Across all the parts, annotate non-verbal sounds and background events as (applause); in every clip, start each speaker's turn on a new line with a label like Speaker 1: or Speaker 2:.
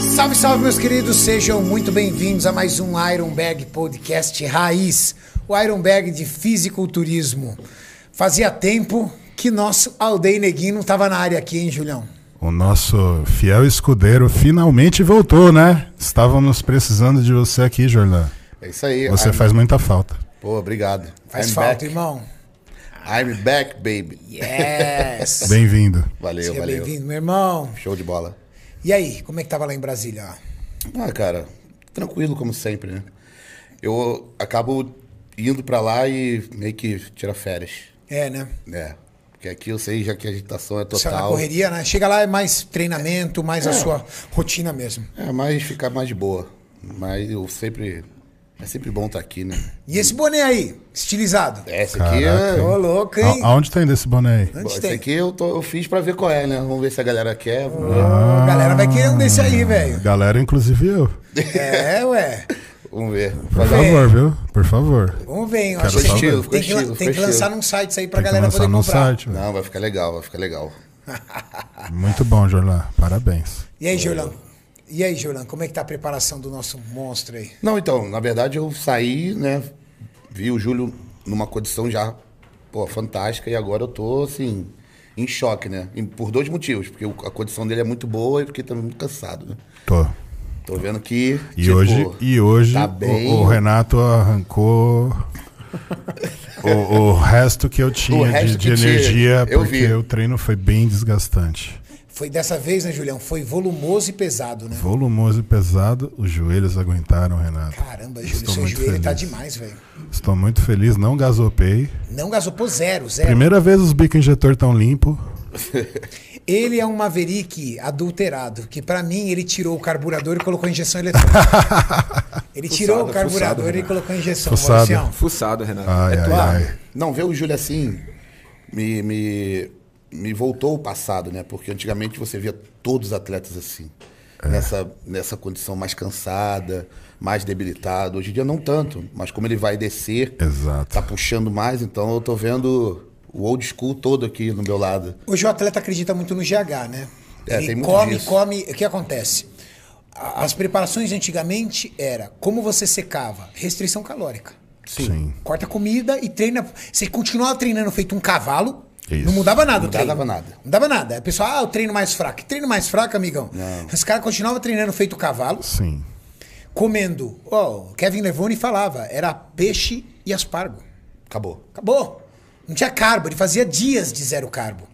Speaker 1: Salve, salve, meus queridos, sejam muito bem-vindos a mais um Ironberg Podcast Raiz, o Ironberg de Fisiculturismo. Fazia tempo que nosso Aldei Neguinho não estava na área aqui, hein, Julião?
Speaker 2: O nosso fiel escudeiro finalmente voltou, né? Estávamos precisando de você aqui, Jordan.
Speaker 3: É isso aí.
Speaker 2: Você
Speaker 3: I'm-
Speaker 2: faz muita falta.
Speaker 3: Pô, obrigado.
Speaker 1: Faz
Speaker 3: I'm
Speaker 1: falta,
Speaker 3: back.
Speaker 1: irmão.
Speaker 3: I'm back, baby.
Speaker 1: Yes! (laughs)
Speaker 2: Bem-vindo.
Speaker 3: Valeu,
Speaker 1: Seja
Speaker 3: valeu.
Speaker 1: bem-vindo, meu irmão.
Speaker 3: Show de bola.
Speaker 1: E aí, como é que tava lá em Brasília?
Speaker 3: Ah, cara, tranquilo como sempre, né? Eu acabo indo pra lá e meio que tira férias,
Speaker 1: É, né?
Speaker 3: né? Porque aqui eu sei já que a agitação é
Speaker 1: Só na
Speaker 3: total.
Speaker 1: correria, né? Chega lá, é mais treinamento, mais a sua rotina mesmo.
Speaker 3: É, mas ficar mais de boa. Mas eu sempre. É sempre bom estar aqui, né?
Speaker 1: E esse boné aí, estilizado?
Speaker 3: Essa aqui é.
Speaker 1: Ô, louco, hein?
Speaker 2: A- Aonde tem desse boné aí?
Speaker 1: Onde
Speaker 3: Essa
Speaker 1: tem?
Speaker 3: aqui eu, tô- eu fiz pra ver qual é, né? Vamos ver se a galera quer. vamos ver.
Speaker 1: A galera vai querer um desse aí,
Speaker 3: (laughs)
Speaker 1: velho.
Speaker 2: Galera, inclusive eu.
Speaker 1: É, ué.
Speaker 3: Vamos ver.
Speaker 2: Por
Speaker 3: Fazer
Speaker 2: favor, viu? Por favor.
Speaker 1: Vamos ver, hein? Eu
Speaker 2: Cara,
Speaker 1: acho que
Speaker 2: ficou
Speaker 1: tem
Speaker 3: estilo, ficou
Speaker 1: que-
Speaker 3: estilo,
Speaker 1: tem que
Speaker 3: ficou
Speaker 1: lançar
Speaker 3: estilo.
Speaker 1: num site isso aí pra
Speaker 2: Tem que
Speaker 1: galera
Speaker 2: lançar
Speaker 1: poder
Speaker 2: no
Speaker 1: comprar.
Speaker 2: site. velho.
Speaker 3: Não, vai ficar legal, vai ficar legal.
Speaker 2: Muito bom, Jorlan. Parabéns.
Speaker 1: E aí, Julião? E aí, Julião, como é que tá a preparação do nosso monstro aí?
Speaker 3: Não, então, na verdade eu saí, né? Vi o Júlio numa condição já, pô, fantástica e agora eu tô, assim, em choque, né? E por dois motivos, porque o- a condição dele é muito boa e porque tá muito cansado, né?
Speaker 2: Tô.
Speaker 3: Tô vendo que,
Speaker 2: E hoje, e hoje
Speaker 3: Tipo, tá
Speaker 2: o-
Speaker 3: bem.
Speaker 2: o, Renato arrancou o, o resto que eu tinha de,
Speaker 3: resto
Speaker 2: de
Speaker 3: que tinha,
Speaker 2: energia,
Speaker 3: eu
Speaker 2: porque
Speaker 3: vi.
Speaker 2: o treino foi bem desgastante.
Speaker 1: Foi dessa vez, né, Julião? Foi volumoso e pesado, né?
Speaker 2: Volumoso e pesado, os joelhos aguentaram, Renato.
Speaker 1: Caramba, Júlio,
Speaker 2: Estou
Speaker 1: seu
Speaker 2: muito
Speaker 1: joelho tá
Speaker 2: feliz.
Speaker 1: demais, velho.
Speaker 2: Estou muito feliz, não gasopei.
Speaker 1: Não gasopou zero, zero.
Speaker 2: Primeira vez os bico injetor tão limpo.
Speaker 1: Ele é um Maverick adulterado, que pra mim ele tirou o carburador e colocou a
Speaker 2: (laughs)
Speaker 1: injeção eletrônica. Ele tirou o
Speaker 3: Fuçado,
Speaker 1: carburador
Speaker 3: fuçado, né?
Speaker 1: e colocou a injeção. Assim,
Speaker 2: Fuçado.
Speaker 1: Maurício.
Speaker 4: Fuçado, Renato. É
Speaker 2: Ai, ai,
Speaker 3: Ah,
Speaker 2: ai.
Speaker 3: não, ver o Júlio assim me, me, me voltou o passado, né? Porque antigamente você via todos os atletas assim.
Speaker 2: É.
Speaker 3: Nessa, nessa condição mais cansada, mais debilitado. Hoje em dia não tanto, mas como ele vai descer,
Speaker 2: Exato.
Speaker 3: tá puxando mais, então eu tô vendo o old school todo aqui no meu lado.
Speaker 1: Hoje o atleta acredita muito no GH, né?
Speaker 3: É,
Speaker 1: ele
Speaker 3: tem muito
Speaker 1: come,
Speaker 3: disso.
Speaker 1: come. O que acontece? A- As preparações de antigamente era como você secava, restrição calórica.
Speaker 2: Sim.
Speaker 1: Corta comida e treina. Você continuava treinando feito um cavalo.
Speaker 2: Isso.
Speaker 1: Não mudava nada o
Speaker 3: Não
Speaker 1: treino.
Speaker 3: mudava nada.
Speaker 1: Não dava nada. Aí O pessoal, ah, o treino mais fraco. Que Treino mais fraco, amigão. Os caras continuavam treinando feito cavalo,
Speaker 2: Sim.
Speaker 1: comendo. Ó, o Kevin Levone falava, era peixe e aspargo.
Speaker 3: Acabou.
Speaker 1: Acabou. Não tinha carbo, ele fazia dias de zero carbo.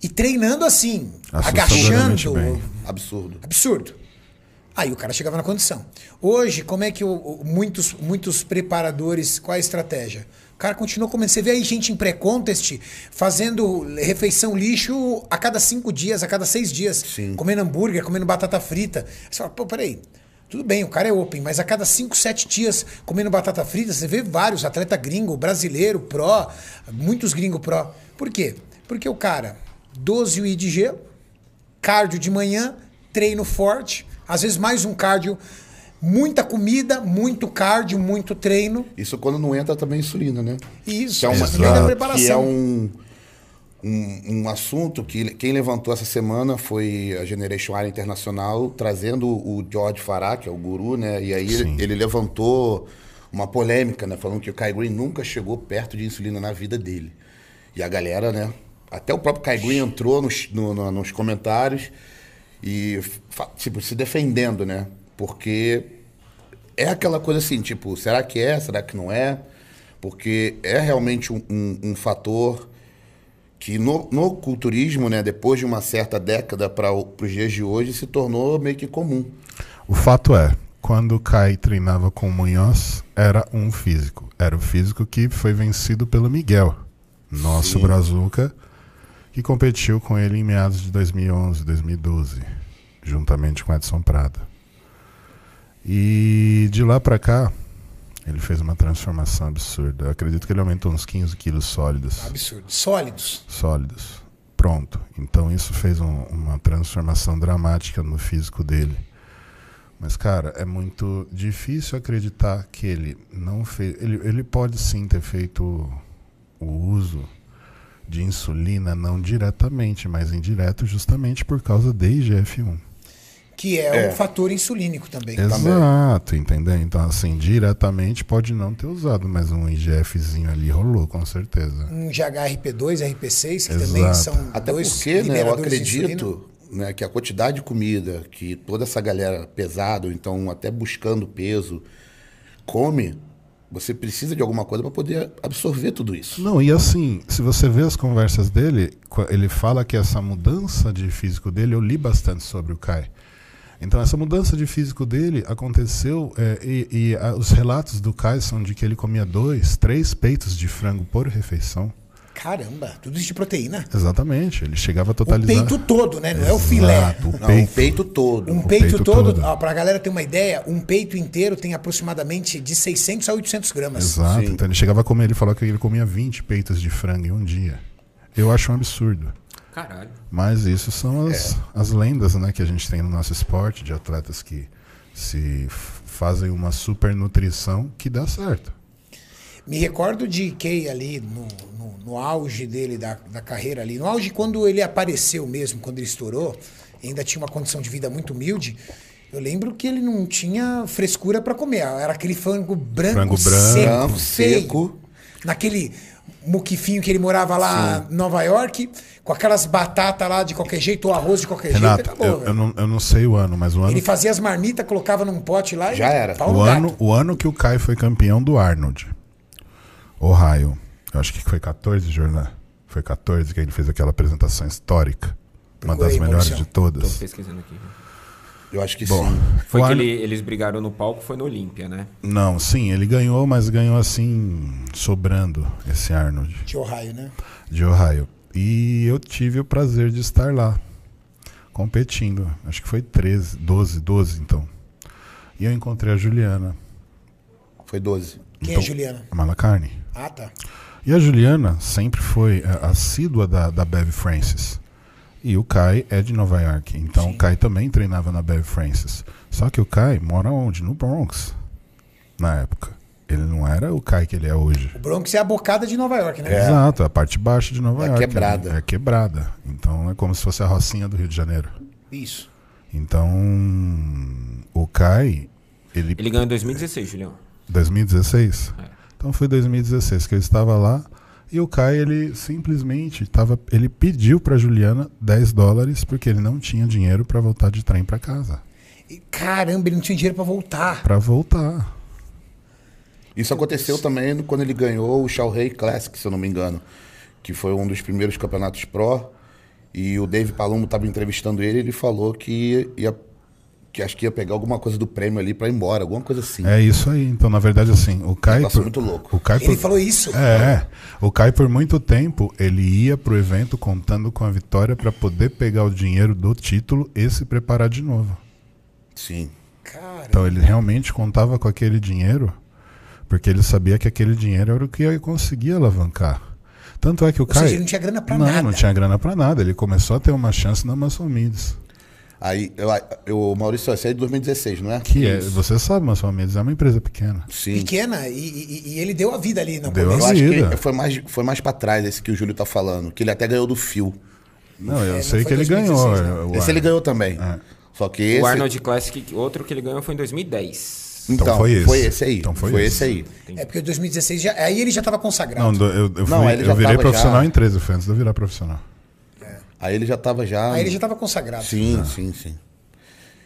Speaker 1: E treinando assim,
Speaker 2: É. Assustadoramente
Speaker 1: agachando.
Speaker 2: bem.
Speaker 3: Absurdo.
Speaker 1: Absurdo. Aí o cara chegava na condição. Hoje, como é que o- o- muitos, muitos preparadores, qual é a estratégia? O cara continua comendo. Você vê aí gente em pré-contest fazendo refeição lixo a cada cinco dias, a cada seis dias. Comendo hambúrguer, comendo batata frita. Você fala, pô, peraí. Tudo bem, o cara é open, mas a cada cinco, sete dias comendo batata frita, você vê vários, atleta gringo, brasileiro, pró, muitos gringo pró. Por quê? Porque o cara, 12 UI de gelo, cardio de manhã, treino forte, às vezes mais um cardio, muita comida, muito cardio, muito treino.
Speaker 3: Isso quando não entra também insulina, né?
Speaker 1: E isso,
Speaker 3: Que é, uma,
Speaker 1: isso
Speaker 3: que
Speaker 1: vem da
Speaker 3: é-
Speaker 1: preparação.
Speaker 3: que é um, um, um assunto que le- quem levantou essa semana foi a Generation Área Internacional, trazendo o George Farah, que é o guru, né? E aí ele, ele levantou uma polêmica, né? Falando que o Kai Green nunca chegou perto de insulina na vida dele. E a galera, né? Até o próprio Kai Green entrou nos, no- no- nos comentários e fa- tipo, se defendendo, né? Porque é aquela coisa assim, tipo, será que é, será que não é? Porque é realmente um, um- um fator que no, no culturismo, né, depois de uma certa década para os dias de hoje, se tornou meio que comum.
Speaker 2: O fato é, quando o Kai treinava com o Munhoz, era um físico. Era o físico que foi vencido pelo Miguel, nosso brazuca, que competiu com ele em meados de 2011, 2012, juntamente com Edson Prado. E de lá pra cá, ele fez uma transformação absurda. Eu acredito que ele aumentou uns 15 quilos sólidos
Speaker 1: Absurdo. Sólidos.
Speaker 2: sólidos. Pronto. Então isso fez um- uma transformação dramática no físico dele. Mas, cara, é muito difícil acreditar que ele não fez. Ele, ele pode sim ter feito o uso de insulina, não diretamente, mas indireto, justamente por causa da IGF-1.
Speaker 1: Que é, um fator insulínico também.
Speaker 2: Exato, entendeu? Então, assim, diretamente pode não ter usado, mas um IGFzinho ali rolou, com certeza.
Speaker 1: Um GHRP2, RP6, que
Speaker 2: Exato.
Speaker 1: também são
Speaker 3: Até
Speaker 1: dois
Speaker 3: porque, né, eu
Speaker 1: liberadores de insulina.
Speaker 3: acredito né, que a quantidade de comida que toda essa galera pesada, ou então até buscando peso, come, você precisa de alguma coisa para poder absorver tudo isso.
Speaker 2: Não, e assim, se você vê as conversas dele, co- ele fala que essa mudança de físico dele, eu li bastante sobre o Kai. Então, essa mudança de físico dele aconteceu é, e, e, ah, os relatos do Kai são de que ele comia dois, três peitos de frango por refeição.
Speaker 1: Caramba, tudo isso de proteína.
Speaker 2: Exatamente, ele chegegava a
Speaker 3: Tá
Speaker 1: O
Speaker 2: totalizar.
Speaker 1: peito todo, né? Não é o filé.
Speaker 2: Exato, o
Speaker 3: Não,
Speaker 2: Um peito.
Speaker 3: o peito todo.
Speaker 1: Um
Speaker 2: O
Speaker 1: peito,
Speaker 2: peito
Speaker 1: todo,
Speaker 2: todo.
Speaker 1: ó, pra galera ter uma ideia, um peito inteiro tem aproximadamente de 600 a 800 gramas.
Speaker 2: Exato,
Speaker 3: Sim.
Speaker 2: então ele chegava a comer, ele falou que ele comia 20 peitos de frango em um dia. Eu acho um absurdo.
Speaker 4: Caralho.
Speaker 2: Mas isso
Speaker 1: É.
Speaker 2: são as, as lendas né, que a gente tem no nosso esporte, de atletas que se f- fazem uma supernutrição que dá certo.
Speaker 1: Me recordo de Kay ali no, no, no auge dele, da, da carreira ali. No auge, quando ele apareceu mesmo, quando ele estourou, ainda tinha uma condição de vida muito humilde. Eu lembro que ele não tinha frescura para comer. Era aquele frango branco,
Speaker 2: Frango
Speaker 1: seco,
Speaker 2: branco,
Speaker 1: feio.
Speaker 3: seco.
Speaker 1: Naquele muquifinho que ele morava lá em Nova York, com aquelas batatas lá de qualquer jeito, ou arroz de qualquer
Speaker 2: Renato,
Speaker 1: jeito, acabou,
Speaker 2: eu, eu,
Speaker 1: velho.
Speaker 2: não, eu não sei o ano, mas o ano,
Speaker 1: Ele fazia as marmitas, colocava num pote lá e...
Speaker 3: Já era.
Speaker 1: pau no
Speaker 2: o,
Speaker 1: gato.
Speaker 2: ano, o ano que o Kai foi campeão do Arnold, Ohio, eu acho que foi 14, Jornal. Foi 14 que ele fez aquela apresentação histórica. Uma
Speaker 1: Procura
Speaker 2: das
Speaker 1: aí,
Speaker 2: melhores
Speaker 1: Maurício.
Speaker 2: de todas.
Speaker 4: Tô pesquisando aqui.
Speaker 3: Eu acho que
Speaker 2: Bom,
Speaker 3: sim.
Speaker 4: Foi
Speaker 2: o
Speaker 4: que
Speaker 2: Arno-
Speaker 4: ele- eles brigaram no palco, foi no Olímpia, né?
Speaker 2: Não, sim, ele ganhou, mas ganhou assim, sobrando esse Arnold.
Speaker 1: De Ohio, né?
Speaker 2: de Ohio. E eu tive o prazer de estar lá, competindo. Acho que foi 13, 12, 12 então. E eu encontrei a Juliana
Speaker 3: Foi 12.
Speaker 1: Quem é
Speaker 2: Então-
Speaker 1: Juliana?
Speaker 2: Malacarne.
Speaker 1: Ah, tá.
Speaker 2: E a Juliana sempre foi é, assídua da, da Bev Francis. E o Kai é de Nova York. Então o Kai também treinava na Bev Francis. Só que o Kai mora onde? No Bronx. Na época. Ele não era o Kai que ele é hoje.
Speaker 1: O Bronx é a bocada de Nova York, né?
Speaker 2: Exato, a parte baixa de Nova
Speaker 3: É
Speaker 2: York. né?
Speaker 3: quebrada.
Speaker 2: É quebrada. Então é como se fosse a Rocinha do Rio de Janeiro.
Speaker 3: Isso.
Speaker 2: Então, o Kai, ele,
Speaker 4: Ele ganhou em 2016, Julião.
Speaker 2: 2016?
Speaker 4: É.
Speaker 2: Então foi 2016 que eu estava lá e o Kai, ele simplesmente tava, ele pediu para Juliana 10 dólares porque ele não tinha dinheiro para voltar de trem para casa,
Speaker 1: E, Caramba, ele não tinha dinheiro pra voltar.
Speaker 2: para voltar.
Speaker 3: Isso aconteceu também no- quando ele ganhou o Shaohei Classic, se eu não me engano, que foi um dos primeiros campeonatos pró. E o Dave Palumbo estava entrevistando ele, e ele falou que ia que acho que ia pegar alguma coisa do prêmio ali para ir embora, alguma coisa assim.
Speaker 2: É isso aí. Então, na verdade assim, o Kai
Speaker 3: Negócio muito louco.
Speaker 2: O Kai
Speaker 1: Ele
Speaker 2: por-
Speaker 1: falou isso.
Speaker 2: É, é. o Kai por muito tempo ele ia pro evento contando com a vitória para poder pegar o dinheiro do título e se preparar de novo.
Speaker 3: Sim.
Speaker 1: Cara,
Speaker 2: Então ele realmente contava com aquele dinheiro porque ele sabia que aquele dinheiro era o que ia conseguir alavancar. Tanto é que o
Speaker 1: ou
Speaker 2: Kai
Speaker 1: seja, ele não tinha grana pra
Speaker 2: não,
Speaker 1: nada.
Speaker 2: não tinha grana pra nada. Ele começou a ter uma chance na Mansão Mides.
Speaker 3: Aí, eu, eu, Maurício, esse é de 2016, não é?
Speaker 2: Que é, você sabe, Mansão Mides é uma empresa pequena.
Speaker 3: Sim.
Speaker 1: Pequena, e, e- e ele deu a vida ali no
Speaker 2: Deu
Speaker 3: Eu
Speaker 1: começo.
Speaker 3: acho
Speaker 2: Vida.
Speaker 3: que foi mais, foi mais para trás esse que o Júlio tá falando, que ele até ganhou do fio.
Speaker 2: Não, eu
Speaker 1: É, não
Speaker 2: sei
Speaker 1: foi
Speaker 2: que ele
Speaker 1: 2016,
Speaker 2: ganhou. é,
Speaker 1: não.
Speaker 2: eu- eu
Speaker 3: Esse ele
Speaker 2: acho.
Speaker 3: ganhou também. Só que esse.
Speaker 4: O Arnold Classic, outro que ele ganhou foi em 2010.
Speaker 3: Então,
Speaker 2: Então foi
Speaker 3: foi
Speaker 2: esse.
Speaker 3: esse. aí.
Speaker 2: Então foi
Speaker 3: foi,
Speaker 2: esse.
Speaker 3: esse aí.
Speaker 1: É porque em 2016 já, aí ele já tava consagrado.
Speaker 2: Não, do- eu, eu, fui,
Speaker 3: Não, ele já
Speaker 2: eu virei
Speaker 3: tava já.
Speaker 2: profissional em 13, foi antes de eu virar profissional.
Speaker 3: Aí ele já tava já.
Speaker 1: aí ele já tava consagrado.
Speaker 3: Sim, sim, sim.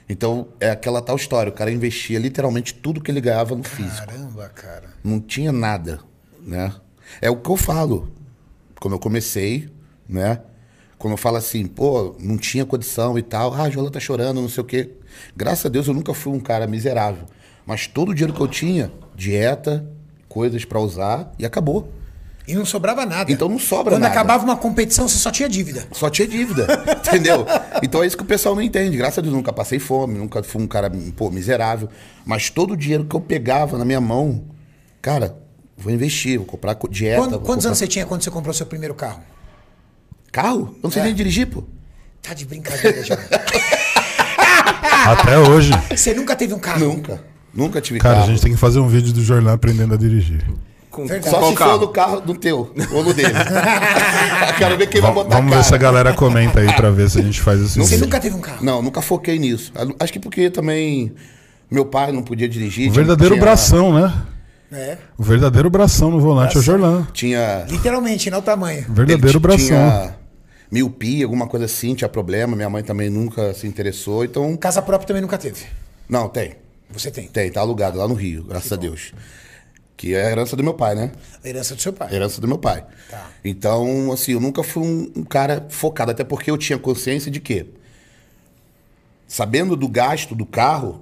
Speaker 3: Então, é aquela tal história. O cara investia literalmente tudo que ele ganhava no físico.
Speaker 1: Caramba, cara.
Speaker 3: Não tinha nada, né? É o que eu falo. Quando eu comecei, né? Quando eu falo assim, pô, não tinha condição e tal. Ah, a Joana tá chorando, não sei o quê. Graças a Deus eu nunca fui um cara miserável. Mas todo o dinheiro que eu tinha, dieta, coisas pra usar, e acabou.
Speaker 1: E não sobrava nada.
Speaker 3: Então não sobra
Speaker 1: Quando
Speaker 3: nada.
Speaker 1: acabava uma competição, você só tinha dívida.
Speaker 3: Só tinha dívida, (laughs) entendeu? Então é isso que o pessoal não entende. Graças a Deus, nunca passei fome, nunca fui um cara, pô, miserável. Mas todo o dinheiro que eu pegava na minha mão, cara, vou investir, vou comprar co- dieta.
Speaker 1: Quando-
Speaker 3: vou
Speaker 1: quantos
Speaker 3: comprar-
Speaker 1: anos você tinha quando você comprou seu primeiro carro?
Speaker 3: Carro? Eu não
Speaker 1: É.
Speaker 3: sei nem dirigir, pô.
Speaker 1: Tá de brincadeira
Speaker 3: (laughs)
Speaker 1: já.
Speaker 3: Ah!
Speaker 2: Até hoje.
Speaker 1: Você nunca teve um carro?
Speaker 3: Nunca. Nunca tive
Speaker 2: Cara, a
Speaker 3: carro.
Speaker 2: gente tem que fazer um vídeo do Jornal aprendendo a dirigir.
Speaker 4: Com,
Speaker 1: Verdade.
Speaker 4: com
Speaker 3: Só
Speaker 4: qual
Speaker 3: se
Speaker 4: carro?
Speaker 3: for no carro do teu ou no (laughs) dele. Quero ver quem vai
Speaker 2: Vam-
Speaker 3: botar
Speaker 2: vamos ver
Speaker 3: cara.
Speaker 2: se a galera comenta aí pra ver se a gente faz esse
Speaker 1: Você
Speaker 2: vídeo.
Speaker 1: nunca teve um carro?
Speaker 3: Não, nunca foquei nisso. Acho que porque também meu pai não podia dirigir.
Speaker 2: O
Speaker 3: tinha-
Speaker 2: verdadeiro
Speaker 3: tinha-
Speaker 2: bração, né?
Speaker 1: É.
Speaker 2: O verdadeiro bração no volante é o Jorlan.
Speaker 3: Tinha.
Speaker 1: Literalmente, não o tamanho.
Speaker 2: Verdadeiro
Speaker 3: ele
Speaker 2: bração.
Speaker 3: t- Tinha miopia, alguma coisa assim, tinha problema. Minha mãe também nunca se interessou. Então.
Speaker 1: Casa própria também nunca teve.
Speaker 3: Não, tem.
Speaker 1: Você tem.
Speaker 3: Tem, tá alugado lá no Rio, graças a Deus. Que é a herança do meu pai, né?
Speaker 1: A herança do seu pai.
Speaker 3: Herança do meu pai.
Speaker 1: Tá.
Speaker 3: Então, assim, eu nunca fui um, um cara focado, até porque eu tinha consciência de que, sabendo do gasto do carro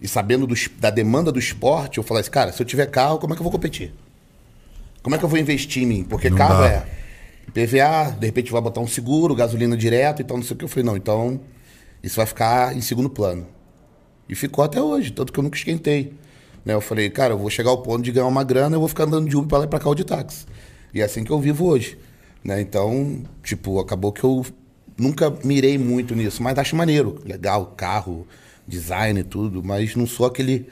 Speaker 3: e sabendo do es- da demanda do esporte, eu falava assim, cara, se eu tiver carro, como é que eu vou competir? Como é que eu vou investir em mim? Porque
Speaker 2: Não
Speaker 3: carro
Speaker 2: dá.
Speaker 3: é PVA, de repente vai botar um seguro, gasolina direto, então não sei o que. Eu falei, não, então isso vai ficar em segundo plano. E ficou até hoje, tanto que eu nunca esquentei. Né? Eu falei, cara, eu vou chegar ao ponto de ganhar uma grana, eu vou ficar andando de Uber pra lá e pra cá ou de táxi. E é assim que eu vivo hoje. Né? Então, tipo, acabou que eu nunca mirei muito nisso, mas acho maneiro. Legal, carro, design e tudo, mas não sou aquele.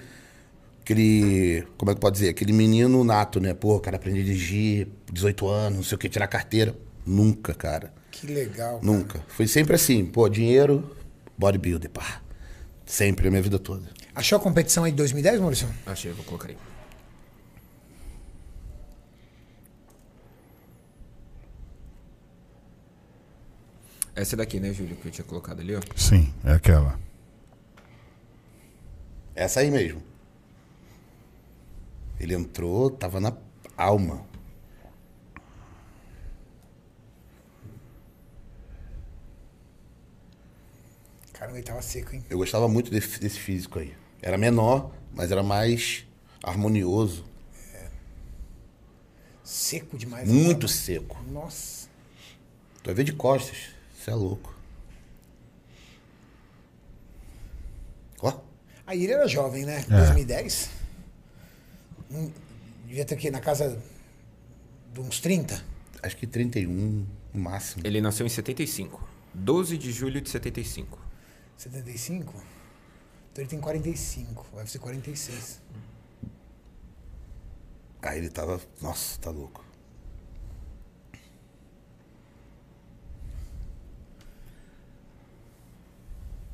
Speaker 3: Aquele. Como é que pode dizer? Aquele menino nato, né? Pô, o cara aprende a dirigir, 18 anos, não sei o que, tirar carteira. Nunca, cara.
Speaker 1: Que legal. cara.
Speaker 3: Nunca. Foi sempre assim, pô, dinheiro, bodybuilder, pá. Sempre, a minha vida toda.
Speaker 1: Achou a competição aí de 2010, Maurício?
Speaker 4: Achei, vou colocar aí. Essa daqui, né, Júlio, que eu tinha colocado ali, ó.
Speaker 2: Sim, é aquela.
Speaker 3: Essa aí mesmo. Ele entrou, tava na alma.
Speaker 1: Caramba, ele tava seco, hein?
Speaker 3: Eu gostava muito desse, desse físico aí. Era menor, mas era mais harmonioso.
Speaker 1: Seco demais.
Speaker 3: Muito seco.
Speaker 1: Nossa.
Speaker 3: Tu vai ver de costas. Você é louco. Ó,
Speaker 1: Aí ele era jovem, né? 2010. Hum, Devia ter aqui na casa de uns 30.
Speaker 3: acho que 31 no máximo.
Speaker 4: Ele nasceu em 75. 12 de julho de 75.
Speaker 1: 75? Então ele tem 45, o UFC 46.
Speaker 3: Aí ele tava. Nossa, tá louco.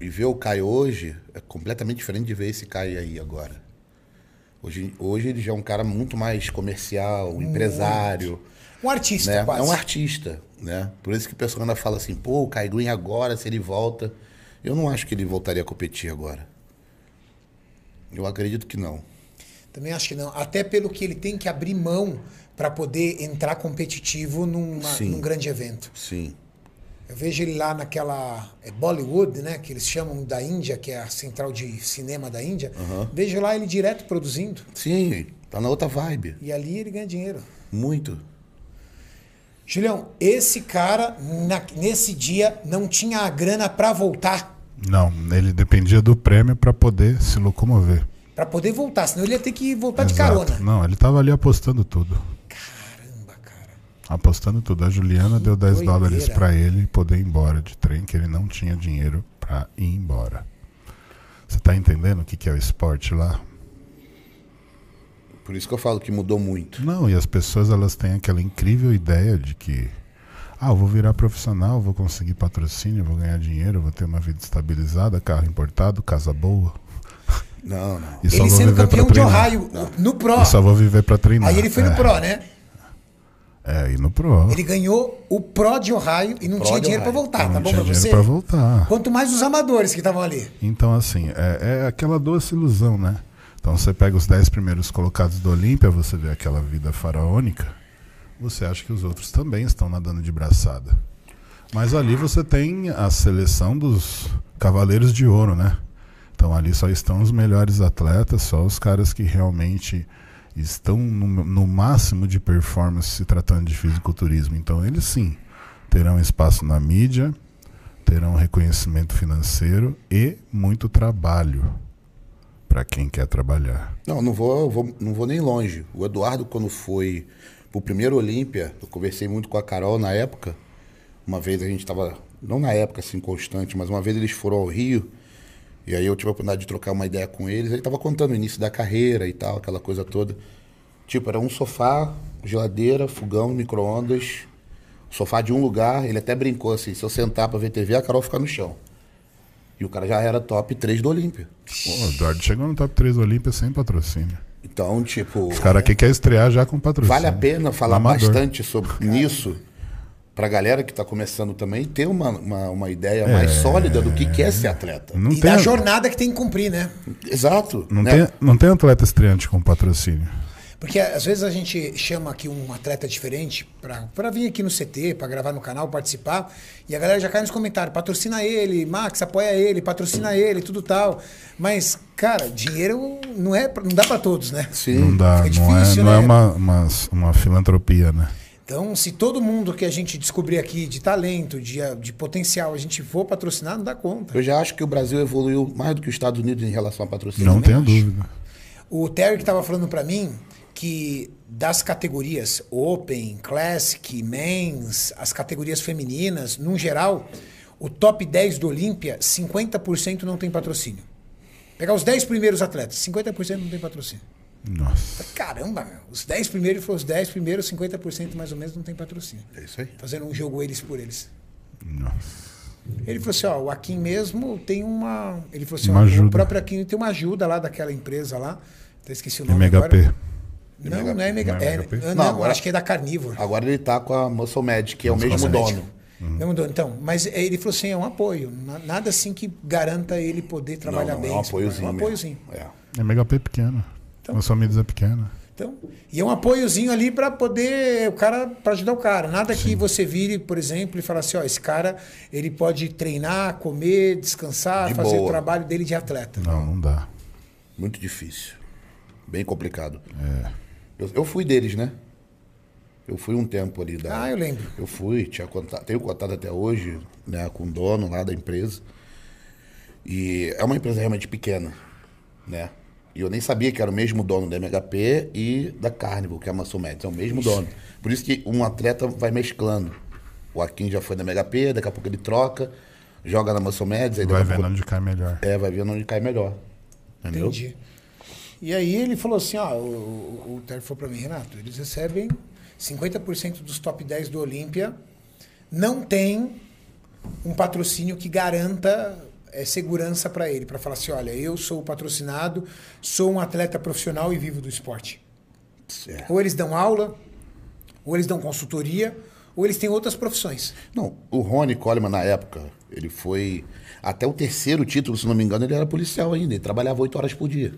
Speaker 3: E ver o Caio hoje é completamente diferente de ver esse Caio aí agora. Hoje, hoje ele já é um cara muito mais comercial, empresário.
Speaker 1: Um artista,
Speaker 3: Né?
Speaker 1: quase.
Speaker 3: É um artista, né? Por isso que o pessoal ainda fala assim, pô, o Kai Green agora, se ele volta. Eu não acho que ele voltaria a competir agora. Eu acredito que não.
Speaker 1: Também acho que não. Até pelo que ele tem que abrir mão para poder entrar competitivo numa-
Speaker 3: Sim.
Speaker 1: num grande evento.
Speaker 3: Sim.
Speaker 1: Eu vejo ele lá naquela é Bollywood, né? Que eles chamam da Índia, que é a central de cinema da Índia. Vejo lá ele direto produzindo.
Speaker 3: Sim, tá na outra vibe.
Speaker 1: E ali ele ganha dinheiro.
Speaker 3: Muito.
Speaker 1: Julião, esse cara, na- nesse dia, não tinha a grana para voltar.
Speaker 2: Não, ele dependia do prêmio pra poder se locomover.
Speaker 1: para poder voltar, senão ele ia ter que voltar
Speaker 2: Exato.
Speaker 1: de carona.
Speaker 2: Não, ele tava ali apostando tudo.
Speaker 1: Caramba, cara.
Speaker 2: Apostando tudo. A Juliana deu 10
Speaker 1: doideira.
Speaker 2: dólares pra ele poder ir embora de trem, que ele não tinha dinheiro pra ir embora. Você tá entendendo o que, que é o esporte lá?
Speaker 3: Por isso que eu falo que mudou muito.
Speaker 2: Não, e as pessoas elas têm aquela incrível ideia de que ah, eu vou virar profissional, vou conseguir patrocínio, vou ganhar dinheiro, vou ter uma vida estabilizada, carro importado, casa boa.
Speaker 3: Não, não.
Speaker 2: E só
Speaker 1: ele
Speaker 2: vou
Speaker 1: sendo
Speaker 2: viver
Speaker 1: campeão
Speaker 2: pra
Speaker 1: de
Speaker 2: treinar.
Speaker 1: Ohio no Pro.
Speaker 2: E só vou viver pra treinar.
Speaker 1: Aí ele foi
Speaker 2: é.
Speaker 1: no Pro, né?
Speaker 2: É, e no Pro.
Speaker 1: Ele ganhou o Pro de Ohio e não
Speaker 3: Pro
Speaker 1: tinha
Speaker 3: de
Speaker 1: dinheiro para
Speaker 3: Ohio.
Speaker 1: voltar,
Speaker 2: não
Speaker 1: tá bom
Speaker 2: tinha
Speaker 1: para
Speaker 2: dinheiro
Speaker 1: você?
Speaker 2: pra voltar.
Speaker 1: Quanto mais os amadores que estavam ali.
Speaker 2: Então, assim, é, é aquela doce ilusão, né? Então, você pega os 10 primeiros colocados do Olímpia, você vê aquela vida faraônica, você acha que os outros também estão nadando de braçada. Mas ali você tem a seleção dos cavaleiros de ouro, né? Então, ali só estão os melhores atletas, só os caras que realmente estão no, no máximo de performance se tratando de fisiculturismo. Então, eles sim terão espaço na mídia, terão reconhecimento financeiro e muito trabalho para quem quer trabalhar.
Speaker 3: Não, não vou, vou- não vou nem longe. O Eduardo, quando foi pro primeiro Olímpia, eu conversei muito com a Carol na época. Uma vez a gente tava, não na época assim constante, mas uma vez eles foram ao Rio. E aí eu tive a oportunidade de trocar uma ideia com eles. Ele tava contando o início da carreira e tal, aquela coisa toda. Tipo, era um sofá, geladeira, fogão, micro-ondas, sofá de um lugar. Ele até brincou assim: se eu sentar pra ver TV, a Carol fica no chão. E o cara já era top 3 do Olímpia.
Speaker 2: Pô, o Eduardo chegou no top 3 do Olímpia sem patrocínio.
Speaker 3: Então, tipo.
Speaker 2: Os caras aqui quer estrear já com patrocínio.
Speaker 3: Vale a pena falar
Speaker 2: Amador.
Speaker 3: bastante sobre nisso pra galera que tá começando também ter uma, uma, uma ideia mais sólida do que, que é ser atleta.
Speaker 2: Não
Speaker 1: E
Speaker 2: tem,
Speaker 1: da jornada que tem que cumprir, né?
Speaker 3: Exato.
Speaker 2: não,
Speaker 3: né?
Speaker 2: tem, não tem atleta estreante com patrocínio.
Speaker 1: Porque às vezes a gente chama aqui um atleta diferente para vir aqui no CT, para gravar no canal, participar, e a galera já cai nos comentários, patrocina ele, Max, apoia ele, patrocina ele, tudo tal. Mas, cara, dinheiro não é, pra- não dá para todos, né?
Speaker 3: Sim.
Speaker 2: Não dá,
Speaker 1: Fica
Speaker 2: não, é,
Speaker 1: difícil,
Speaker 2: não é
Speaker 1: né?
Speaker 2: uma, uma, uma filantropia, né?
Speaker 1: Então, se todo mundo que a gente descobrir aqui de talento, de, de potencial, a gente for patrocinar, não dá conta.
Speaker 3: Eu já acho que o Brasil evoluiu mais do que os Estados Unidos em relação a patrocínio. né?
Speaker 2: Não tenho
Speaker 3: acho.
Speaker 2: dúvida.
Speaker 1: O Terry que estava falando para mim que das categorias Open, Classic, Men's, as categorias femininas, num geral, o top 10 do Olímpia, 50% não tem patrocínio. Pegar os 10 primeiros atletas, 50% não tem patrocínio.
Speaker 2: Nossa.
Speaker 1: Caramba, meu, os 10 primeiros foram os 10 primeiros, 50% mais ou menos não tem patrocínio.
Speaker 3: É isso aí.
Speaker 1: Fazendo um jogo eles por eles.
Speaker 2: Nossa.
Speaker 1: Ele falou assim, ó, o Akin mesmo tem uma... Ele falou assim,
Speaker 2: Uma
Speaker 1: ó,
Speaker 2: ajuda.
Speaker 1: o próprio Akin tem uma ajuda lá daquela empresa lá, até esqueci o nome
Speaker 2: MHP.
Speaker 1: agora. Não, não é Mega.
Speaker 2: Não é
Speaker 1: É,
Speaker 2: MHP?
Speaker 1: não,
Speaker 3: Não,
Speaker 1: eu
Speaker 3: agora-
Speaker 1: acho que é da Carnívoro.
Speaker 3: Agora ele tá com a Muscle Magic, que é o mesmo
Speaker 1: Médico.
Speaker 3: dono.
Speaker 1: Não mudou, então. Mas ele falou assim: é um apoio. na- Nada assim que garanta ele poder
Speaker 3: Não,
Speaker 1: trabalhar
Speaker 3: não,
Speaker 1: bem.
Speaker 3: é um apoiozinho.
Speaker 1: É um
Speaker 3: mesmo.
Speaker 1: apoiozinho.
Speaker 3: É.
Speaker 2: MHP pequena.
Speaker 1: Então.
Speaker 2: Nossa Midas é pequena.
Speaker 1: Então, e é um apoiozinho ali para poder o cara para ajudar o cara. Nada que você vire, por exemplo, e falar assim, ó, esse cara ele pode treinar, comer, descansar,
Speaker 3: De
Speaker 1: fazer
Speaker 3: boa.
Speaker 1: o trabalho dele de atleta.
Speaker 2: Não, não dá.
Speaker 3: Muito difícil. Bem complicado.
Speaker 2: É.
Speaker 3: Eu, eu fui deles, né? Eu fui um tempo ali da.
Speaker 1: Ah, eu lembro.
Speaker 3: Eu fui, tinha contato, tenho contato até hoje, né, com o dono lá da empresa. E é uma empresa realmente pequena, né? E eu nem sabia que era o mesmo dono da MHP e da Carnival, que é a Mansão Médica, é o mesmo dono. Por isso que um atleta vai mesclando. O Akin já foi da MHP, daqui a pouco ele troca, joga na Mansão Médica, aí daqui
Speaker 2: Vai
Speaker 3: a
Speaker 2: vendo
Speaker 3: pouco,
Speaker 2: onde cai melhor.
Speaker 3: é, vai vendo onde cai melhor. Entendeu?
Speaker 1: Entendi. E aí ele falou assim, ó, o, o, o Terry falou pra mim, Renato, eles recebem 50% dos top 10 do Olímpia, não tem um patrocínio que garanta é, segurança para ele, para falar assim, olha, eu sou o patrocinado, sou um atleta profissional e vivo do esporte.
Speaker 3: É.
Speaker 1: Ou eles dão aula, ou eles dão consultoria, ou eles têm outras profissões.
Speaker 3: Não, o Rony Coleman, na época, ele foi. Até o terceiro título, se não me engano, ele era policial ainda. Ele trabalhava oito horas por dia.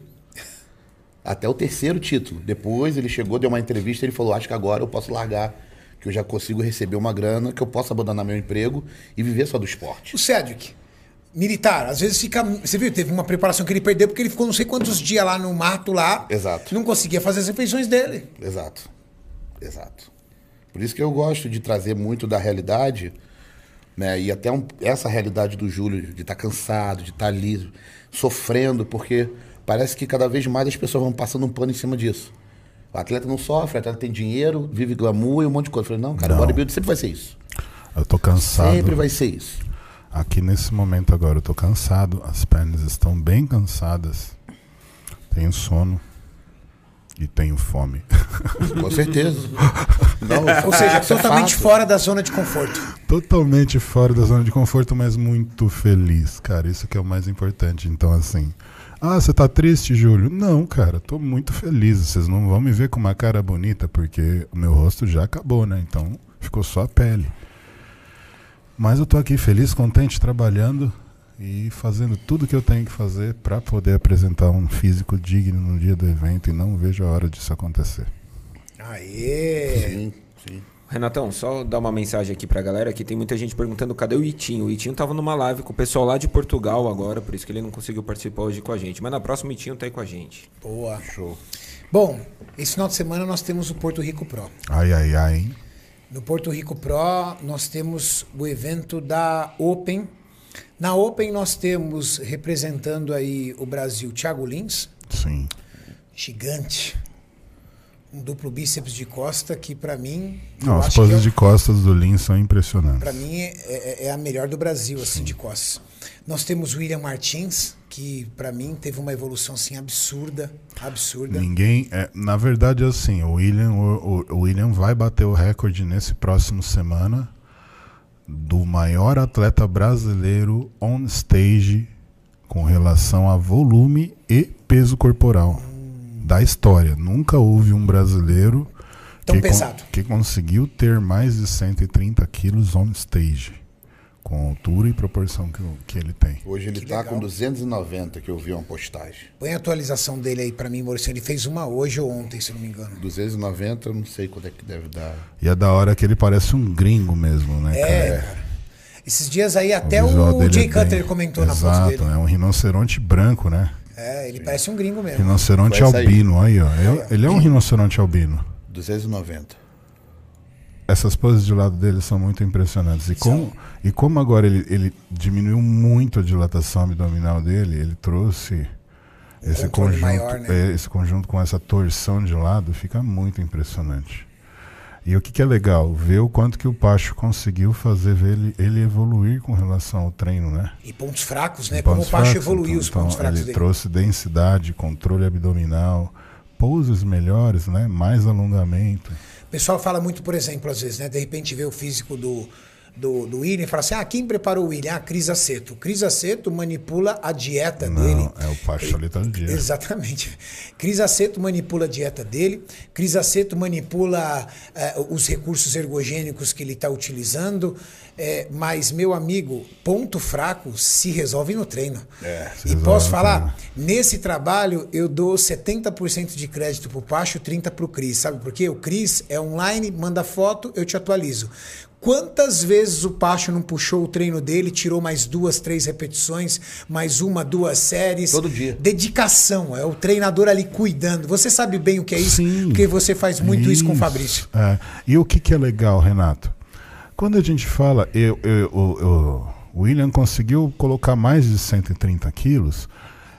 Speaker 3: Até o terceiro título. Depois ele chegou, deu uma entrevista, ele falou: Acho que agora eu posso largar, que eu já consigo receber uma grana, que eu posso abandonar meu emprego e viver só do esporte.
Speaker 1: O Cedric, militar, às vezes fica. Você viu, teve uma preparação que ele perdeu porque ele ficou não sei quantos dias lá no mato lá.
Speaker 3: Exato.
Speaker 1: Não conseguia fazer as refeições dele.
Speaker 3: Exato. Exato. Por isso que eu gosto de trazer muito da realidade, né? E até um- essa realidade do Júlio, de estar cansado, de estar ali, sofrendo, porque parece que cada vez mais as pessoas vão passando um pano em cima disso. O atleta não sofre, o atleta tem dinheiro, vive glamour e um monte de coisa. Eu falei, não, cara,
Speaker 2: Não.
Speaker 3: o bodybuilding sempre vai ser isso.
Speaker 2: Eu tô
Speaker 1: Tá
Speaker 2: cansado.
Speaker 3: Sempre vai ser isso.
Speaker 2: Aqui nesse momento agora eu tô cansado, as pernas estão bem cansadas, tenho sono e tenho fome. (laughs)
Speaker 1: (laughs)
Speaker 3: Com certeza. Não,
Speaker 1: Ou seja,
Speaker 3: isso é
Speaker 1: totalmente
Speaker 3: fato.
Speaker 1: fora da zona de conforto.
Speaker 2: Totalmente fora da zona de conforto, mas muito feliz, cara. Isso que é o mais importante. Então, assim. Ah, você tá triste, Júlio? Não, cara, tô muito feliz. Vocês não vão me ver com uma cara bonita, porque o meu rosto já acabou, né? Então ficou só a pele. Mas eu tô aqui feliz, contente, trabalhando e fazendo tudo que eu tenho que fazer pra poder apresentar um físico digno no dia do evento e não vejo a hora disso acontecer.
Speaker 1: Aê!
Speaker 3: Sim, sim.
Speaker 4: Renatão, só dar uma mensagem aqui pra galera que tem muita gente perguntando cadê o Itinho. O Itinho tava numa live com o pessoal lá de Portugal agora, por isso que ele não conseguiu participar hoje com a gente. Mas na próxima o Itinho tá aí com a gente.
Speaker 1: Boa. Show. Bom, esse final de semana nós temos o Porto Rico Pro.
Speaker 2: Ai, ai, ai, hein?
Speaker 1: No Porto Rico Pro, nós temos o evento da Open. Na Open, nós temos representando aí o Brasil, Thiago Lins,
Speaker 2: Sim.
Speaker 1: gigante. um duplo bíceps de costa que para mim.
Speaker 2: Não,
Speaker 1: eu
Speaker 2: as
Speaker 1: acho que
Speaker 2: poses
Speaker 1: é-
Speaker 2: de costas do Lin são impressionantes.
Speaker 1: Pra mim é, é- é a melhor do Brasil, assim, de costas. Nós temos William Martins, que pra mim teve uma evolução assim absurda, absurda.
Speaker 2: Ninguém. É, na verdade, assim, o William, o, o- o William vai bater o recorde nesse próximo semana do maior atleta brasileiro on stage com relação a volume e peso corporal da história. Nunca houve um brasileiro
Speaker 1: Tão
Speaker 2: que, con-
Speaker 1: pesado.
Speaker 2: que conseguiu ter mais de 130 quilos on stage. Com a altura e proporção que, o- que ele tem.
Speaker 3: Hoje ele tá com 290, que eu vi uma postagem.
Speaker 1: Põe a atualização dele aí pra mim, Maurício. Ele fez uma hoje ou ontem, se não me engano.
Speaker 3: 290, eu não sei quanto é que deve dar.
Speaker 2: E é da hora que ele parece um gringo mesmo, né?
Speaker 1: É,
Speaker 2: cara?
Speaker 1: cara. Esses dias aí até
Speaker 2: visual
Speaker 1: o,
Speaker 2: dele
Speaker 1: Jay
Speaker 2: é
Speaker 1: Cutler
Speaker 2: bem-
Speaker 1: comentou na
Speaker 2: Exato,
Speaker 1: foto dele.
Speaker 2: é um rinoceronte branco, né?
Speaker 1: É, ele parece um gringo mesmo.
Speaker 2: Rinoceronte
Speaker 3: Foi essa aí.
Speaker 2: albino, aí, ó. Ele- Ele é um rinoceronte albino.
Speaker 3: 290.
Speaker 2: Essas poses de lado dele são muito impressionantes. E como, e como agora ele, ele diminuiu muito a dilatação abdominal dele, ele trouxe esse
Speaker 1: controle
Speaker 2: conjunto,
Speaker 1: Um maior, né?
Speaker 2: é, esse conjunto com essa torção de lado, fica muito impressionante. E o que, que é legal? Ver o quanto que o Pacho conseguiu fazer ver ele, ele evoluir com relação ao treino, né?
Speaker 1: E pontos fracos, né? Como
Speaker 2: Pontos
Speaker 1: o Pacho
Speaker 2: fracos,
Speaker 1: evoluiu
Speaker 2: então,
Speaker 1: os pontos
Speaker 2: então,
Speaker 1: fracos
Speaker 2: ele
Speaker 1: dele.
Speaker 2: trouxe densidade, controle abdominal, poses melhores, né? Mais alongamento.
Speaker 1: O pessoal fala muito, por exemplo, às vezes, né? De repente vê o físico do, do, do William e fala assim: ah, quem preparou o William? Ah, Cris Aceto. Cris Aceto manipula a dieta dele.
Speaker 2: Não, é o Pacho ali todo dia.
Speaker 1: Exatamente. Cris Aceto manipula a dieta dele, Cris Aceto manipula eh, os recursos ergogênicos que ele está utilizando, eh, mas, meu amigo, ponto fraco se resolve no treino.
Speaker 2: É, se
Speaker 1: e
Speaker 2: resolve
Speaker 1: posso
Speaker 2: no
Speaker 1: falar, nesse trabalho eu dou 70% de crédito para o Pacho, 30% para o Cris, sabe por quê? O Cris é online, manda foto, eu te atualizo. Quantas vezes o Pacho não puxou o treino dele, tirou mais duas, três repetições, mais uma, duas séries?
Speaker 3: Todo dia.
Speaker 1: Dedicação, é o treinador ali cuidando. Você sabe bem o que é isso,
Speaker 2: Sim.
Speaker 1: porque você faz muito isso, com o Fabrício.
Speaker 2: É. E o que, que é legal, Renato? Quando a gente fala, eu, eu- o- o- o William conseguiu colocar mais de 130 quilos.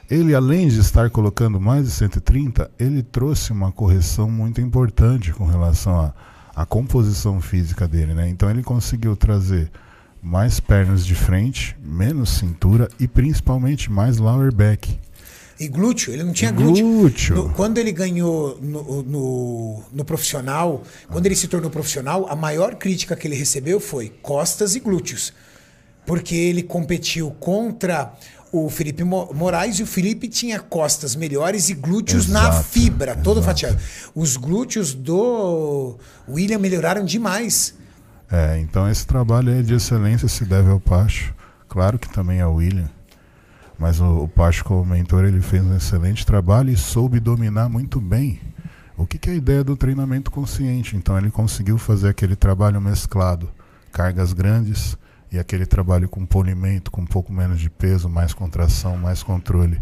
Speaker 2: Ele, além de estar colocando mais de 130, ele trouxe uma correção muito importante com relação à à composição física dele, né? Então ele conseguiu trazer mais pernas de frente, menos cintura e principalmente mais lower back.
Speaker 1: E glúteo, ele não tinha
Speaker 2: E
Speaker 1: glúteo.
Speaker 2: glúteo.
Speaker 1: No- quando ele ganhou no, no, no profissional, quando ele se tornou profissional, a maior crítica que ele recebeu foi costas e glúteos. Porque ele competiu contra o Felipe Mo- Moraes e o Felipe tinha costas melhores e glúteos na
Speaker 2: Exato,
Speaker 1: fibra, todo
Speaker 2: exato.
Speaker 1: fatiado. Os glúteos do William melhoraram demais.
Speaker 2: É, então esse trabalho aí de excelência se deve ao Pacho. Claro que também ao William. Mas o, o Pacho, como mentor, ele fez um excelente trabalho e soube dominar muito bem o que, que é a ideia do treinamento consciente. Então ele conseguiu fazer aquele trabalho mesclado, cargas grandes e aquele trabalho com polimento, com um pouco menos de peso, mais contração, mais controle.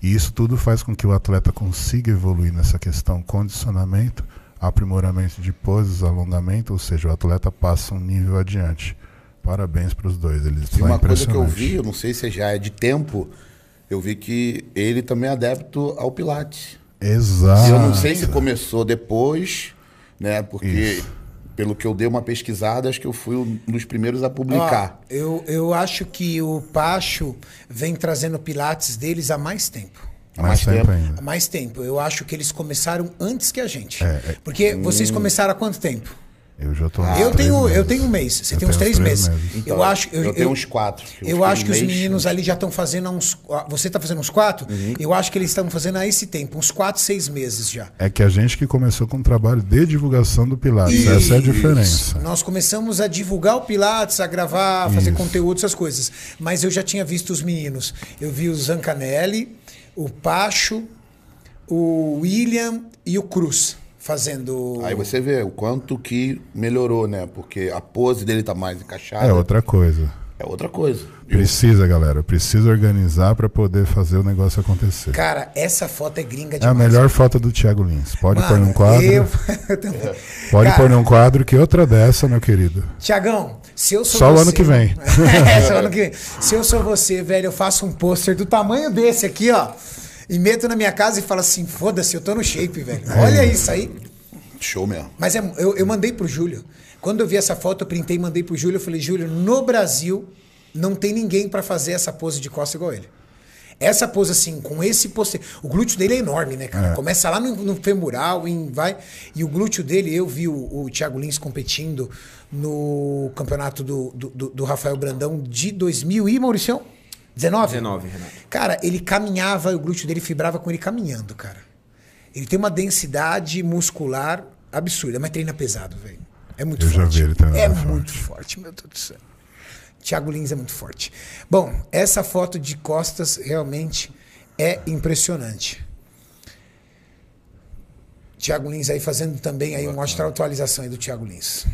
Speaker 2: E isso tudo faz com que o atleta consiga evoluir nessa questão condicionamento, aprimoramento de poses, alongamento, ou seja, o atleta passa um nível adiante. Parabéns para os dois, eles
Speaker 3: E
Speaker 2: são
Speaker 3: uma coisa que eu
Speaker 2: impressionantes.
Speaker 3: vi, eu não sei se já é de tempo, eu vi que ele também é adepto ao Pilates.
Speaker 2: Exato.
Speaker 3: E eu não sei se começou depois, né? Porque,
Speaker 2: é. Isso.
Speaker 3: pelo que eu dei uma pesquisada, acho que eu fui um dos primeiros a publicar.
Speaker 1: Ó, eu, eu acho que o Pacho vem trazendo pilates deles há mais tempo.
Speaker 3: Há
Speaker 2: Mais
Speaker 3: mais
Speaker 2: tempo
Speaker 3: tempo.
Speaker 1: Há
Speaker 2: é ainda.
Speaker 1: mais tempo. Eu acho que eles começaram antes que a gente. Porque vocês começaram há quanto tempo?
Speaker 2: Eu já tô
Speaker 1: eu tenho eu tenho um mês. Você
Speaker 2: Eu
Speaker 1: tem uns
Speaker 2: tenho
Speaker 1: três,
Speaker 2: uns três
Speaker 1: meses.
Speaker 2: meses.
Speaker 1: eu acho eu,
Speaker 3: Tá. eu tenho
Speaker 1: eu-
Speaker 3: uns quatro.
Speaker 1: Eu,
Speaker 3: fiquei
Speaker 1: acho que os
Speaker 3: mês-
Speaker 1: meninos ali já estão fazendo há uns. ah, Você está fazendo uns quatro? Eu acho que eles estão fazendo há esse tempo, uns quatro, seis meses já.
Speaker 2: É que a gente que começou com o trabalho de divulgação do Pilates.
Speaker 1: Isso.
Speaker 2: Essa é a diferença.
Speaker 1: Nós começamos a divulgar o Pilates, a gravar, a fazer conteúdo, essas coisas. Mas eu já tinha visto os meninos. Eu vi o Zancanelli, o Pacho, o William e o Cruz fazendo.
Speaker 3: Aí você vê o quanto que melhorou, né? Porque a pose dele tá mais encaixada.
Speaker 2: É outra coisa.
Speaker 3: É outra coisa. E o-
Speaker 2: Precisa, galera. Precisa organizar para poder fazer o negócio acontecer.
Speaker 1: Cara, essa foto é gringa
Speaker 2: É a
Speaker 1: demais.
Speaker 2: melhor foto do Thiago Lins. Pode
Speaker 1: Mano,
Speaker 2: pôr num quadro.
Speaker 1: Eu... (laughs) eu também.
Speaker 2: Pode
Speaker 1: Cara,
Speaker 2: pôr num quadro que outra dessa, meu querido.
Speaker 1: Tiagão, se eu sou
Speaker 2: Só o
Speaker 1: você...
Speaker 2: ano que vem.
Speaker 1: (laughs) É, só o ano que vem. Se eu sou você, velho, eu faço um pôster do tamanho
Speaker 2: É.
Speaker 1: desse aqui, ó. E meto na minha casa e falo assim, foda-se, eu tô no shape, velho. Olha isso aí.
Speaker 3: Show mesmo.
Speaker 1: Mas é- eu, eu mandei pro Júlio. Quando eu vi essa foto, eu printei e mandei pro Júlio. Eu falei, Júlio, no Brasil não tem ninguém pra fazer essa pose de costa igual ele. Essa pose assim, com esse poster. O glúteo dele é enorme, né, cara? Começa lá no, no femoral, em, vai. E o glúteo dele, eu vi o, o Thiago Lins competindo no campeonato do, do, do- do Rafael Brandão de 2000 e, Mauricião? 19?
Speaker 4: 19, Renato.
Speaker 1: Cara, ele caminhava, o glúteo dele fibrava com ele caminhando, cara. Ele tem uma densidade muscular absurda, mas treina pesado, velho. É muito
Speaker 2: Eu já
Speaker 1: forte.
Speaker 2: vi ele treinar
Speaker 1: É
Speaker 2: forte.
Speaker 1: muito forte, meu Deus do céu. Thiago Lins é muito forte. Bom, essa foto de costas realmente é impressionante. Thiago Lins aí fazendo também aí uma outra atualização aí do Thiago Lins.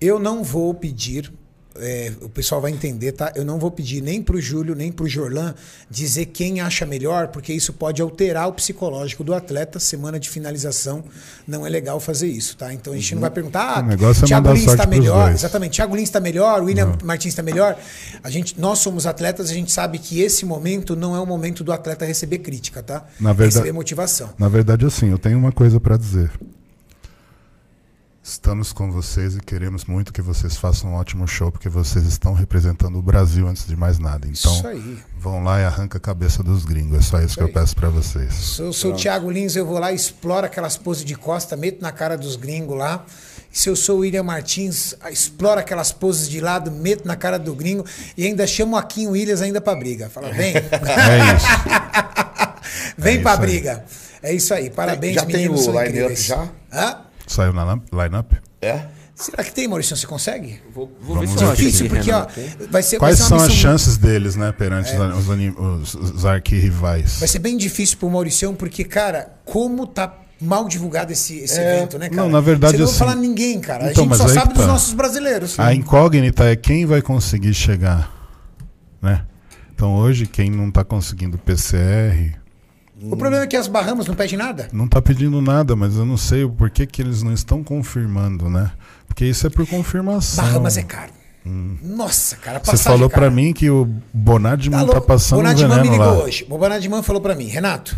Speaker 1: Eu não vou pedir, é, o pessoal vai entender, tá? Eu não vou pedir nem pro Júlio, nem pro Jorlan dizer quem acha melhor, porque isso pode alterar o psicológico do atleta. Semana de finalização, não é legal fazer isso, tá? Então a gente não vai perguntar,
Speaker 2: Uhum. O negócio
Speaker 1: ah,
Speaker 2: é
Speaker 1: Thiago
Speaker 2: mandar
Speaker 1: Lins tá
Speaker 2: sorte pros
Speaker 1: melhor,
Speaker 2: dois.
Speaker 1: exatamente, Thiago Lins tá melhor, William Martins tá melhor. A gente, nós somos atletas, a gente sabe que esse momento não é o momento do atleta receber crítica, tá?
Speaker 2: Na verdade-
Speaker 1: Receber motivação.
Speaker 2: Na verdade, assim, eu tenho uma coisa pra dizer. Estamos com vocês e queremos muito que vocês façam um ótimo show, porque vocês estão representando o Brasil antes de mais nada. Então,
Speaker 1: Isso aí.
Speaker 2: vão lá e arranca a cabeça dos gringos. É só isso, que eu peço pra vocês.
Speaker 1: Se eu sou o Thiago Lins, eu vou lá, exploro aquelas poses de costa, meto na cara dos gringos lá. Se eu sou o William Martins, exploro aquelas poses de lado, meto na cara do gringo e ainda chamo o Aquinho Williams ainda pra briga. Fala, vem,
Speaker 2: É isso.
Speaker 1: (laughs) vem
Speaker 2: É
Speaker 1: pra
Speaker 2: isso aí.
Speaker 1: briga. É isso aí, parabéns,
Speaker 3: Já tem
Speaker 1: meninos.
Speaker 3: o
Speaker 1: são
Speaker 3: line-up
Speaker 1: incríveis.
Speaker 3: já?
Speaker 1: Hã?
Speaker 2: Saiu na lam- line-up?
Speaker 3: É?
Speaker 1: Será que tem, Maurício? Você consegue?
Speaker 4: Vou, vou ver
Speaker 2: Vamos
Speaker 4: se eu
Speaker 2: ver.
Speaker 4: acho
Speaker 1: Difícil,
Speaker 4: aqui,
Speaker 1: porque ó,
Speaker 4: Renato.
Speaker 1: vai ser,
Speaker 2: Quais
Speaker 1: vai ser
Speaker 2: são
Speaker 1: uma É.
Speaker 2: as
Speaker 1: missão
Speaker 2: chances deles, né, perante os, os, anim- os, os arquirrivais?
Speaker 1: Vai ser bem difícil pro Mauricião, porque, cara, como tá mal divulgado esse, esse
Speaker 4: É,
Speaker 1: evento, né, cara?
Speaker 2: não, na verdade,
Speaker 1: Você não
Speaker 2: assim-
Speaker 1: vai falar ninguém, cara.
Speaker 2: Então,
Speaker 1: a gente
Speaker 2: mas
Speaker 1: só
Speaker 2: aí
Speaker 1: sabe
Speaker 2: que
Speaker 1: dos
Speaker 2: tá.
Speaker 1: nossos brasileiros.
Speaker 2: A incógnita é quem vai conseguir chegar, né? Então hoje quem não tá conseguindo PCR
Speaker 1: O problema é que as Bahamas não pedem nada.
Speaker 2: não tá pedindo nada, mas eu não sei o porquê que eles não estão confirmando, né? Porque isso é por confirmação.
Speaker 1: Bahamas é caro. Nossa, cara,
Speaker 2: Hum. Você
Speaker 1: passagem,
Speaker 2: falou
Speaker 1: cara.
Speaker 2: pra mim que o Bonadman
Speaker 1: Alô,
Speaker 2: tá passando um
Speaker 1: Bonadimã
Speaker 2: veneno
Speaker 1: me ligou
Speaker 2: lá.
Speaker 1: hoje. O Bonadimã falou pra mim, Renato,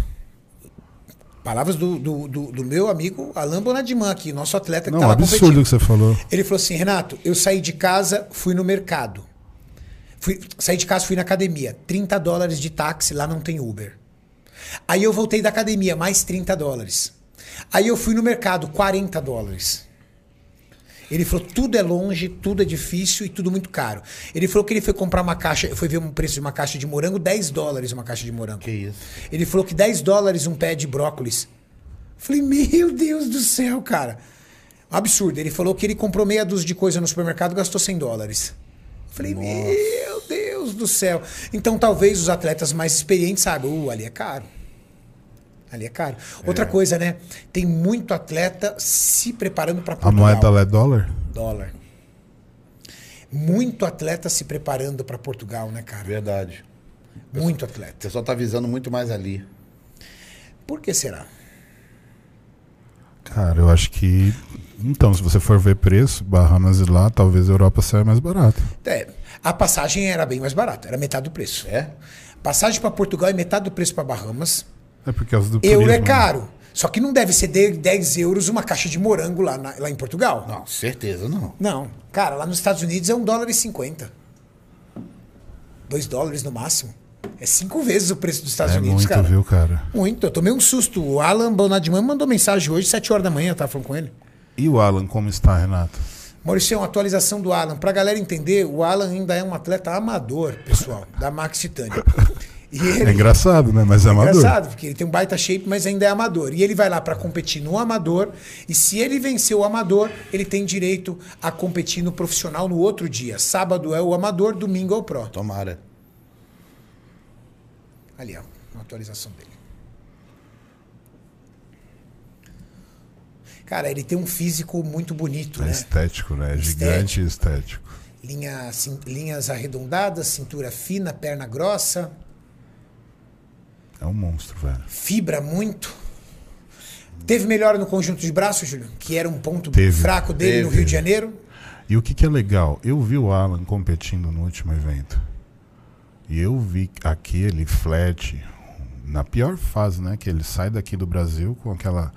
Speaker 1: palavras do, do, do- do meu amigo Alain Bonadimã aqui, nosso atleta que
Speaker 2: Não,
Speaker 1: tá lá
Speaker 2: absurdo
Speaker 1: competindo.
Speaker 2: que você falou.
Speaker 1: Ele falou assim, Renato, eu saí de casa, fui no mercado. Fui- saí de casa, fui na academia. 30 dólares de táxi, lá não tem Uber. Aí eu voltei da academia, mais 30 dólares. Aí eu fui no mercado, 40 dólares. Ele falou, tudo é longe, tudo é difícil e tudo muito caro. Ele falou que ele foi comprar uma caixa, foi ver um preço de uma caixa de morango, 10 dólares uma caixa de morango.
Speaker 3: Que isso.
Speaker 1: Ele falou que 10 dólares um pé de brócolis. Falei, meu Deus do céu, cara. Absurdo. Ele falou que ele comprou meia dúzia de coisa no supermercado e gastou 100 dólares. Falei, meu Deus do céu. Então talvez os atletas mais experientes saibam, uh, ali é caro. Ali é caro. Outra coisa, né? Tem muito atleta se preparando para
Speaker 2: A
Speaker 1: Portugal.
Speaker 2: moeda lá é dólar?
Speaker 1: Dólar. Muito atleta se preparando para Portugal, né, cara?
Speaker 3: Verdade.
Speaker 1: Muito
Speaker 3: O
Speaker 1: atleta.
Speaker 3: pessoal tá visando muito mais ali.
Speaker 1: Por que será?
Speaker 2: Cara, eu acho que então, se você for ver preço, Bahamas e lá, talvez a Europa saia mais barato.
Speaker 1: É, a passagem era bem mais barata, era metade do preço.
Speaker 3: É?
Speaker 1: Passagem para Portugal é metade do preço para Bahamas.
Speaker 2: É por causa do
Speaker 1: Euro
Speaker 2: turismo,
Speaker 1: é
Speaker 2: né?
Speaker 1: caro. Só que não deve ser de 10 euros uma caixa de morango lá, na- lá em Portugal.
Speaker 3: Não, certeza não.
Speaker 1: Não. Cara, lá nos Estados Unidos é 1 dólar e 50. 2 dólares no máximo. É cinco vezes o preço dos Estados
Speaker 2: É
Speaker 1: Unidos,
Speaker 2: muito,
Speaker 1: cara.
Speaker 2: viu, cara?
Speaker 1: Muito. Eu tomei um susto. O Alan Bonadimã mandou mensagem hoje, 7 horas da manhã, eu tava falando com ele.
Speaker 2: E o Alan, como está, Renato? É
Speaker 1: Maurício, uma atualização do Alan. Pra galera entender, o Alan ainda é um atleta amador, pessoal, da Max Titânia. E ele,
Speaker 2: É engraçado, né? Mas é amador.
Speaker 1: Engraçado, porque ele tem um baita shape, mas ainda é amador. E ele vai lá pra competir no amador, e se ele vencer o amador, ele tem direito a competir no profissional no outro dia. Sábado é o amador, domingo é o pro.
Speaker 3: Tomara.
Speaker 1: Ali, ó, uma atualização dele. Cara, ele tem um físico muito bonito,
Speaker 2: É
Speaker 1: né?
Speaker 2: estético, né? É Gigante e estético.
Speaker 1: Linha, cin- linhas arredondadas, cintura fina, perna grossa,
Speaker 2: É um monstro, velho.
Speaker 1: fibra muito. Teve melhora no conjunto de braços, Júlio? Que era um ponto
Speaker 2: Teve.
Speaker 1: fraco dele no
Speaker 2: Teve.
Speaker 1: Rio de Janeiro.
Speaker 2: E o que, que é legal? Eu vi o Alan competindo no último evento. E eu vi aquele flat, na pior fase, né? Que ele sai daqui do Brasil com aquela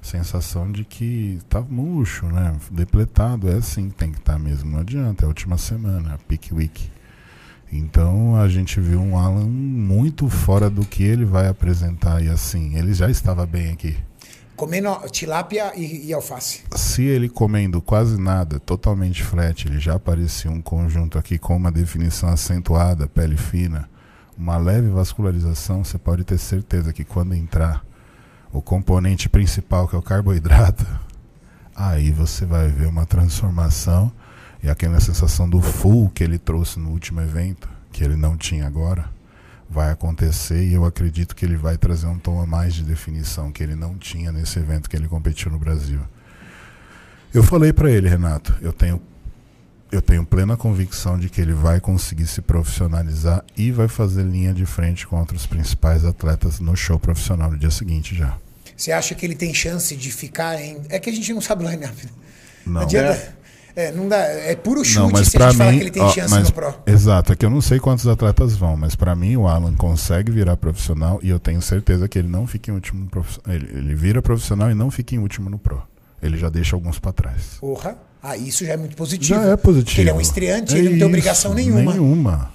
Speaker 2: sensação de que tá murcho, né? Depletado, é assim, tem que estar mesmo, não adianta, é a última semana, a peak week. Então a gente viu um Alan muito fora do que ele vai apresentar e assim, ele já estava bem aqui.
Speaker 1: Comendo ó, tilápia e, e alface.
Speaker 2: Se ele comendo quase nada, totalmente flat, ele já parecia um conjunto aqui com uma definição acentuada, pele fina, uma leve vascularização, você pode ter certeza que quando entrar o componente principal, que é o carboidrato, (laughs) aí você vai ver uma transformação e aquela sensação do full que ele trouxe no último evento, que ele não tinha agora, vai acontecer e eu acredito que ele vai trazer um tom a mais de definição que ele não tinha nesse evento que ele competiu no Brasil. Eu falei para ele, Renato, eu tenho eu tenho plena convicção de que ele vai conseguir se profissionalizar e vai fazer linha de frente contra os principais atletas no show profissional no dia seguinte já.
Speaker 1: Você acha que ele tem chance de ficar em. É que a gente não sabe o line-up. né?
Speaker 2: Não.
Speaker 1: adianta. É, não dá. É puro chute
Speaker 2: Não, mas
Speaker 1: se a
Speaker 2: pra
Speaker 1: gente falar
Speaker 2: mim,
Speaker 1: que ele tem
Speaker 2: ó,
Speaker 1: chance
Speaker 2: mas-
Speaker 1: no Pro.
Speaker 2: exato, é que eu não sei quantos atletas vão, mas pra mim o Alan consegue virar profissional e eu tenho certeza que ele não fica em último no profi- ele, ele vira profissional e não fica em último no pro. Ele já deixa alguns pra trás.
Speaker 1: Porra. Ah, isso já é muito positivo.
Speaker 2: Já é positivo.
Speaker 1: Porque Ele é um estreante,
Speaker 2: É
Speaker 1: ele não tem
Speaker 2: isso,
Speaker 1: obrigação nenhuma.
Speaker 2: Nenhuma.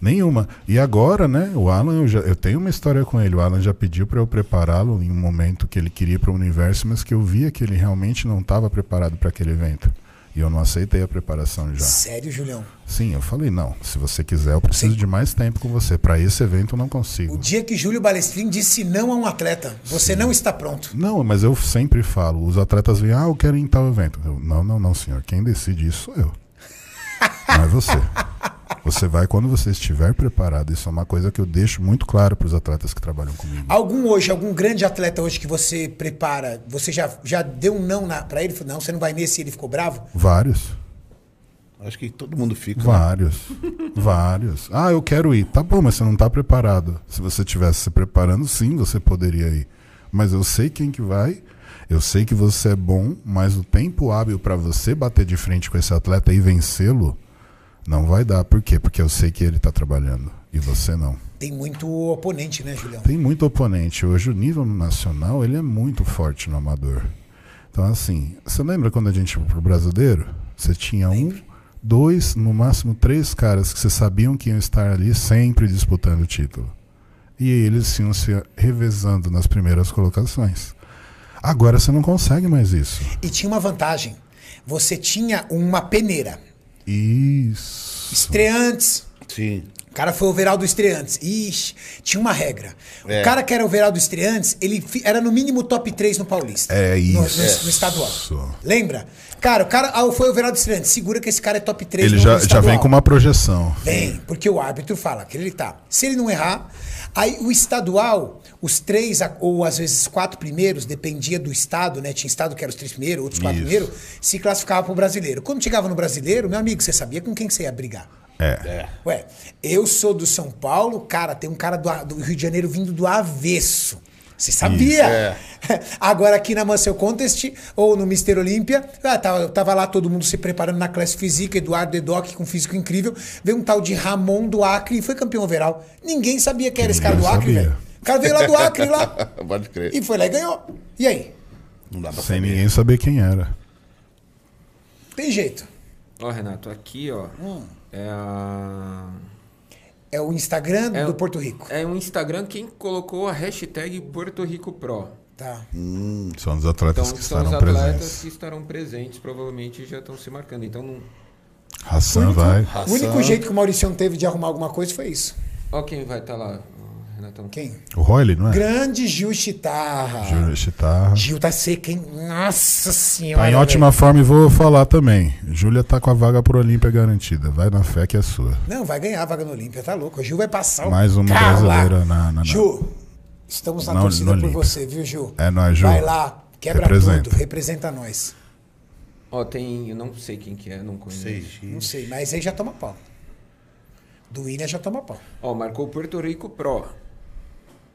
Speaker 2: Nenhuma. E agora, né, o Alan, eu, já- eu tenho uma história com ele. O Alan já pediu pra eu prepará-lo em um momento que ele queria ir para o universo, mas que eu via que ele realmente não estava preparado pra aquele evento. E eu não aceitei a preparação já.
Speaker 1: Sério, Julião.
Speaker 2: Sim, eu falei, não, se você quiser, eu preciso de mais tempo com você. Pra esse evento eu não
Speaker 1: O
Speaker 2: consigo.
Speaker 1: dia que Júlio Balestrin disse não a um atleta, você não está pronto.
Speaker 2: Não, mas eu sempre falo, os atletas vêm, ah, eu quero ir em tal evento. Eu, não, não, não, senhor, quem decide isso sou eu. Não é você. Você vai quando você estiver preparado. Isso é uma coisa que eu deixo muito claro pros atletas que trabalham comigo.
Speaker 1: Algum hoje, algum grande atleta hoje que você prepara, você já, já deu um não na- pra ele? Falou, Não, você não vai nesse e ele ficou bravo?
Speaker 2: Vários,
Speaker 3: Acho que todo mundo fica. né?
Speaker 2: vários, vários. Ah, eu quero ir. Tá bom, mas você não tá preparado. Se você estivesse se preparando, sim, você poderia ir. Mas eu sei quem que vai. Eu sei que você é bom, mas o tempo hábil pra você bater de frente com esse atleta e vencê-lo não vai dar. Por quê? Porque eu sei que ele tá trabalhando e você não.
Speaker 1: Tem muito oponente, né, Julião?
Speaker 2: Tem muito oponente. Hoje o nível nacional ele é muito forte no amador. Então, assim, você lembra quando a gente foi pro brasileiro? Você tinha um, dois, no máximo três caras que você sabiam que iam estar ali sempre disputando o título. E eles iam se revezando nas primeiras colocações. Agora você não consegue mais isso.
Speaker 1: E tinha uma vantagem. Você tinha uma peneira.
Speaker 2: Isso.
Speaker 1: Estreantes.
Speaker 3: né? Sim.
Speaker 1: O cara foi overall do estreantes. Ixi, tinha uma regra.
Speaker 3: É.
Speaker 1: O cara que era overall do estreantes, ele fi- era no mínimo top 3 no Paulista.
Speaker 2: É
Speaker 1: No-
Speaker 2: isso.
Speaker 1: No, no estadual. Lembra? Cara, o cara ah, foi overall do estreantes. Segura que esse cara é top 3
Speaker 2: Ele
Speaker 1: no
Speaker 2: já, já
Speaker 1: estadual.
Speaker 4: é.
Speaker 2: vem com uma projeção.
Speaker 1: Vem, porque o árbitro fala que ele tá. Se ele não errar, aí o estadual, os três a- ou às vezes quatro primeiros, dependia do estado, né? Tinha estado que era os três primeiros, outros quatro
Speaker 2: Isso.
Speaker 1: primeiros, se classificava pro brasileiro. Quando chegava no brasileiro, meu amigo, você sabia com quem que você ia brigar.
Speaker 2: É.
Speaker 1: Ué, eu sou do São Paulo, cara, tem um cara do, a- do Rio de Janeiro vindo do avesso. Você sabia? (laughs) Agora aqui na Mansell Contest ou no Mister Olímpia, ah, tava, tava lá todo mundo se preparando na classe física, Eduardo Edoc com um físico incrível, veio um tal de Ramon do Acre e foi campeão overall. Ninguém sabia quem era esse cara do
Speaker 2: Ninguém
Speaker 1: Acre,
Speaker 2: sabia.
Speaker 1: velho. O cara veio lá do Acre lá
Speaker 3: (laughs) Pode crer.
Speaker 1: e foi lá e ganhou. E aí?
Speaker 3: Não dá pra
Speaker 2: Sem
Speaker 3: saber.
Speaker 2: ninguém saber quem era.
Speaker 1: Tem jeito.
Speaker 4: Ó, Renato, aqui, ó. É a.
Speaker 1: É o Instagram
Speaker 4: É
Speaker 1: do
Speaker 4: o-
Speaker 1: Porto Rico.
Speaker 4: É um Instagram quem colocou a hashtag Porto Rico Pro.
Speaker 1: Tá.
Speaker 2: São os atletas
Speaker 4: Então
Speaker 2: que
Speaker 4: são os
Speaker 2: estarão
Speaker 4: atletas
Speaker 2: presentes.
Speaker 4: que estarão presentes, provavelmente já estão se marcando. Então não.
Speaker 2: Hassan vai.
Speaker 1: O único jeito que o Mauriciano teve de arrumar alguma coisa foi isso.
Speaker 4: Ó, quem vai estar lá, ó, Renatão.
Speaker 1: Quem?
Speaker 2: O Royle, não é?
Speaker 1: Grande Gil Chitarra.
Speaker 2: Júlio Chitarra.
Speaker 1: Gil tá seca, hein? Nossa senhora.
Speaker 2: Tá em ótima forma e vou falar também. Júlia tá com a vaga pro Olímpia garantida. Vai na fé que é sua.
Speaker 1: velho. Não, vai ganhar a vaga no Olímpia, tá louco. O Gil vai passar o
Speaker 2: Mais uma
Speaker 1: carro lá.
Speaker 2: brasileira na- na- na-
Speaker 1: Gil, estamos na
Speaker 2: Na-
Speaker 1: torcida
Speaker 2: no
Speaker 1: por
Speaker 2: Olímpia.
Speaker 1: você, viu, Gil?
Speaker 2: É nóis, Gil.
Speaker 1: Vai lá, quebra
Speaker 2: Representa.
Speaker 1: tudo, representa nós.
Speaker 4: Ó, tem. Eu não sei quem que é, não conheço.
Speaker 1: Não sei, mas aí já toma pau. Do Willian já toma pau.
Speaker 4: Ó, marcou Porto Rico Pro.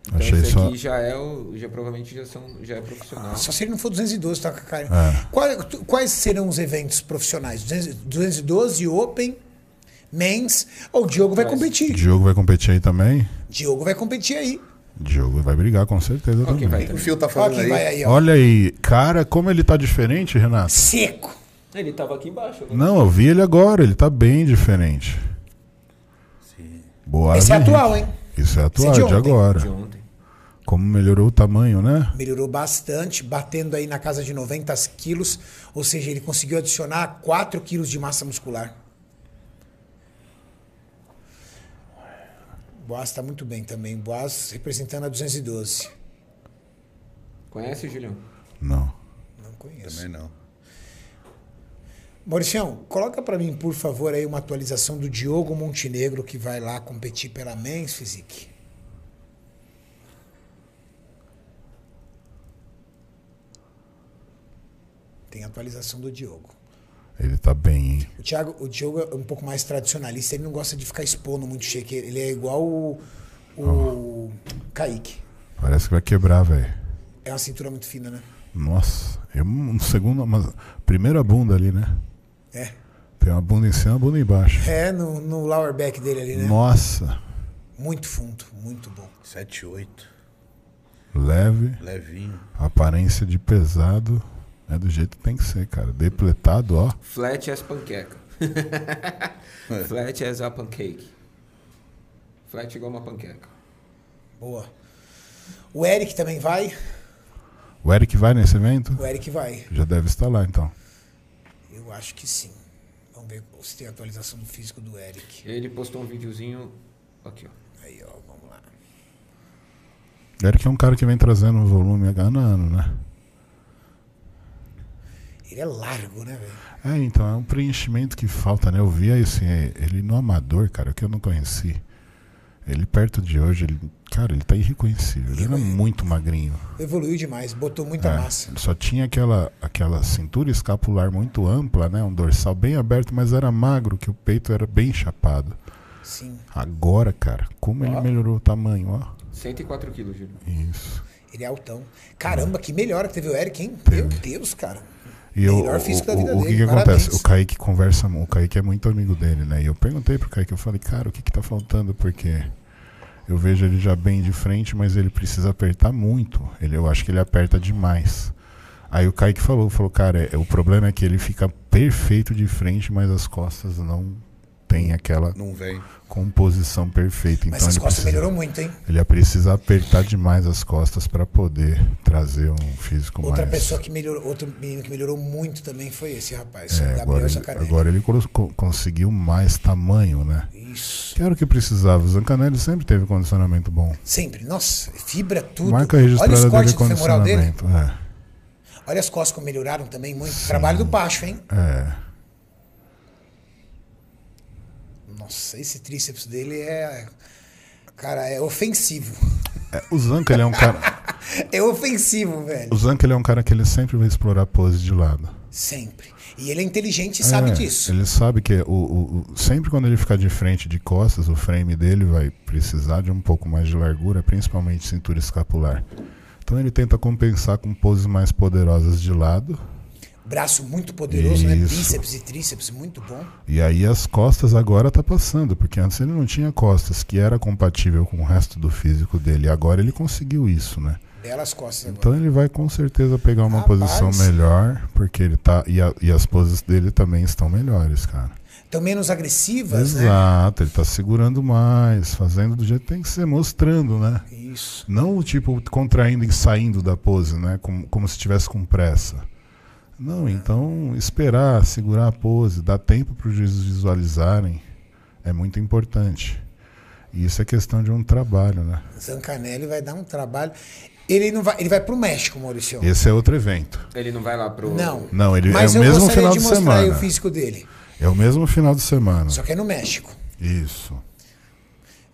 Speaker 4: Então
Speaker 2: Achei
Speaker 4: esse
Speaker 2: só.
Speaker 4: aqui já é o. Já provavelmente já, são, já é profissional.
Speaker 1: Só se ele não for 212, tá, Cacaio?
Speaker 2: É.
Speaker 1: Qual- tu- quais serão os eventos profissionais? 200 212, Open, Men's. Ou o Diogo vai competir.
Speaker 2: Diogo vai competir aí também?
Speaker 1: Diogo vai competir aí.
Speaker 2: Diogo vai brigar com certeza
Speaker 4: quem
Speaker 2: também.
Speaker 3: O
Speaker 4: vai
Speaker 3: que que o Fio tá
Speaker 1: Olha
Speaker 3: falando
Speaker 1: quem vai
Speaker 3: aí?
Speaker 1: aí, ó.
Speaker 2: Olha aí, cara, como ele tá diferente, Renato.
Speaker 1: Seco.
Speaker 4: Ele tava aqui embaixo. né?
Speaker 2: Não, eu vi ele agora, ele tá bem diferente. Boa.
Speaker 1: Esse é
Speaker 2: Henrique.
Speaker 1: atual, hein?
Speaker 2: Isso é atual,
Speaker 1: Esse é
Speaker 2: de,
Speaker 1: de ontem.
Speaker 2: agora.
Speaker 4: De ontem.
Speaker 2: Como melhorou o tamanho, né?
Speaker 1: Melhorou bastante, batendo aí na casa de 90 quilos. Ou seja, ele conseguiu adicionar 4 quilos de massa muscular. Boas está muito bem também. Boas representando a 212.
Speaker 4: Conhece, Julião?
Speaker 2: Não.
Speaker 1: Não conheço.
Speaker 3: Também né, não.
Speaker 1: Mauricião, coloca pra mim, por favor, aí uma atualização do Diogo Montenegro que vai lá competir pela Men's Physique. Tem atualização do Diogo.
Speaker 2: Ele tá bem, hein?
Speaker 1: O, Thiago, o Diogo é um pouco mais tradicionalista, ele não gosta de ficar expondo muito shake. Ele é igual o, o Kaique.
Speaker 2: Parece que vai quebrar, velho.
Speaker 1: É uma cintura muito fina, né?
Speaker 2: Nossa, eu um segundo, mas primeira bunda ali, né?
Speaker 1: É.
Speaker 2: Tem uma bunda em cima, uma bunda embaixo.
Speaker 1: É, no, no lower back dele ali, né?
Speaker 2: Nossa,
Speaker 1: Muito fundo, muito bom.
Speaker 3: 7, 8.
Speaker 2: leve,
Speaker 3: Levinho.
Speaker 2: aparência de pesado, é do jeito que tem que ser, cara. Depletado, ó.
Speaker 4: Flat as panqueca. Flat as a pancake. Flat igual uma panqueca.
Speaker 1: Boa. O Eric também vai.
Speaker 2: O Eric vai nesse evento?
Speaker 1: O Eric vai.
Speaker 2: Já deve estar lá, então.
Speaker 1: Eu acho que sim. Vamos ver se tem atualização do físico do Eric.
Speaker 4: Ele postou um videozinho aqui, ó.
Speaker 1: Aí, ó, vamos lá.
Speaker 2: O Eric é um cara que vem trazendo um volume ano a ano, né?
Speaker 1: Ele é largo, né, velho?
Speaker 2: É, então, é um preenchimento que falta, né? Eu via assim, é, ele no amador, cara, que eu não conheci. Ele perto de hoje, ele, cara, ele tá irreconhecível. Ele era muito magrinho.
Speaker 1: Evoluiu demais, botou muita
Speaker 2: É,
Speaker 1: massa.
Speaker 2: ele só tinha aquela, aquela cintura escapular muito ampla, né? Um dorsal bem aberto, mas era magro, que o peito era bem chapado.
Speaker 1: Sim.
Speaker 2: Agora, cara, como ele melhorou o tamanho, ó.
Speaker 4: 104 quilos, Julião.
Speaker 2: Isso.
Speaker 1: Ele é altão. Caramba, que melhora que teve o Eric, hein? Meu Deus, cara.
Speaker 2: E eu,
Speaker 1: Melhor
Speaker 2: o,
Speaker 1: físico da
Speaker 2: o-
Speaker 1: vida
Speaker 2: o que,
Speaker 1: dele,
Speaker 2: que
Speaker 1: parabéns.
Speaker 2: acontece? O Kaique conversa, mu- o Kaique é muito amigo dele, né? E eu perguntei pro Kaique, eu falei, cara, o que que tá faltando? Porque eu vejo ele já bem de frente, mas ele precisa apertar muito. Ele, eu acho que ele aperta demais. Aí o Kaique falou, falou, cara, é- o problema é que ele fica perfeito de frente, mas as costas não tem aquela
Speaker 3: Não vem.
Speaker 2: composição perfeita.
Speaker 1: Mas
Speaker 2: então
Speaker 1: as
Speaker 2: ele
Speaker 1: costas
Speaker 2: precisa,
Speaker 1: melhorou muito, hein?
Speaker 2: ele precisa apertar demais as costas para poder trazer um físico
Speaker 1: Outra
Speaker 2: mais.
Speaker 1: pessoa que melhorou, outro menino que melhorou muito também foi esse rapaz,
Speaker 2: É,
Speaker 1: o
Speaker 2: agora,
Speaker 1: Gabriel
Speaker 2: ele,
Speaker 1: Sacarelli.
Speaker 2: agora ele cons- co- conseguiu mais tamanho, né?
Speaker 1: Isso.
Speaker 2: Que era o que precisava. O Zancanelli sempre teve condicionamento bom.
Speaker 1: Sempre. Nossa, fibra tudo.
Speaker 2: Marca
Speaker 1: Olha os
Speaker 2: registrada
Speaker 1: cortes
Speaker 2: dele é
Speaker 1: do femoral dele.
Speaker 2: condicionamento. É,
Speaker 1: Olha as costas como melhoraram também muito. Trabalho do baixo, hein?
Speaker 2: é.
Speaker 1: Nossa, esse tríceps dele é. Cara, é ofensivo. (laughs)
Speaker 2: É, O Zanca, ele é um cara,
Speaker 1: É ofensivo, velho.
Speaker 2: o Zanca ele é um cara que ele sempre vai explorar pose de lado.
Speaker 1: Sempre. E ele é inteligente e sabe
Speaker 2: É,
Speaker 1: disso.
Speaker 2: Ele sabe que o, o- o- sempre quando ele ficar de frente, de costas, o frame dele vai precisar de um pouco mais de largura, principalmente cintura escapular. Então ele tenta compensar com poses mais poderosas de lado.
Speaker 1: Braço muito poderoso, né?
Speaker 2: Isso.
Speaker 1: Bíceps e tríceps muito bom.
Speaker 2: E aí as costas agora tá passando, porque antes ele não tinha costas, que era compatível com o resto do físico dele. Agora ele conseguiu isso, né?
Speaker 1: Belas costas agora.
Speaker 2: Então ele vai com certeza pegar uma
Speaker 1: Rapaz.
Speaker 2: posição melhor, porque ele tá. E, a- e as poses dele também estão melhores, cara.
Speaker 1: Estão menos agressivas, né?
Speaker 2: Exato, ele tá segurando mais, fazendo do jeito que tem que ser, mostrando, né?
Speaker 1: Isso.
Speaker 2: Não tipo contraindo e saindo da pose, né? Como, como se estivesse com pressa. Não, então esperar, segurar a pose, dar tempo para os juízes visualizarem é muito importante. E isso é questão de um trabalho, né?
Speaker 1: Zancanelli vai dar um trabalho. Ele não vai, ele vai pro México, Maurício.
Speaker 2: Esse é outro evento.
Speaker 4: Ele não vai lá pro.
Speaker 1: Não.
Speaker 2: Não, ele
Speaker 1: Mas
Speaker 2: é o
Speaker 1: eu
Speaker 2: mesmo
Speaker 1: gostaria
Speaker 2: final
Speaker 1: de
Speaker 2: de,
Speaker 1: mostrar aí
Speaker 2: semana.
Speaker 1: o físico dele.
Speaker 2: É o mesmo final de semana.
Speaker 1: Só que é no México.
Speaker 2: Isso. (laughs)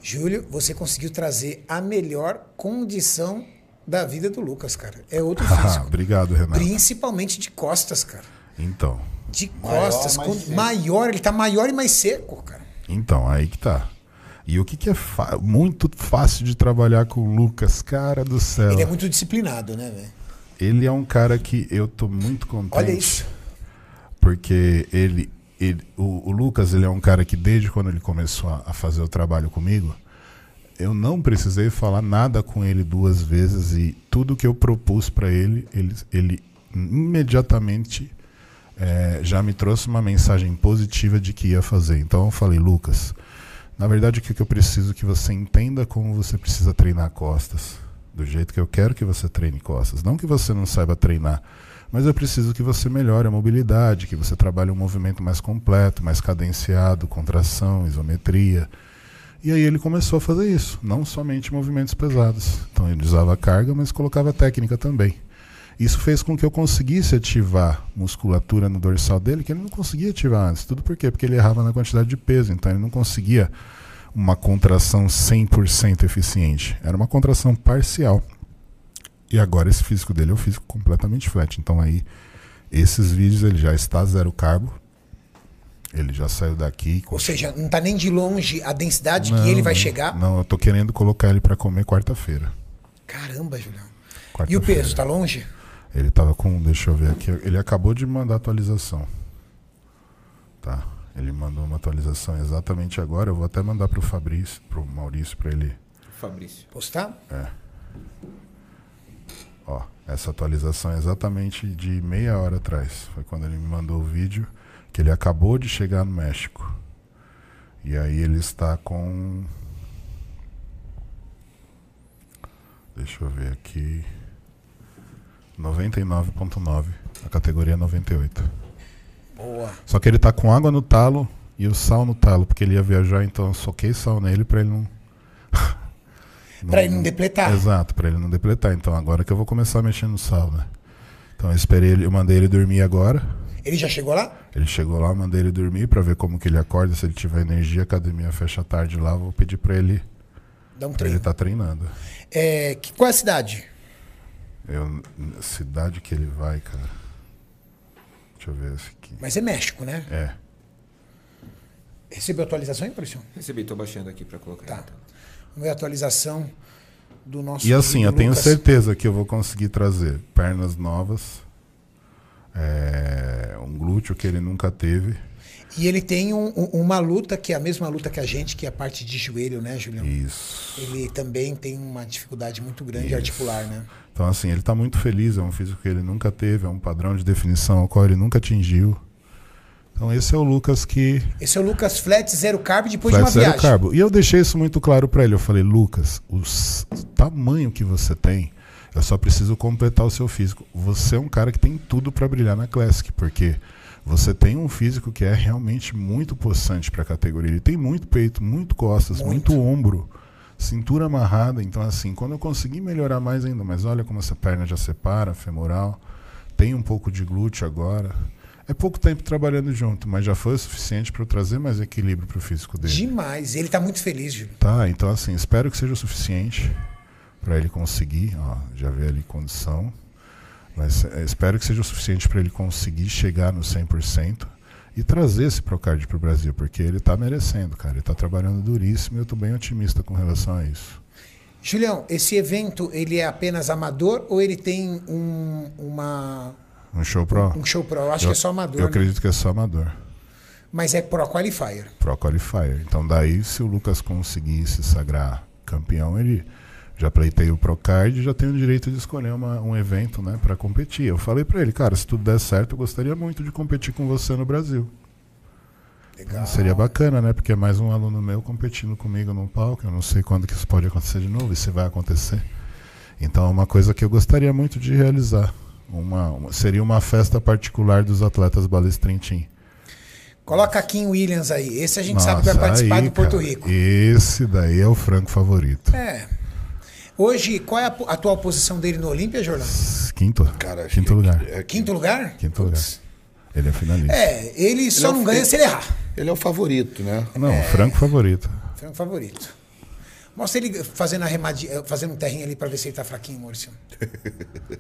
Speaker 1: Júlio, você conseguiu trazer a melhor condição da vida do Lucas, cara. É
Speaker 2: (laughs)
Speaker 1: outro
Speaker 2: Ah,
Speaker 1: físico.
Speaker 2: obrigado, Renato.
Speaker 1: Principalmente de costas, cara.
Speaker 2: Então,
Speaker 1: De
Speaker 3: Maior,
Speaker 1: costas,
Speaker 3: mais
Speaker 1: com-
Speaker 3: seco.
Speaker 1: maior, ele tá maior e mais seco, cara.
Speaker 2: Então, aí que tá. E o que, que é fa- muito fácil de trabalhar com o Lucas, cara do céu.
Speaker 1: Ele é muito disciplinado, né, velho?
Speaker 2: um cara que eu tô muito contente.
Speaker 1: Olha isso.
Speaker 2: Porque ele. ele- o, o Lucas, ele é um cara que desde quando ele começou a, a fazer o trabalho comigo, eu não precisei falar nada com ele duas vezes e tudo que eu propus para ele, ele, ele imediatamente é, já me trouxe uma mensagem positiva de que ia fazer. Então eu falei, Lucas, na verdade o que que eu preciso que você entenda como você precisa treinar costas, do jeito que eu quero que você treine costas. Não que você não saiba treinar, mas eu preciso que você melhore a mobilidade, que você trabalhe um movimento mais completo, mais cadenciado, contração, isometria. E aí ele começou a fazer isso, não somente movimentos pesados. Então ele usava carga, mas colocava técnica também. Isso fez com que eu conseguisse ativar musculatura no dorsal dele que ele não conseguia ativar antes. Tudo por quê? Porque ele errava na quantidade de peso, então ele não conseguia uma contração 100% eficiente. Era uma contração parcial. E agora esse físico dele é um físico completamente flat. Então aí esses vídeos ele já está zero carbo. Ele já saiu daqui.
Speaker 1: Ou seja, não está nem de longe a densidade que ele vai chegar.
Speaker 2: Não, eu tô querendo colocar ele para comer quarta-feira.
Speaker 1: Caramba, Julião. E o
Speaker 2: Quarta-feira.
Speaker 1: peso, tá longe?
Speaker 2: Ele tava com. Deixa eu ver aqui. Ele acabou de mandar atualização. Tá. Ele mandou uma atualização exatamente agora. Eu vou até mandar pro Fabrício, pro Maurício, pra ele.
Speaker 4: Fabrício.
Speaker 1: Postar?
Speaker 2: Ó, essa atualização é exatamente de meia hora atrás. Foi quando ele me mandou o vídeo que ele acabou de chegar no México. E aí ele está com. Deixa eu ver aqui. 99.9, a categoria 98.
Speaker 1: Boa.
Speaker 2: Só que ele tá com água no talo e o sal no talo, porque ele ia viajar, então eu soquei sal nele pra ele não. (laughs)
Speaker 1: Pra ele não depletar.
Speaker 2: Exato, pra ele não depletar. Então agora que eu vou começar mexendo no sal, né? Então eu esperei ele, eu mandei ele dormir agora.
Speaker 1: Ele já chegou lá?
Speaker 2: Ele chegou lá, eu mandei ele dormir pra ver como que ele acorda, se ele tiver energia, a academia fecha à tarde lá, eu vou pedir pra ele,
Speaker 1: Dá um
Speaker 2: pra ele
Speaker 1: treino.
Speaker 2: tá treinando.
Speaker 1: É, que, qual é a cidade?
Speaker 2: Eu, cidade que ele vai, cara. Deixa eu ver esse aqui.
Speaker 1: Mas é México, né?
Speaker 2: É.
Speaker 1: Recebeu atualização, hein, Maurício?
Speaker 4: Recebi, tô baixando aqui pra colocar.
Speaker 1: Tá. Vamos ver a atualização do nosso.
Speaker 2: E assim, eu
Speaker 1: querido
Speaker 2: tenho
Speaker 1: Lucas.
Speaker 2: certeza que eu vou conseguir trazer pernas novas, é, um glúteo que ele nunca teve.
Speaker 1: E ele tem um- um- uma luta que é a mesma luta que a gente, que é a parte de joelho, né, Julião?
Speaker 2: Isso.
Speaker 1: Ele também tem uma dificuldade muito grande
Speaker 2: Isso.
Speaker 1: articular, né?
Speaker 2: Então, assim, ele está muito feliz, é um físico que ele nunca teve, é um padrão de definição ao qual ele nunca atingiu. Então, esse é o Lucas que
Speaker 1: Esse é o Lucas Flat, zero carb, depois de
Speaker 2: Flat
Speaker 1: uma
Speaker 2: zero
Speaker 1: viagem.
Speaker 2: carbo. E eu deixei isso muito claro pra ele. Eu falei, Lucas, o, s- o tamanho que você tem, eu só preciso completar o seu físico. Você é um cara que tem tudo pra brilhar na Classic, porque você tem um físico que é realmente muito possante pra categoria. Ele tem muito peito, muito costas, muito, ombro, cintura amarrada. Então, assim, quando eu conseguir melhorar mais ainda, mas olha como essa perna já separa, femoral, tem um pouco de glúteo agora. É pouco tempo trabalhando junto, mas já foi o suficiente pra eu trazer mais equilíbrio pro físico dele.
Speaker 1: Demais. Ele tá muito feliz, Júlio.
Speaker 2: Tá, então assim, espero que seja o suficiente para ele conseguir, ó, já vê ali condição, mas eh, espero que seja o suficiente para ele conseguir chegar no 100% e trazer esse Procard para o Brasil, porque ele tá merecendo, cara, ele tá trabalhando duríssimo e eu tô bem otimista com relação a isso.
Speaker 1: Julião, esse evento, ele é apenas amador ou ele tem um, uma,
Speaker 2: Um show pro?
Speaker 1: um show pro? Eu acho
Speaker 2: Eu-
Speaker 1: que é só amador,
Speaker 2: Eu
Speaker 1: né?
Speaker 2: acredito que é só amador,
Speaker 1: mas é pro qualifier.
Speaker 2: pro qualifier. Então daí se o Lucas conseguir se sagrar campeão, ele já pleiteia o Procard e já tem o direito de escolher uma- um evento, né, para competir. Eu falei para ele, cara, se tudo der certo, eu gostaria muito de competir com você no Brasil.
Speaker 1: Legal.
Speaker 2: Seria bacana, né? Porque é mais um aluno meu competindo comigo no palco. Eu não sei quando que isso pode acontecer de novo e se vai acontecer. Então é uma coisa que eu gostaria muito de realizar. Uma, uma- seria uma festa particular dos atletas Balestrintim.
Speaker 1: Coloca Kim Williams aí. Esse a gente sabe que vai
Speaker 2: Nossa,
Speaker 1: participar
Speaker 2: aí,
Speaker 1: do Porto
Speaker 2: cara,
Speaker 1: Rico.
Speaker 2: Esse daí é o franco favorito.
Speaker 1: É. Hoje, qual é a po- a atual posição dele no Olímpia, Jordão?
Speaker 2: Quinto?
Speaker 3: Cara, acho
Speaker 2: Quinto
Speaker 3: que-
Speaker 2: lugar.
Speaker 3: é-
Speaker 1: Quinto lugar?
Speaker 2: Quinto lugar. Ele é finalista.
Speaker 1: É, ele só
Speaker 3: é o
Speaker 1: não ganha
Speaker 3: fi-
Speaker 1: se ele errar.
Speaker 3: Ele é o favorito, né?
Speaker 1: É,
Speaker 2: Não, franco favorito.
Speaker 1: Franco é favorito. Mostra ele fazendo, arremadinha, fazendo um terrinho ali pra ver se ele tá fraquinho, Maurício.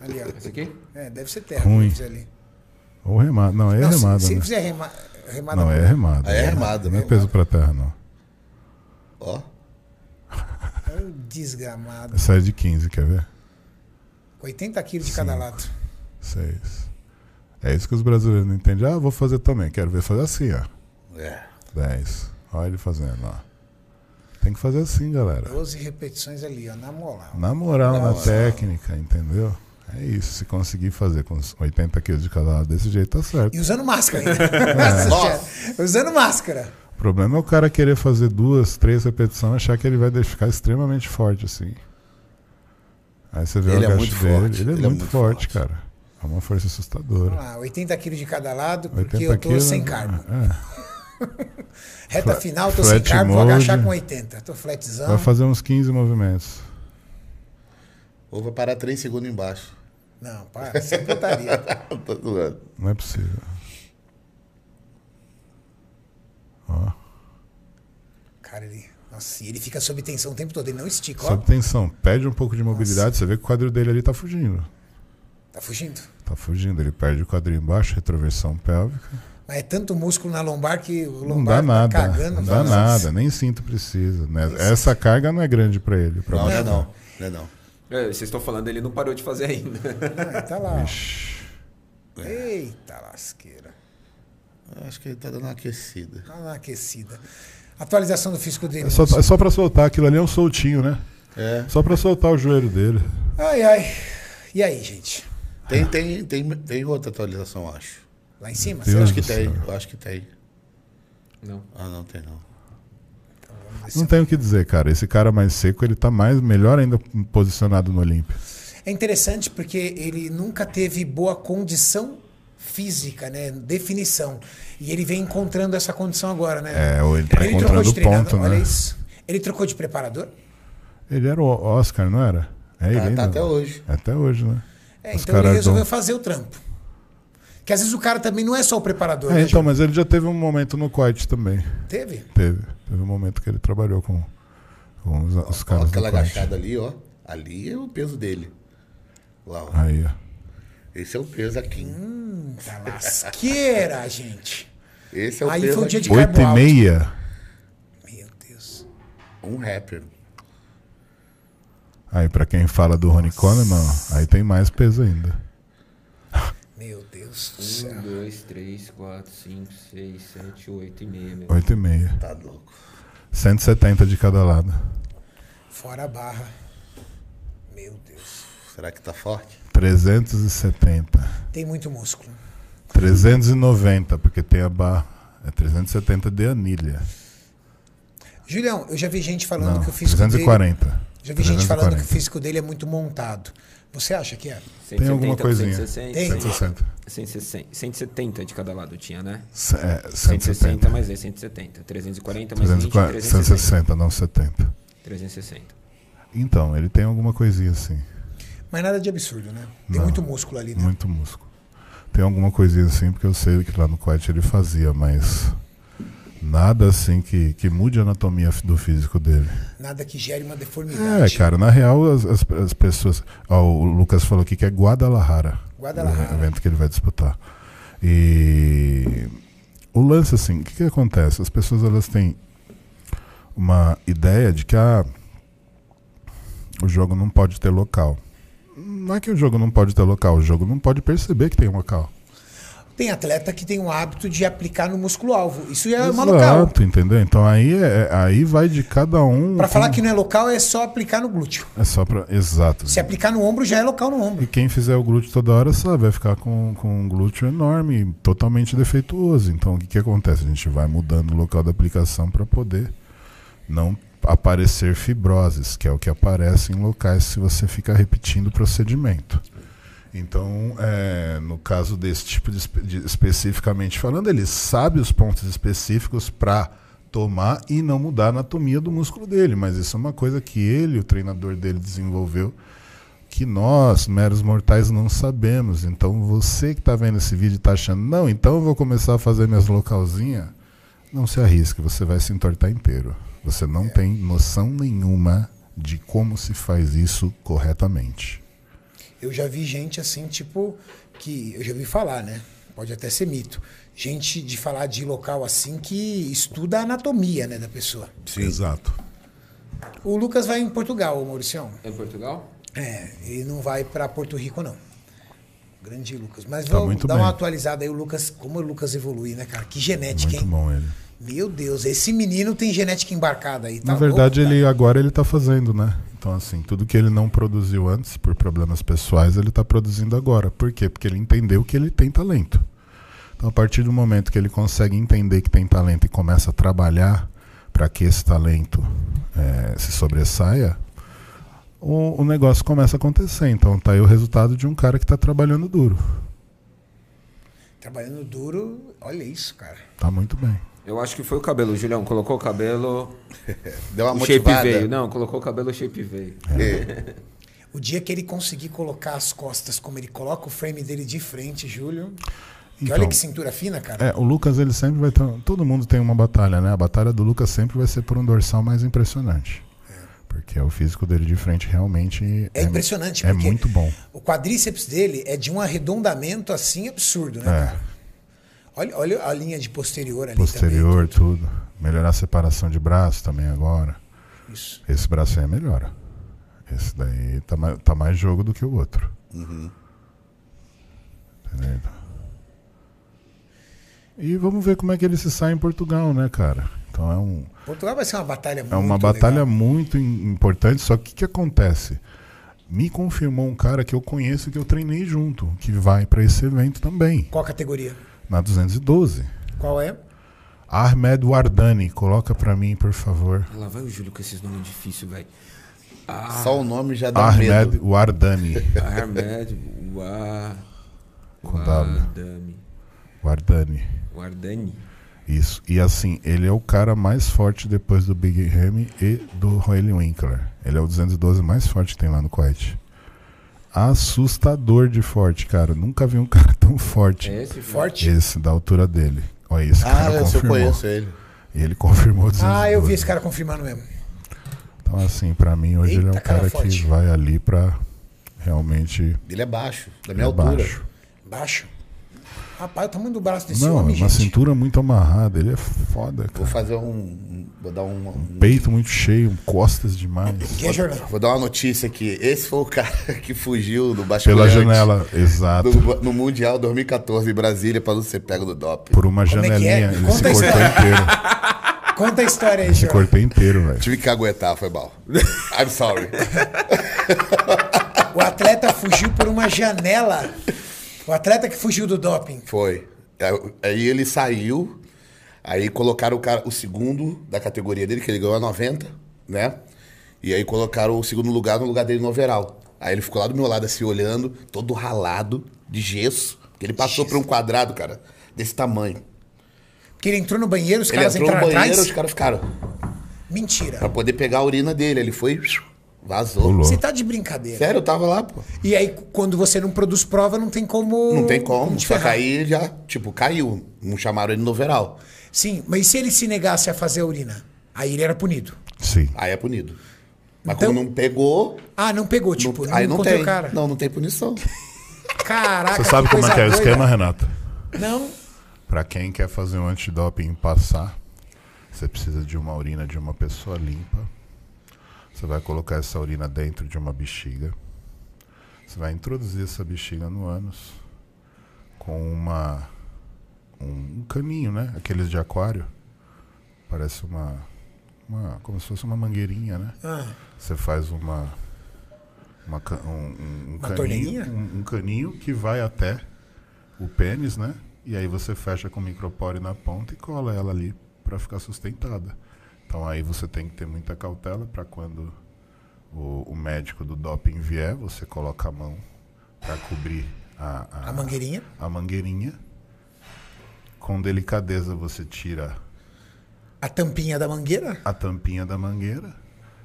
Speaker 1: Ali, ó.
Speaker 4: Esse aqui?
Speaker 1: É, deve ser terra.
Speaker 2: Ruim.
Speaker 1: deve ser ali.
Speaker 2: Ou remado. Não, é
Speaker 1: Não, se-
Speaker 2: remado,
Speaker 1: se,
Speaker 2: né?
Speaker 1: fizer né? rema, remada.
Speaker 2: Não, é remado.
Speaker 3: Ah, é remado,
Speaker 2: Não é
Speaker 3: né?
Speaker 2: peso pra terra, não.
Speaker 3: Ó.
Speaker 1: é um Desgramado.
Speaker 2: É série de 15, quer ver?
Speaker 1: Com 80 quilos de cada lado.
Speaker 2: Seis. É isso que os brasileiros não entendem. Ah, vou fazer também. Quero ver fazer assim, ó.
Speaker 3: É.
Speaker 2: Dez. Olha ele fazendo, ó. Tem que fazer assim, galera.
Speaker 1: 12 repetições ali, ó, na moral.
Speaker 2: Na moral, na
Speaker 1: Nossa.
Speaker 2: técnica, entendeu? É isso. Se conseguir fazer com os 80 quilos de cada lado desse jeito, tá certo.
Speaker 1: E usando máscara
Speaker 2: (laughs)
Speaker 1: ainda. Nossa, já- usando máscara.
Speaker 2: O problema é o cara querer fazer duas, três repetições, achar que ele vai deixar- ficar extremamente forte, assim. Aí você vê
Speaker 3: Ele
Speaker 2: o
Speaker 3: é
Speaker 2: agacho
Speaker 3: muito
Speaker 2: dele.
Speaker 3: forte,
Speaker 2: Ele é muito forte,
Speaker 3: forte.
Speaker 2: cara. É uma força
Speaker 1: Vamos
Speaker 2: assustadora.
Speaker 1: lá, 80 quilos de cada lado, Ah, porque
Speaker 2: 80
Speaker 1: eu tô
Speaker 2: quilos.
Speaker 1: sem carbo.
Speaker 2: É.
Speaker 1: Reta
Speaker 2: Fla-
Speaker 1: final, tô sem
Speaker 2: flat
Speaker 1: carbo, vou
Speaker 2: mode. Tá
Speaker 1: agachar com 80. Tô flatzão.
Speaker 2: Vai fazer uns 15 movimentos.
Speaker 3: Ou vai parar três segundos (laughs) embaixo.
Speaker 1: Não, para, sem putaria.
Speaker 3: Tô Tá zoando.
Speaker 2: Não é possível.
Speaker 1: Cara, ele. Nossa, e ele fica sob tensão o tempo todo, ele não estica, ó.
Speaker 2: Sob tensão. Perde um pouco de mobilidade, você vê que o quadril dele ali tá fugindo.
Speaker 1: Tá fugindo.
Speaker 2: Tá fugindo. Ele perde o quadril embaixo, retroversão pélvica.
Speaker 1: Mas é tanto músculo na lombar que o
Speaker 2: Não
Speaker 1: lombar
Speaker 2: dá nada.
Speaker 1: tá cagando.
Speaker 2: não dá
Speaker 1: Nossa.
Speaker 2: nada. Nem cinto precisa. né? Essa carga não é grande pra ele. Pra
Speaker 3: Não, não é
Speaker 2: baixo.
Speaker 3: não. Não é não.
Speaker 4: É, vocês estão falando, ele não parou de fazer ainda. (laughs)
Speaker 1: Ah, tá lá. ó. Eita lasqueira.
Speaker 3: Eu acho que ele tá dando uma aquecida.
Speaker 1: Dá uma aquecida. Atualização do físico dele.
Speaker 2: É só, é só pra soltar. Aquilo ali é um soltinho, né?
Speaker 3: É.
Speaker 2: Só pra soltar o joelho dele.
Speaker 1: Ai, ai. E aí, gente?
Speaker 3: Tem, tem, tem, tem outra atualização, eu acho.
Speaker 1: Lá em cima?
Speaker 2: Deus
Speaker 1: será?
Speaker 3: Acho que
Speaker 2: do
Speaker 3: tem,
Speaker 2: céu.
Speaker 3: eu acho que tem.
Speaker 4: Não.
Speaker 3: Ah, não tem não.
Speaker 1: Então, vamos ver se-
Speaker 2: Não tem o que dizer, cara. Esse cara mais seco, ele tá mais, melhor ainda posicionado no Olímpio.
Speaker 1: É interessante porque ele nunca teve boa condição física, né? Definição. E ele vem encontrando essa condição agora, né?
Speaker 2: É, ou ele tá
Speaker 1: ele trocou
Speaker 2: encontrando
Speaker 1: de
Speaker 2: o
Speaker 1: treinador,
Speaker 2: ponto,
Speaker 1: olha
Speaker 2: né?
Speaker 1: isso. Ele trocou de preparador?
Speaker 2: Ele era o Oscar, não era? É ele
Speaker 3: Tá, tá
Speaker 2: ainda?
Speaker 3: até hoje.
Speaker 2: Até hoje, né?
Speaker 1: É,
Speaker 2: Os
Speaker 1: então ele
Speaker 2: caras
Speaker 1: resolveu
Speaker 2: dão-
Speaker 1: fazer o trampo. Que às vezes o cara também não é só o preparador.
Speaker 2: É,
Speaker 1: né,
Speaker 2: então,
Speaker 1: Júlio?
Speaker 2: mas ele já teve um momento no quite também.
Speaker 1: Teve?
Speaker 2: Teve. Teve um momento que ele trabalhou com, com os, os
Speaker 3: Ó,
Speaker 2: caras do
Speaker 3: aquela
Speaker 2: quite.
Speaker 3: agachada ali, ó. Ali é o peso dele. Lá, ó.
Speaker 2: Aí, ó.
Speaker 3: Esse é o peso aqui.
Speaker 1: Tá lasqueira, (laughs) gente.
Speaker 3: Esse é o
Speaker 1: Aí
Speaker 3: peso
Speaker 1: foi o dia
Speaker 3: aqui.
Speaker 1: de-
Speaker 2: Oito e
Speaker 1: alto.
Speaker 2: meia.
Speaker 1: Meu Deus.
Speaker 3: Um rapper.
Speaker 2: Aí, pra quem fala do Ronnie Coleman, aí tem mais peso ainda.
Speaker 1: Meu Deus do céu.
Speaker 4: Um, dois, três, quatro, cinco, seis, sete, oito e meia, meu.
Speaker 2: Oito e meia.
Speaker 3: Tá louco.
Speaker 2: 170 de cada lado.
Speaker 1: Fora a barra. Meu Deus.
Speaker 3: Será que tá forte?
Speaker 2: 370.
Speaker 1: Tem muito músculo.
Speaker 2: 390, porque tem a barra. É 370 de anilha.
Speaker 1: Julião, eu já vi gente falando
Speaker 2: Não,
Speaker 1: que o físico dele...
Speaker 2: 340.
Speaker 1: Já vi gente falando que o
Speaker 2: 340.
Speaker 1: físico dele é muito montado. Você acha que é?
Speaker 2: Tem alguma
Speaker 4: 170,
Speaker 2: coisinha.
Speaker 4: 160,
Speaker 2: 160.
Speaker 4: 160, 170 de cada lado tinha, né?
Speaker 2: C- É,
Speaker 4: 160
Speaker 2: 160.
Speaker 4: mais 10, 170. 340 mais 20,
Speaker 2: 340,
Speaker 4: 360.
Speaker 2: 160, não 70.
Speaker 4: 360.
Speaker 2: Então, ele tem alguma coisinha assim.
Speaker 1: Mas nada de absurdo, né? Tem
Speaker 2: Não.
Speaker 1: muito músculo ali, né?
Speaker 2: Muito músculo. Tem alguma coisinha assim, porque eu sei que lá no Quite ele fazia, mas nada assim que, que mude a anatomia f- do físico dele.
Speaker 1: Nada que gere uma
Speaker 2: É,
Speaker 1: deformidade.
Speaker 2: cara, na real, as, as, as pessoas. Ó, o Lucas falou aqui que é Guadalajara.
Speaker 1: Guadalajara.
Speaker 2: O evento que ele vai disputar. E. O lance, assim, o que, que acontece? As pessoas elas têm uma ideia de que ah, o jogo não pode ter local. Não é que o jogo não pode ter local, o jogo não pode perceber que tem um local.
Speaker 1: Tem atleta que tem o hábito de aplicar no músculo alvo. Isso já é uma local.
Speaker 2: Exato, entendeu? Então aí, é- aí vai de cada um.
Speaker 1: Pra falar
Speaker 2: com-
Speaker 1: que não é local, é só aplicar no glúteo.
Speaker 2: É só pra. Exato.
Speaker 1: Se aplicar no ombro, já é local no ombro.
Speaker 2: E quem fizer o glúteo toda hora sabe, vai ficar com, com um glúteo enorme, totalmente defeituoso. Então o que, que acontece? A gente vai mudando o local da aplicação para poder não aparecer fibroses, que é o que aparece em locais se você ficar repetindo o procedimento. Então, é, no caso desse tipo de, espe- de- especificamente falando, ele sabe os pontos específicos para tomar e não mudar a anatomia do músculo dele, mas isso é uma coisa que ele, o treinador dele, desenvolveu que nós, meros mortais, não sabemos. Então você que está vendo esse vídeo e está achando, não, então eu vou começar a fazer minhas localzinhas, não se arrisque, você vai se entortar inteiro. Você não tem noção nenhuma de como se faz isso corretamente.
Speaker 1: Eu já vi gente assim, tipo, que eu já vi falar, né? Pode até ser mito. Gente de falar de local assim que estuda a anatomia, né, da pessoa.
Speaker 2: Exato.
Speaker 1: O Lucas vai em Portugal, ô Mauricião.
Speaker 4: É em Portugal?
Speaker 1: É, ele não vai pra Porto Rico, não. Grande Lucas. Mas
Speaker 2: Tá
Speaker 1: vamos
Speaker 2: muito
Speaker 1: dar
Speaker 2: bem.
Speaker 1: uma atualizada aí, o Lucas, como o Lucas evolui, né, cara? Que genética,
Speaker 2: Muito
Speaker 1: hein?
Speaker 2: bom ele.
Speaker 1: Meu Deus, esse menino tem genética embarcada aí. Tá
Speaker 2: Na
Speaker 1: louco,
Speaker 2: verdade,
Speaker 1: cara.
Speaker 2: ele agora ele tá fazendo, né? Então, assim, tudo que ele não produziu antes, por problemas pessoais, ele tá produzindo agora. Por quê? Porque ele entendeu que ele tem talento. Então, a partir do momento que ele consegue entender que tem talento e começa a trabalhar para que esse talento eh, se sobressaia, o, o negócio começa a acontecer. Então, tá aí o resultado de um cara que tá trabalhando duro.
Speaker 1: Trabalhando duro, olha isso, cara.
Speaker 2: Tá muito bem.
Speaker 4: Eu acho que foi o cabelo, Julião. Colocou o cabelo,
Speaker 3: Deu uma
Speaker 4: o shape
Speaker 3: Tá motivada.
Speaker 4: veio. né? Não, colocou o cabelo, o shape veio.
Speaker 3: É.
Speaker 1: O dia que ele conseguir colocar as costas como ele coloca o frame dele de frente, Júlio. Que olha
Speaker 2: Então.
Speaker 1: que cintura fina, cara.
Speaker 2: É, o Lucas ele sempre vai ter. um, Todo mundo tem uma batalha, né? A batalha do Lucas sempre vai ser por um dorsal mais impressionante. Porque o físico dele de frente realmente.
Speaker 1: É impressionante,
Speaker 2: É
Speaker 1: porque-
Speaker 2: muito bom.
Speaker 1: O quadríceps dele é de um arredondamento assim absurdo, né,
Speaker 2: É.
Speaker 1: cara? Olha, olha a linha de posterior ali
Speaker 2: Posterior, tudo. Melhorar a separação de braço também agora.
Speaker 1: também. Isso.
Speaker 2: Esse braço aí é melhor. ó. Esse daí tá, ma- tá mais jogo do que o outro.
Speaker 1: Uhum.
Speaker 2: Entendeu? E vamos ver como é que ele se sai em Portugal, né, cara? Então é um.
Speaker 1: Portugal vai ser uma batalha muito
Speaker 2: É uma batalha
Speaker 1: legal.
Speaker 2: muito im- importante, só que o que, que acontece? Me confirmou um cara que eu conheço, que eu treinei junto, que vai para esse evento também,
Speaker 1: Qual a categoria?
Speaker 2: na 212.
Speaker 1: Qual é?
Speaker 2: Ahmed Wardani, coloca para mim, por favor.
Speaker 4: Lá vai o Júlio com esses nomes
Speaker 2: (laughs)
Speaker 4: difíceis, velho.
Speaker 1: Ah.
Speaker 3: Só o nome já dá medo.
Speaker 2: Ahmed Wardani,
Speaker 4: Ahmed, Wa...
Speaker 2: Com W.
Speaker 4: Wardami.
Speaker 2: Wardani.
Speaker 4: Wardani.
Speaker 2: Isso. E assim, ele é o cara mais forte depois do Big Remy e do Roel Winkler. Ele é o 212 mais forte que tem lá no Kuwait. Assustador de forte, cara. Nunca vi um (laughs) cara tão forte.
Speaker 4: É esse?
Speaker 1: Forte?
Speaker 2: Esse, da altura dele. Olha, esse
Speaker 3: Ah,
Speaker 2: cara
Speaker 3: esse eu
Speaker 2: confirmou.
Speaker 3: conheço ele.
Speaker 2: E ele confirmou 212.
Speaker 1: Ah, eu vi esse cara confirmando mesmo.
Speaker 2: Então, assim, pra mim, hoje ele é um
Speaker 1: Eita, cara
Speaker 2: cara,
Speaker 1: forte.
Speaker 2: que vai ali pra realmente
Speaker 3: Ele é baixo, da
Speaker 2: ir
Speaker 3: minha altura.
Speaker 2: abaixo.
Speaker 1: Baixo. Rapaz, o tamanho do braço desse
Speaker 2: Não,
Speaker 1: homem,
Speaker 2: uma
Speaker 1: gente.
Speaker 2: cintura muito amarrada. Ele é foda, cara.
Speaker 3: Vou fazer um. um- Vou dar um. um-
Speaker 2: Peito muito cheio, costas demais.
Speaker 1: (laughs) Que é jornal.
Speaker 3: Vou dar uma notícia aqui. Esse foi o (laughs) cara que fugiu do
Speaker 2: Pela
Speaker 3: basculante
Speaker 2: janela, exato.
Speaker 3: do- no Mundial 2014 em Brasília para não ser pego do doping.
Speaker 2: Por uma
Speaker 1: Como é que é?
Speaker 2: janelinha. Ele se
Speaker 1: Conta a
Speaker 2: cortou
Speaker 1: história.
Speaker 2: inteiro.
Speaker 1: Conta a história aí,
Speaker 2: Se
Speaker 1: Jornal.
Speaker 2: cortou inteiro, velho.
Speaker 3: Tive que aguentar,
Speaker 1: (laughs)
Speaker 3: foi mal. I'm sorry.
Speaker 1: O atleta fugiu por uma janela. O atleta que fugiu do doping.
Speaker 3: Foi. Aí- Aí ele saiu, aí colocaram o, cara, o segundo da categoria dele, que ele ganhou a 90, né? E aí colocaram o segundo lugar no lugar dele no overall. Aí ele ficou lá do meu lado, assim, olhando, todo ralado, de gesso. Porque ele passou por um quadrado, cara, desse tamanho.
Speaker 1: Que ele entrou no banheiro, os
Speaker 3: Ele
Speaker 1: caras
Speaker 3: entrou no
Speaker 1: entraram
Speaker 3: banheiro,
Speaker 1: atrás.
Speaker 3: os Tá caras ficaram.
Speaker 1: Mentira.
Speaker 3: Pra poder pegar a urina dele. Ele foi. Vazou.
Speaker 2: Pulou.
Speaker 1: Você tá de brincadeira.
Speaker 3: Sério, eu tava lá, pô.
Speaker 1: E aí, quando você não produz prova, não tem como.
Speaker 3: Não tem como.
Speaker 1: te
Speaker 3: Só
Speaker 1: ferrar.
Speaker 3: cair já, tipo, caiu. Não chamaram ele no overall.
Speaker 1: Sim, mas e se ele se negasse a fazer a urina? Aí ele era punido.
Speaker 2: Sim.
Speaker 3: Aí é punido. Mas
Speaker 1: Então-
Speaker 3: como não pegou,
Speaker 1: Ah, não pegou, tipo,
Speaker 3: não-
Speaker 1: não,
Speaker 3: aí não
Speaker 1: encontrei
Speaker 3: tem.
Speaker 1: o cara.
Speaker 3: Não, não tem punição.
Speaker 1: Caraca,
Speaker 2: Você sabe como
Speaker 1: coisa
Speaker 2: é que é o
Speaker 1: doida.
Speaker 2: esquema, Renato?
Speaker 1: Não.
Speaker 2: Pra quem quer fazer um antidoping e passar, você precisa de uma urina de uma pessoa limpa. Você vai colocar essa urina dentro de uma bexiga. Você vai introduzir essa bexiga no ânus com uma um, um caninho, né? Aqueles de aquário. Parece uma, uma como se fosse uma mangueirinha, né?
Speaker 1: Ah,
Speaker 2: Você faz uma. Uma, ca- um- um, um caninho,
Speaker 1: torneirinha?
Speaker 2: um, um caninho que vai até o pênis, né? E aí você fecha com o micropore na ponta e cola ela ali para ficar sustentada. Então aí você tem que ter muita cautela para quando o, o médico do doping vier, você coloca a mão para cobrir a,
Speaker 1: a mangueirinha.
Speaker 2: a mangueirinha. Com delicadeza você tira
Speaker 1: A tampinha da mangueira.
Speaker 2: a tampinha da mangueira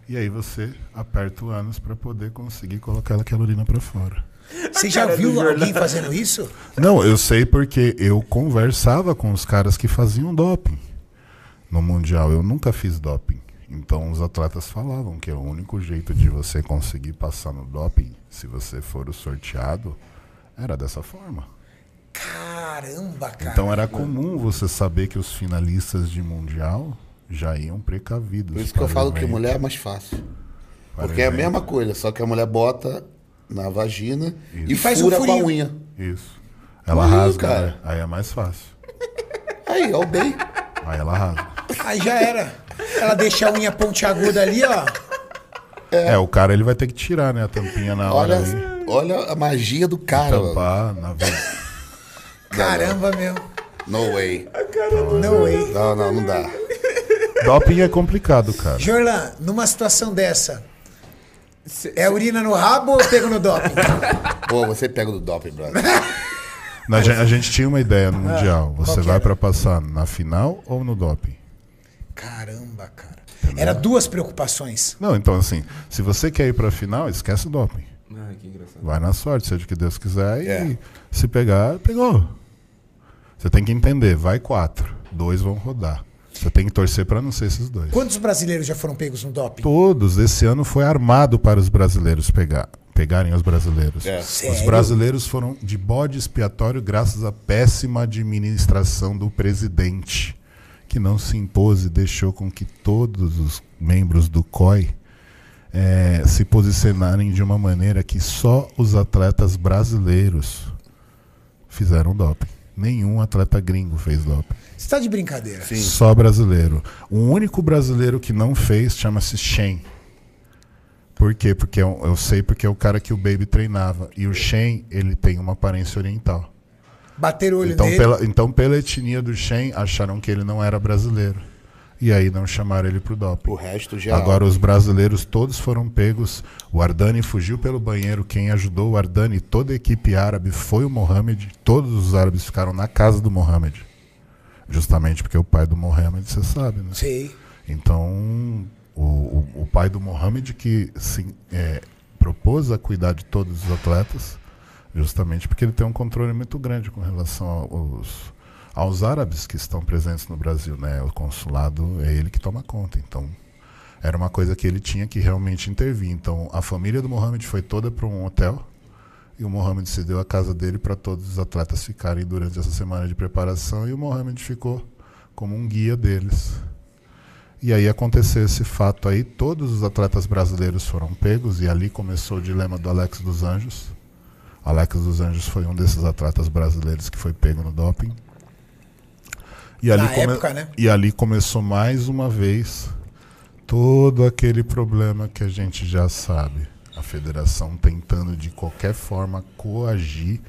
Speaker 2: e aí você aperta o ânus para poder conseguir colocar aquela urina para fora.
Speaker 1: Você já viu alguém fazendo isso?
Speaker 2: Não, eu sei porque eu conversava com os caras que faziam doping no mundial. Eu nunca fiz doping. Então os atletas falavam que é o único jeito de você conseguir passar no doping, se você for o sorteado, era dessa forma.
Speaker 1: Caramba, cara.
Speaker 2: Então era comum você saber que os finalistas de mundial já iam precavidos.
Speaker 3: Por isso que eu
Speaker 2: para o
Speaker 3: falo que
Speaker 2: evento.
Speaker 3: mulher é mais fácil.
Speaker 2: Para
Speaker 3: Porque é a
Speaker 2: evento.
Speaker 3: mesma coisa, só que a mulher bota na vagina e
Speaker 1: E faz um
Speaker 3: fura com a
Speaker 1: furinho.
Speaker 3: unha.
Speaker 2: Isso. Ela
Speaker 3: Olha aí,
Speaker 2: rasga,
Speaker 3: cara.
Speaker 2: né? Aí é mais fácil.
Speaker 3: Aí, ó o bem.
Speaker 2: Aí ela arrasa.
Speaker 1: Aí já era. Ela deixa a unha pontiaguda ali, ó.
Speaker 2: É. o cara ele vai ter que tirar, né, a tampinha na hora
Speaker 3: Olha,
Speaker 2: ali.
Speaker 3: olha a magia do
Speaker 2: Então,
Speaker 3: cara. mano.
Speaker 2: Tampar na vez.
Speaker 1: Caramba, meu.
Speaker 3: No way.
Speaker 1: No way.
Speaker 3: Não, não, não dá.
Speaker 2: Doping é complicado, cara.
Speaker 1: Jorlan, numa situação dessa, é urina no rabo ou pego no
Speaker 2: (laughs)
Speaker 1: doping?
Speaker 3: Pô, você pega do doping, brother.
Speaker 1: (laughs)
Speaker 2: Na gen- a gente tinha uma ideia
Speaker 3: Ah,
Speaker 2: no Mundial. Você vai pra passar na final ou no doping?
Speaker 1: Caramba, cara. Era duas preocupações.
Speaker 2: Não, então assim, se você quer ir pra final, esquece o doping.
Speaker 4: Ai, Ah, que engraçado.
Speaker 2: Vai na sorte, seja o que Deus quiser. E
Speaker 3: É.
Speaker 2: se pegar, pegou. Você tem que entender, vai quatro. Dois vão rodar. Você tem que torcer pra não ser esses dois.
Speaker 1: Quantos brasileiros já foram pegos no doping?
Speaker 2: Todos esse ano foi armado para os brasileiros pegar, pegarem os brasileiros.
Speaker 3: É.
Speaker 2: Os
Speaker 1: Sério?
Speaker 2: brasileiros foram de bode expiatório graças à péssima administração do presidente, que não se impôs e deixou com que todos os membros do COI eh, se posicionarem de uma maneira que só os atletas brasileiros fizeram doping. Nenhum atleta gringo fez doping.
Speaker 1: Você tá de brincadeira.
Speaker 2: Só brasileiro. O único brasileiro que não fez chama-se Shen. Por quê? Porque eu, eu sei porque é o cara que o Baby treinava. E o Shen, ele tem uma aparência oriental.
Speaker 1: Bater o olho
Speaker 2: Então
Speaker 1: nele.
Speaker 2: pela, então, pela etnia do Shen, acharam que ele não era brasileiro. E aí não chamaram ele pro doping.
Speaker 3: O resto já. é
Speaker 2: Agora os brasileiros todos foram pegos. O Ardani fugiu pelo banheiro. Quem ajudou o Ardani e toda a equipe árabe foi o Mohamed. Todos os árabes ficaram na casa do Mohamed. Justamente porque o pai do Mohamed, você sabe, né?
Speaker 1: Sei.
Speaker 2: Então, o, o, o pai do Mohamed que se é, propôs a cuidar de todos os atletas, justamente porque ele tem um controle muito grande com relação aos, aos árabes que estão presentes no Brasil, né? O consulado é ele que toma conta. Então, era uma coisa que ele tinha que realmente intervir. Então, a família do Mohamed foi toda para um hotel. E o Mohamed cedeu a casa dele para todos os atletas ficarem durante essa semana de preparação. E o Mohamed ficou como um guia deles. E aí aconteceu esse fato aí, todos os atletas brasileiros foram pegos e ali começou o dilema do Alex dos Anjos. Alex dos Anjos foi um desses atletas brasileiros que foi pego no doping. E ali,
Speaker 1: Na
Speaker 2: come-
Speaker 1: época, né?
Speaker 2: e ali começou mais uma vez todo aquele problema que a gente já sabe. A federação tentando de qualquer forma coagir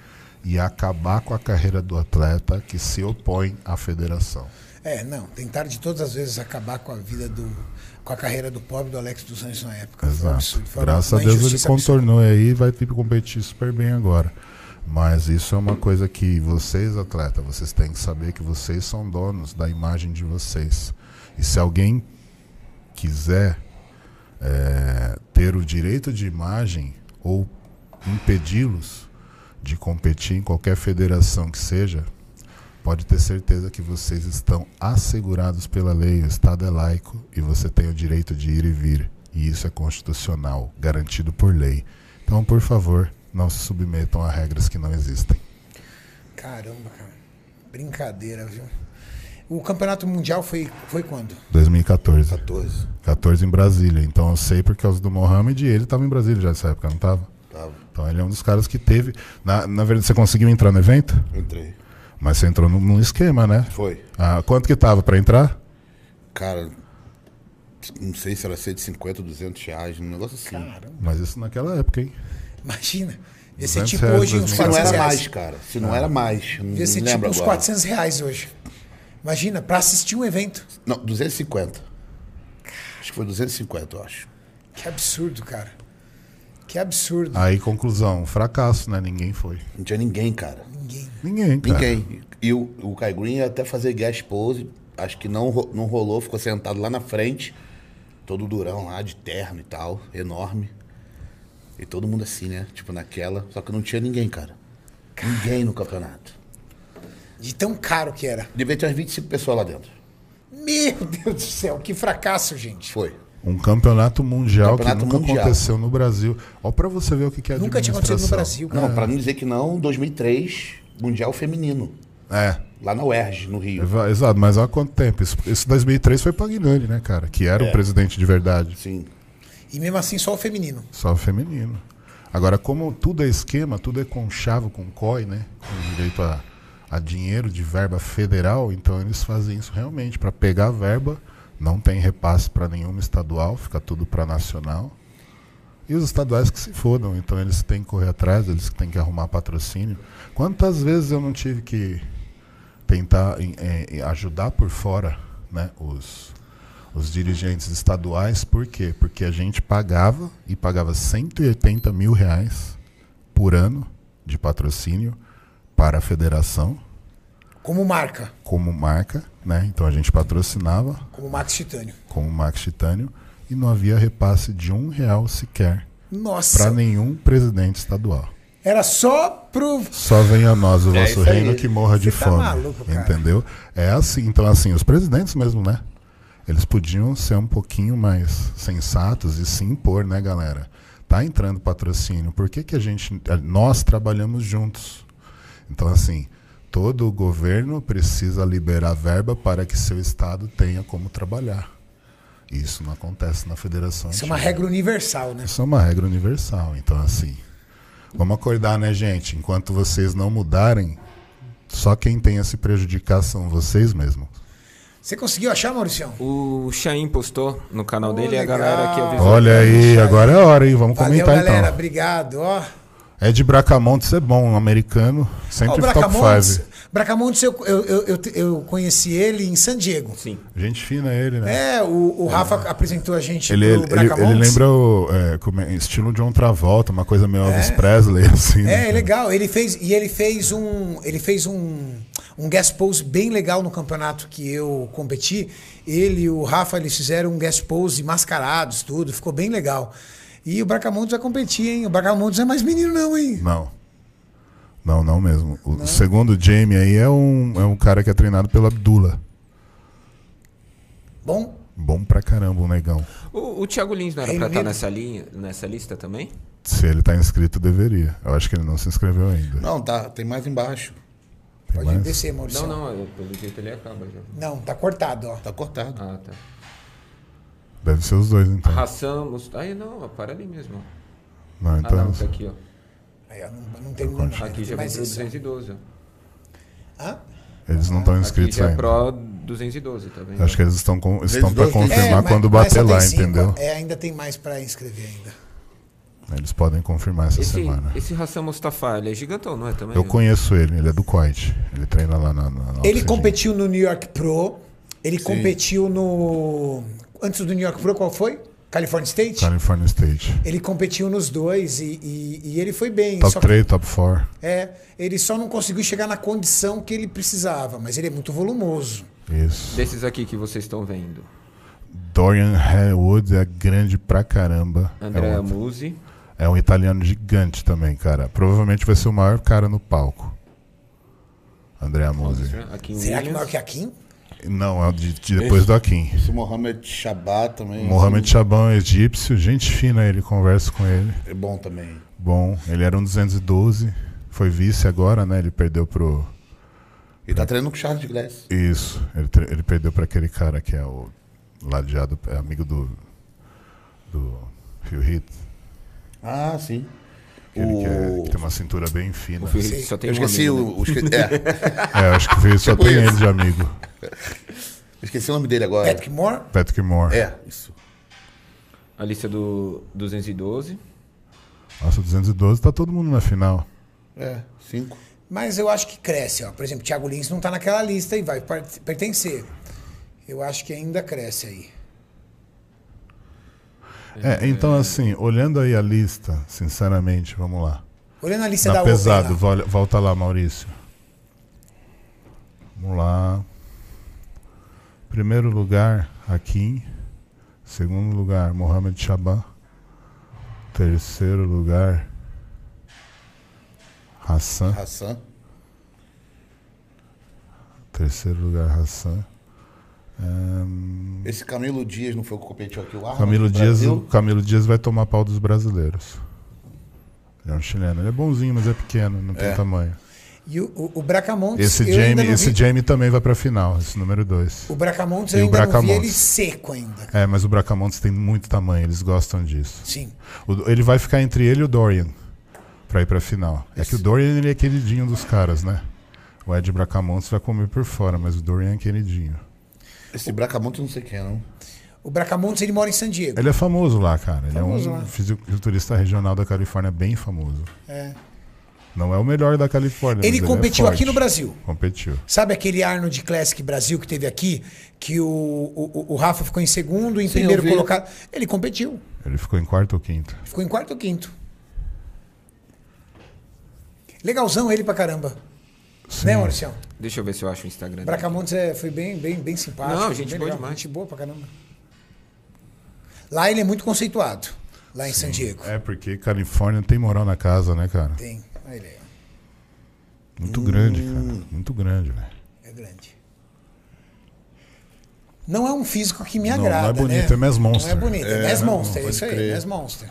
Speaker 2: e acabar com a carreira do atleta que se opõe à federação.
Speaker 1: É, não. Tentaram de todas as vezes acabar com a vida do. com a carreira do pobre do Alex dos Anjos na época. Foi um
Speaker 2: Exato.
Speaker 1: absurdo. Foi uma-
Speaker 2: Graças a
Speaker 1: uma
Speaker 2: Deus ele
Speaker 1: injustiça absurda.
Speaker 2: contornou aí e vai ter que competir super bem agora. Mas isso é uma coisa que vocês, atleta, vocês têm que saber que vocês são donos da imagem de vocês. E se alguém quiser eh, ter o direito de imagem ou impedi-los de competir em qualquer federação que seja, pode ter certeza que vocês estão assegurados pela lei, o Estado é laico e você tem o direito de ir e vir. E isso é constitucional, garantido por lei. Então, por favor, não se submetam a regras que não existem.
Speaker 1: Caramba, cara. Brincadeira, viu? O campeonato mundial foi, foi quando?
Speaker 2: 2014.
Speaker 3: 14.
Speaker 2: 14 em Brasília. Então eu sei por causa do Mohamed e ele estava em Brasília já nessa época, não estava?
Speaker 3: Tava.
Speaker 2: Então ele é um dos caras que teve. Na, na verdade, você conseguiu entrar no evento?
Speaker 3: Entrei.
Speaker 2: Mas você entrou num, num esquema, né?
Speaker 3: Foi.
Speaker 2: Ah, quanto que tava para entrar?
Speaker 3: Cara, não sei se era 150, 200 reais, um negócio assim.
Speaker 2: Mas isso naquela época, hein?
Speaker 1: Imagina. Ia ser
Speaker 2: 200
Speaker 1: tipo
Speaker 2: reais,
Speaker 1: hoje uns
Speaker 2: 200
Speaker 3: Se não
Speaker 1: 400
Speaker 3: era
Speaker 1: reais.
Speaker 3: mais, cara. Se não era mais. Não
Speaker 1: Devia ser tipo
Speaker 3: lembro
Speaker 1: uns
Speaker 3: agora.
Speaker 1: 400 reais hoje. Imagina, pra assistir um evento.
Speaker 3: Não, 250. Acho que foi 250, eu acho.
Speaker 1: Que absurdo, cara. Que absurdo.
Speaker 2: Aí, conclusão, fracasso, né? Ninguém foi.
Speaker 3: Não tinha ninguém, cara.
Speaker 1: Ninguém.
Speaker 2: Ninguém, cara.
Speaker 3: Ninguém. E o, o Kai Green ia até fazer gas pose. Acho que não, ro- não rolou. Ficou sentado lá na frente. Todo durão lá, de terno e tal. Enorme. E todo mundo assim, né? Tipo naquela. Só que não tinha ninguém, cara. Ninguém no campeonato.
Speaker 1: De tão caro que era.
Speaker 3: Devia ter umas 25 pessoas lá dentro.
Speaker 1: Meu (laughs) Deus do céu, que fracasso, gente.
Speaker 3: Foi.
Speaker 2: Um campeonato mundial
Speaker 3: Campeonato
Speaker 2: que nunca
Speaker 3: mundial.
Speaker 2: aconteceu no Brasil. Ó, pra você ver o que, que é
Speaker 1: Nunca tinha acontecido no
Speaker 2: administração.
Speaker 1: Brasil, cara.
Speaker 3: Não, pra não dizer que não, 2003, Mundial Feminino.
Speaker 2: É.
Speaker 3: Lá na UERJ, no Rio.
Speaker 2: Eva- Exato, mas há quanto tempo? Isso, isso 2003 foi Pagnani, né, cara? Que
Speaker 1: É.
Speaker 2: era o presidente de verdade.
Speaker 3: Sim.
Speaker 1: E mesmo assim, só o feminino.
Speaker 2: Só o feminino. Agora, como tudo é esquema, tudo é conchavo com COI, né? Com direito a, a dinheiro de verba federal, então eles fazem isso realmente para pegar a verba, não tem repasse para nenhuma estadual, fica tudo para nacional. E os estaduais que se fodam, então eles têm que correr atrás, eles têm que arrumar patrocínio. Quantas vezes eu não tive que tentar em- em- em ajudar por fora né, os, os dirigentes estaduais, por quê? Porque a gente pagava, e pagava 180 mil reais por ano de patrocínio para a federação,
Speaker 1: Como marca,
Speaker 2: como marca, né? Então a gente patrocinava
Speaker 1: como Max Titânio.
Speaker 2: como Max Titânio, e não havia repasse de um real sequer para
Speaker 1: Nossa,
Speaker 2: nenhum presidente estadual.
Speaker 1: era só pro.
Speaker 2: Só venha a nós o
Speaker 3: É
Speaker 2: vosso
Speaker 3: isso aí.
Speaker 2: reino que morra de
Speaker 1: Você tá
Speaker 2: fome.
Speaker 1: maluco, cara.
Speaker 2: entendeu? É assim, então assim, os presidentes mesmo, né? Eles podiam ser um pouquinho mais sensatos e se impor, né, galera? Tá entrando patrocínio. Por que, que a gente. a- Nós trabalhamos juntos. Então, assim, todo governo precisa liberar verba para que seu estado tenha como trabalhar. Isso não acontece na federação.
Speaker 1: Isso é uma
Speaker 2: Antiga.
Speaker 1: regra universal, né?
Speaker 2: Isso é uma regra universal. Então, assim, vamos acordar, né, gente? Enquanto vocês não mudarem, só quem tem a se prejudicar são vocês mesmos.
Speaker 1: Você conseguiu achar, Mauricião?
Speaker 4: O Chain postou no canal
Speaker 1: Oh,
Speaker 4: dele e a
Speaker 1: legal.
Speaker 4: galera aqui avisou.
Speaker 2: Olha aí, agora é a hora, hein? Vamos
Speaker 1: Valeu,
Speaker 2: comentar
Speaker 1: galera.
Speaker 2: então.
Speaker 1: Obrigado. Ó.
Speaker 2: É de Bracamontes, é bom, um americano,
Speaker 1: Ó,
Speaker 2: sempre
Speaker 1: o
Speaker 2: top
Speaker 1: Bracamontes,
Speaker 2: 5.
Speaker 1: Bracamontes eu, eu, eu, eu, eu conheci ele em San Diego.
Speaker 4: Sim.
Speaker 2: Gente fina ele, né?
Speaker 1: É, o, o Rafa apresentou a gente
Speaker 2: Ele,
Speaker 1: pro
Speaker 2: ele, ele,
Speaker 1: Bracamontes.
Speaker 2: lembra o é, como é, estilo John Travolta, uma coisa meio Elvis Presley, (laughs) assim.
Speaker 1: É,
Speaker 2: né?
Speaker 1: é legal. Ele fez e ele fez um, ele fez um, um guest pose bem legal no campeonato que eu competi. Ele e o Rafa eles fizeram um guest pose mascarados, tudo, ficou bem legal. E o Bracamontes vai competir, hein? O Bracamontes não é mais menino não, hein?
Speaker 2: Não. Não, não mesmo. O segundo Jamie aí é um, é um cara que é treinado pela Abdullah.
Speaker 1: Bom,
Speaker 2: Bom pra caramba o negão.
Speaker 4: O, o Thiago Lins não era
Speaker 1: Reino
Speaker 4: pra estar
Speaker 1: Unido.
Speaker 4: nessa, linha, nessa lista também?
Speaker 2: Se ele tá inscrito, deveria. Eu acho que ele não se inscreveu ainda.
Speaker 3: Não, tá, tem mais embaixo.
Speaker 2: Tem
Speaker 1: pode
Speaker 2: mais?
Speaker 1: descer,
Speaker 4: Não,
Speaker 1: Maurício. Não,
Speaker 4: não, eu- pelo jeito ele acaba já.
Speaker 1: tá cortado, ó.
Speaker 3: Tá cortado.
Speaker 4: Ah, tá.
Speaker 2: Deve ser os dois, então.
Speaker 4: Hassan, Mustafa. Aí não, para ali mesmo.
Speaker 2: Não,
Speaker 4: Ah,
Speaker 2: então.
Speaker 4: não, tá aqui, ó.
Speaker 1: Aí, ó, não, não
Speaker 2: Tá
Speaker 1: tem não,
Speaker 4: Aqui
Speaker 1: tem
Speaker 4: já vem
Speaker 1: mais
Speaker 4: pro
Speaker 1: isso.
Speaker 4: 212, ó.
Speaker 1: Hã?
Speaker 2: Eles não estão
Speaker 4: Aqui
Speaker 2: inscritos
Speaker 4: já é
Speaker 2: ainda.
Speaker 4: Pro 212, tá vendo?
Speaker 2: Acho que eles estão, com, estão
Speaker 3: dois
Speaker 2: pra
Speaker 3: tem-
Speaker 1: É,
Speaker 2: confirmar
Speaker 1: mas-
Speaker 2: quando
Speaker 1: mas só
Speaker 2: bater
Speaker 1: tem
Speaker 2: lá,
Speaker 1: cinco.
Speaker 2: entendeu?
Speaker 1: É, ainda tem mais pra inscrever ainda. é.
Speaker 2: Eles podem confirmar essa
Speaker 4: Esse,
Speaker 2: semana.
Speaker 4: esse Hassan Mustafa, ele é gigantão, não é também?
Speaker 2: Eu conheço ele, ele é do Kuwait. Ele treina lá na. na, na
Speaker 1: Ele
Speaker 2: oficina.
Speaker 1: competiu no New York Pro. Ele competiu no. Antes do New York Pro, qual foi? California State?
Speaker 2: California State.
Speaker 1: Ele competiu nos dois e, e- e ele foi bem.
Speaker 2: Top
Speaker 1: só que-
Speaker 2: 3, top 4.
Speaker 1: é, ele só não conseguiu chegar na condição que ele precisava, mas ele é muito volumoso.
Speaker 2: Isso.
Speaker 4: Desses aqui que vocês estão vendo.
Speaker 2: Dorian Harewood é grande pra caramba.
Speaker 4: André
Speaker 2: é, um,
Speaker 4: Musi.
Speaker 2: é um italiano gigante também, cara. Provavelmente vai ser o maior cara no palco. André Musi.
Speaker 4: Aqui em
Speaker 1: Será que maior
Speaker 4: Williams.
Speaker 1: que a Kim?
Speaker 2: Não, é o de, de depois do Akin.
Speaker 3: Esse Mohamed Shabá também.
Speaker 2: Mohamed Chaban, egípcio, gente fina ele, converso com ele.
Speaker 3: É bom também.
Speaker 2: Bom, ele era um 212, foi vice agora, né? Ele perdeu pro.
Speaker 3: E tá treinando com o Charles Glass.
Speaker 2: Isso, ele, tre- ele perdeu pra aquele cara que é o ladeado, é amigo do. do Phil Heath.
Speaker 3: Ah, sim.
Speaker 2: Aquele que, é-
Speaker 3: O...
Speaker 2: que tem uma cintura bem fina.
Speaker 4: O Phil Heath só tem
Speaker 3: Eu
Speaker 4: um
Speaker 3: esqueci
Speaker 4: amigo, né?
Speaker 3: o... o esque- é,
Speaker 2: É, acho que o Phil Heath só
Speaker 3: Tipo
Speaker 2: tem
Speaker 3: isso.
Speaker 2: ele de amigo.
Speaker 3: esqueci o nome dele agora.
Speaker 1: Patrick Moore?
Speaker 2: Patrick Moore.
Speaker 3: É, isso.
Speaker 4: A lista do 212.
Speaker 2: Nossa, o 212 tá todo mundo na final.
Speaker 3: É, cinco.
Speaker 1: Mas eu acho que cresce, ó. Por exemplo, Thiago Lins não tá naquela lista e vai part- pertencer. Eu acho que ainda cresce aí.
Speaker 2: É, então assim, olhando aí a lista, sinceramente, vamos lá.
Speaker 1: Olhando a lista
Speaker 2: Na
Speaker 1: da
Speaker 2: Tá
Speaker 1: Open,
Speaker 2: pesado,
Speaker 1: lá.
Speaker 2: vol- volta lá, Maurício. Vamos lá. Primeiro lugar, Hakim. Segundo lugar, Mohamed Shaban. Terceiro lugar, Hassan.
Speaker 3: Hassan.
Speaker 2: Terceiro lugar, Hassan. Ahn,
Speaker 3: Esse Camilo Dias não foi o que competiu aqui Hum. o Arnold?
Speaker 2: Camilo
Speaker 3: do
Speaker 2: Dias,
Speaker 3: Brasil?
Speaker 2: o Camilo Dias vai tomar pau dos brasileiros. Ele é um chileno. Ele é bonzinho, mas é pequeno, não tem
Speaker 3: É.
Speaker 2: tamanho.
Speaker 1: E o, o, o Bracamontes.
Speaker 2: Esse
Speaker 1: eu ainda
Speaker 2: Jamie,
Speaker 1: não
Speaker 2: esse
Speaker 1: vi-
Speaker 2: Jamie também vai pra final, esse número 2.
Speaker 1: O Bracamontes
Speaker 2: E
Speaker 1: eu
Speaker 2: o
Speaker 1: ainda não vi
Speaker 2: Bracamontes.
Speaker 1: ele seco ainda.
Speaker 2: É, mas o Bracamontes tem muito tamanho, eles gostam disso.
Speaker 1: Sim.
Speaker 2: O- ele vai ficar entre ele e o Dorian pra ir pra final. É que o Dorian ele é queridinho dos caras, né? O Ed Bracamontes vai comer por fora, mas o Dorian é queridinho.
Speaker 3: Esse Bracamonte eu não sei quem é, não.
Speaker 1: O Bracamontes, ele mora em San Diego.
Speaker 2: Ele é famoso lá, cara. Ele
Speaker 1: Famoso
Speaker 2: é um
Speaker 1: lá.
Speaker 2: fisiculturista regional da Califórnia bem famoso.
Speaker 1: É.
Speaker 2: Não é o melhor da Califórnia.
Speaker 1: Ele
Speaker 2: mas é
Speaker 1: competiu aqui
Speaker 2: forte.
Speaker 1: no Brasil.
Speaker 2: Competiu.
Speaker 1: Sabe aquele Arnold Classic Brasil que teve aqui? Que o, o, o- o Rafa ficou em segundo, em
Speaker 3: Sim,
Speaker 1: primeiro
Speaker 3: eu vi.
Speaker 1: colocado. Ele competiu.
Speaker 2: Ele ficou em quarto ou quinto.
Speaker 1: Ficou em quarto ou quinto. Legalzão ele pra caramba.
Speaker 2: Sim.
Speaker 1: Né, Marcião?
Speaker 4: Deixa eu ver se eu acho o Instagram. dele.
Speaker 1: Bracamontes é, foi bem, bem, bem simpático.
Speaker 4: Não, gente
Speaker 1: bem
Speaker 4: boa
Speaker 1: legal,
Speaker 4: demais.
Speaker 1: Gente boa pra caramba. Lá ele é muito conceituado. Lá em San Diego.
Speaker 2: É porque Califórnia tem moral na casa, né, cara?
Speaker 1: Tem. Aí ele é,
Speaker 2: Muito grande,
Speaker 1: Hum.
Speaker 2: cara. Muito grande, velho.
Speaker 1: é grande. Não é um físico que me
Speaker 2: Não, não é
Speaker 1: agrada, né?
Speaker 2: bonito, é Mess
Speaker 1: Não é
Speaker 2: Monster.
Speaker 1: bonito, é,
Speaker 3: É,
Speaker 1: Mess
Speaker 3: não,
Speaker 1: Monster,
Speaker 3: pode
Speaker 1: isso aí,
Speaker 3: crer.
Speaker 1: Mess Monster.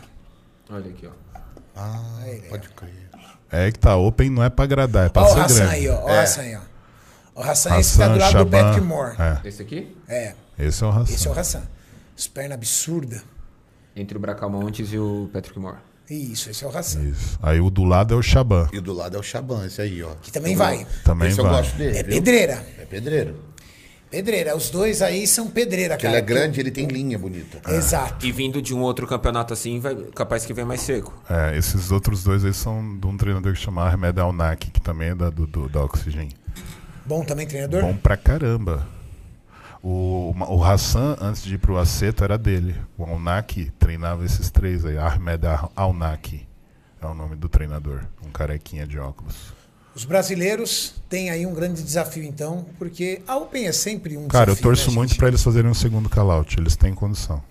Speaker 4: Olha aqui, ó.
Speaker 3: Ah,
Speaker 1: ele é.
Speaker 3: pode crer.
Speaker 2: É que tá open, não é pra agradar, é pra
Speaker 1: Ó o
Speaker 2: ser
Speaker 1: Hassan
Speaker 2: grande.
Speaker 1: aí, ó. Ó o
Speaker 3: É.
Speaker 1: Hassan aí, ó. O Hassan é esse que tá do lado do
Speaker 2: Shaban,
Speaker 1: Patrick Moore.
Speaker 2: É,
Speaker 4: Esse aqui?
Speaker 1: É,
Speaker 2: esse é o Hassan.
Speaker 1: esse é o Hassan. As pernas absurdas.
Speaker 4: Entre o Bracamontes e o Patrick Moore.
Speaker 1: Isso, esse é o Hassan.
Speaker 2: Isso. Aí o do lado é o Shaban.
Speaker 3: E do lado é o Chaban, esse aí, ó. Que
Speaker 1: também vai.
Speaker 2: Também
Speaker 3: esse
Speaker 2: vai.
Speaker 3: eu gosto dele.
Speaker 1: É
Speaker 3: viu?
Speaker 1: pedreira.
Speaker 3: É pedreiro.
Speaker 1: Pedreira. Os dois aí são pedreira,
Speaker 3: Porque
Speaker 1: cara.
Speaker 3: ele é grande, ele tem linha bonita.
Speaker 1: Exato.
Speaker 4: E vindo de um outro campeonato assim, vai, capaz que vem mais seco.
Speaker 2: É, esses outros dois aí são de um treinador que chama Ahmed Alnak, que também é da, do, do, da Oxygen.
Speaker 1: Bom também, treinador?
Speaker 2: Bom pra caramba. O, o Hassan, antes de ir pro Aceto, era dele. O Alnak treinava esses três aí. Ahmed Alnak é o nome do treinador. Um carequinha de óculos.
Speaker 1: Os brasileiros têm aí um grande desafio, então, porque a Open é sempre um
Speaker 2: Cara, eu
Speaker 1: desafio,
Speaker 2: torço
Speaker 1: né,
Speaker 2: muito
Speaker 1: gente?
Speaker 2: pra eles fazerem um segundo call-out. Eles têm condição.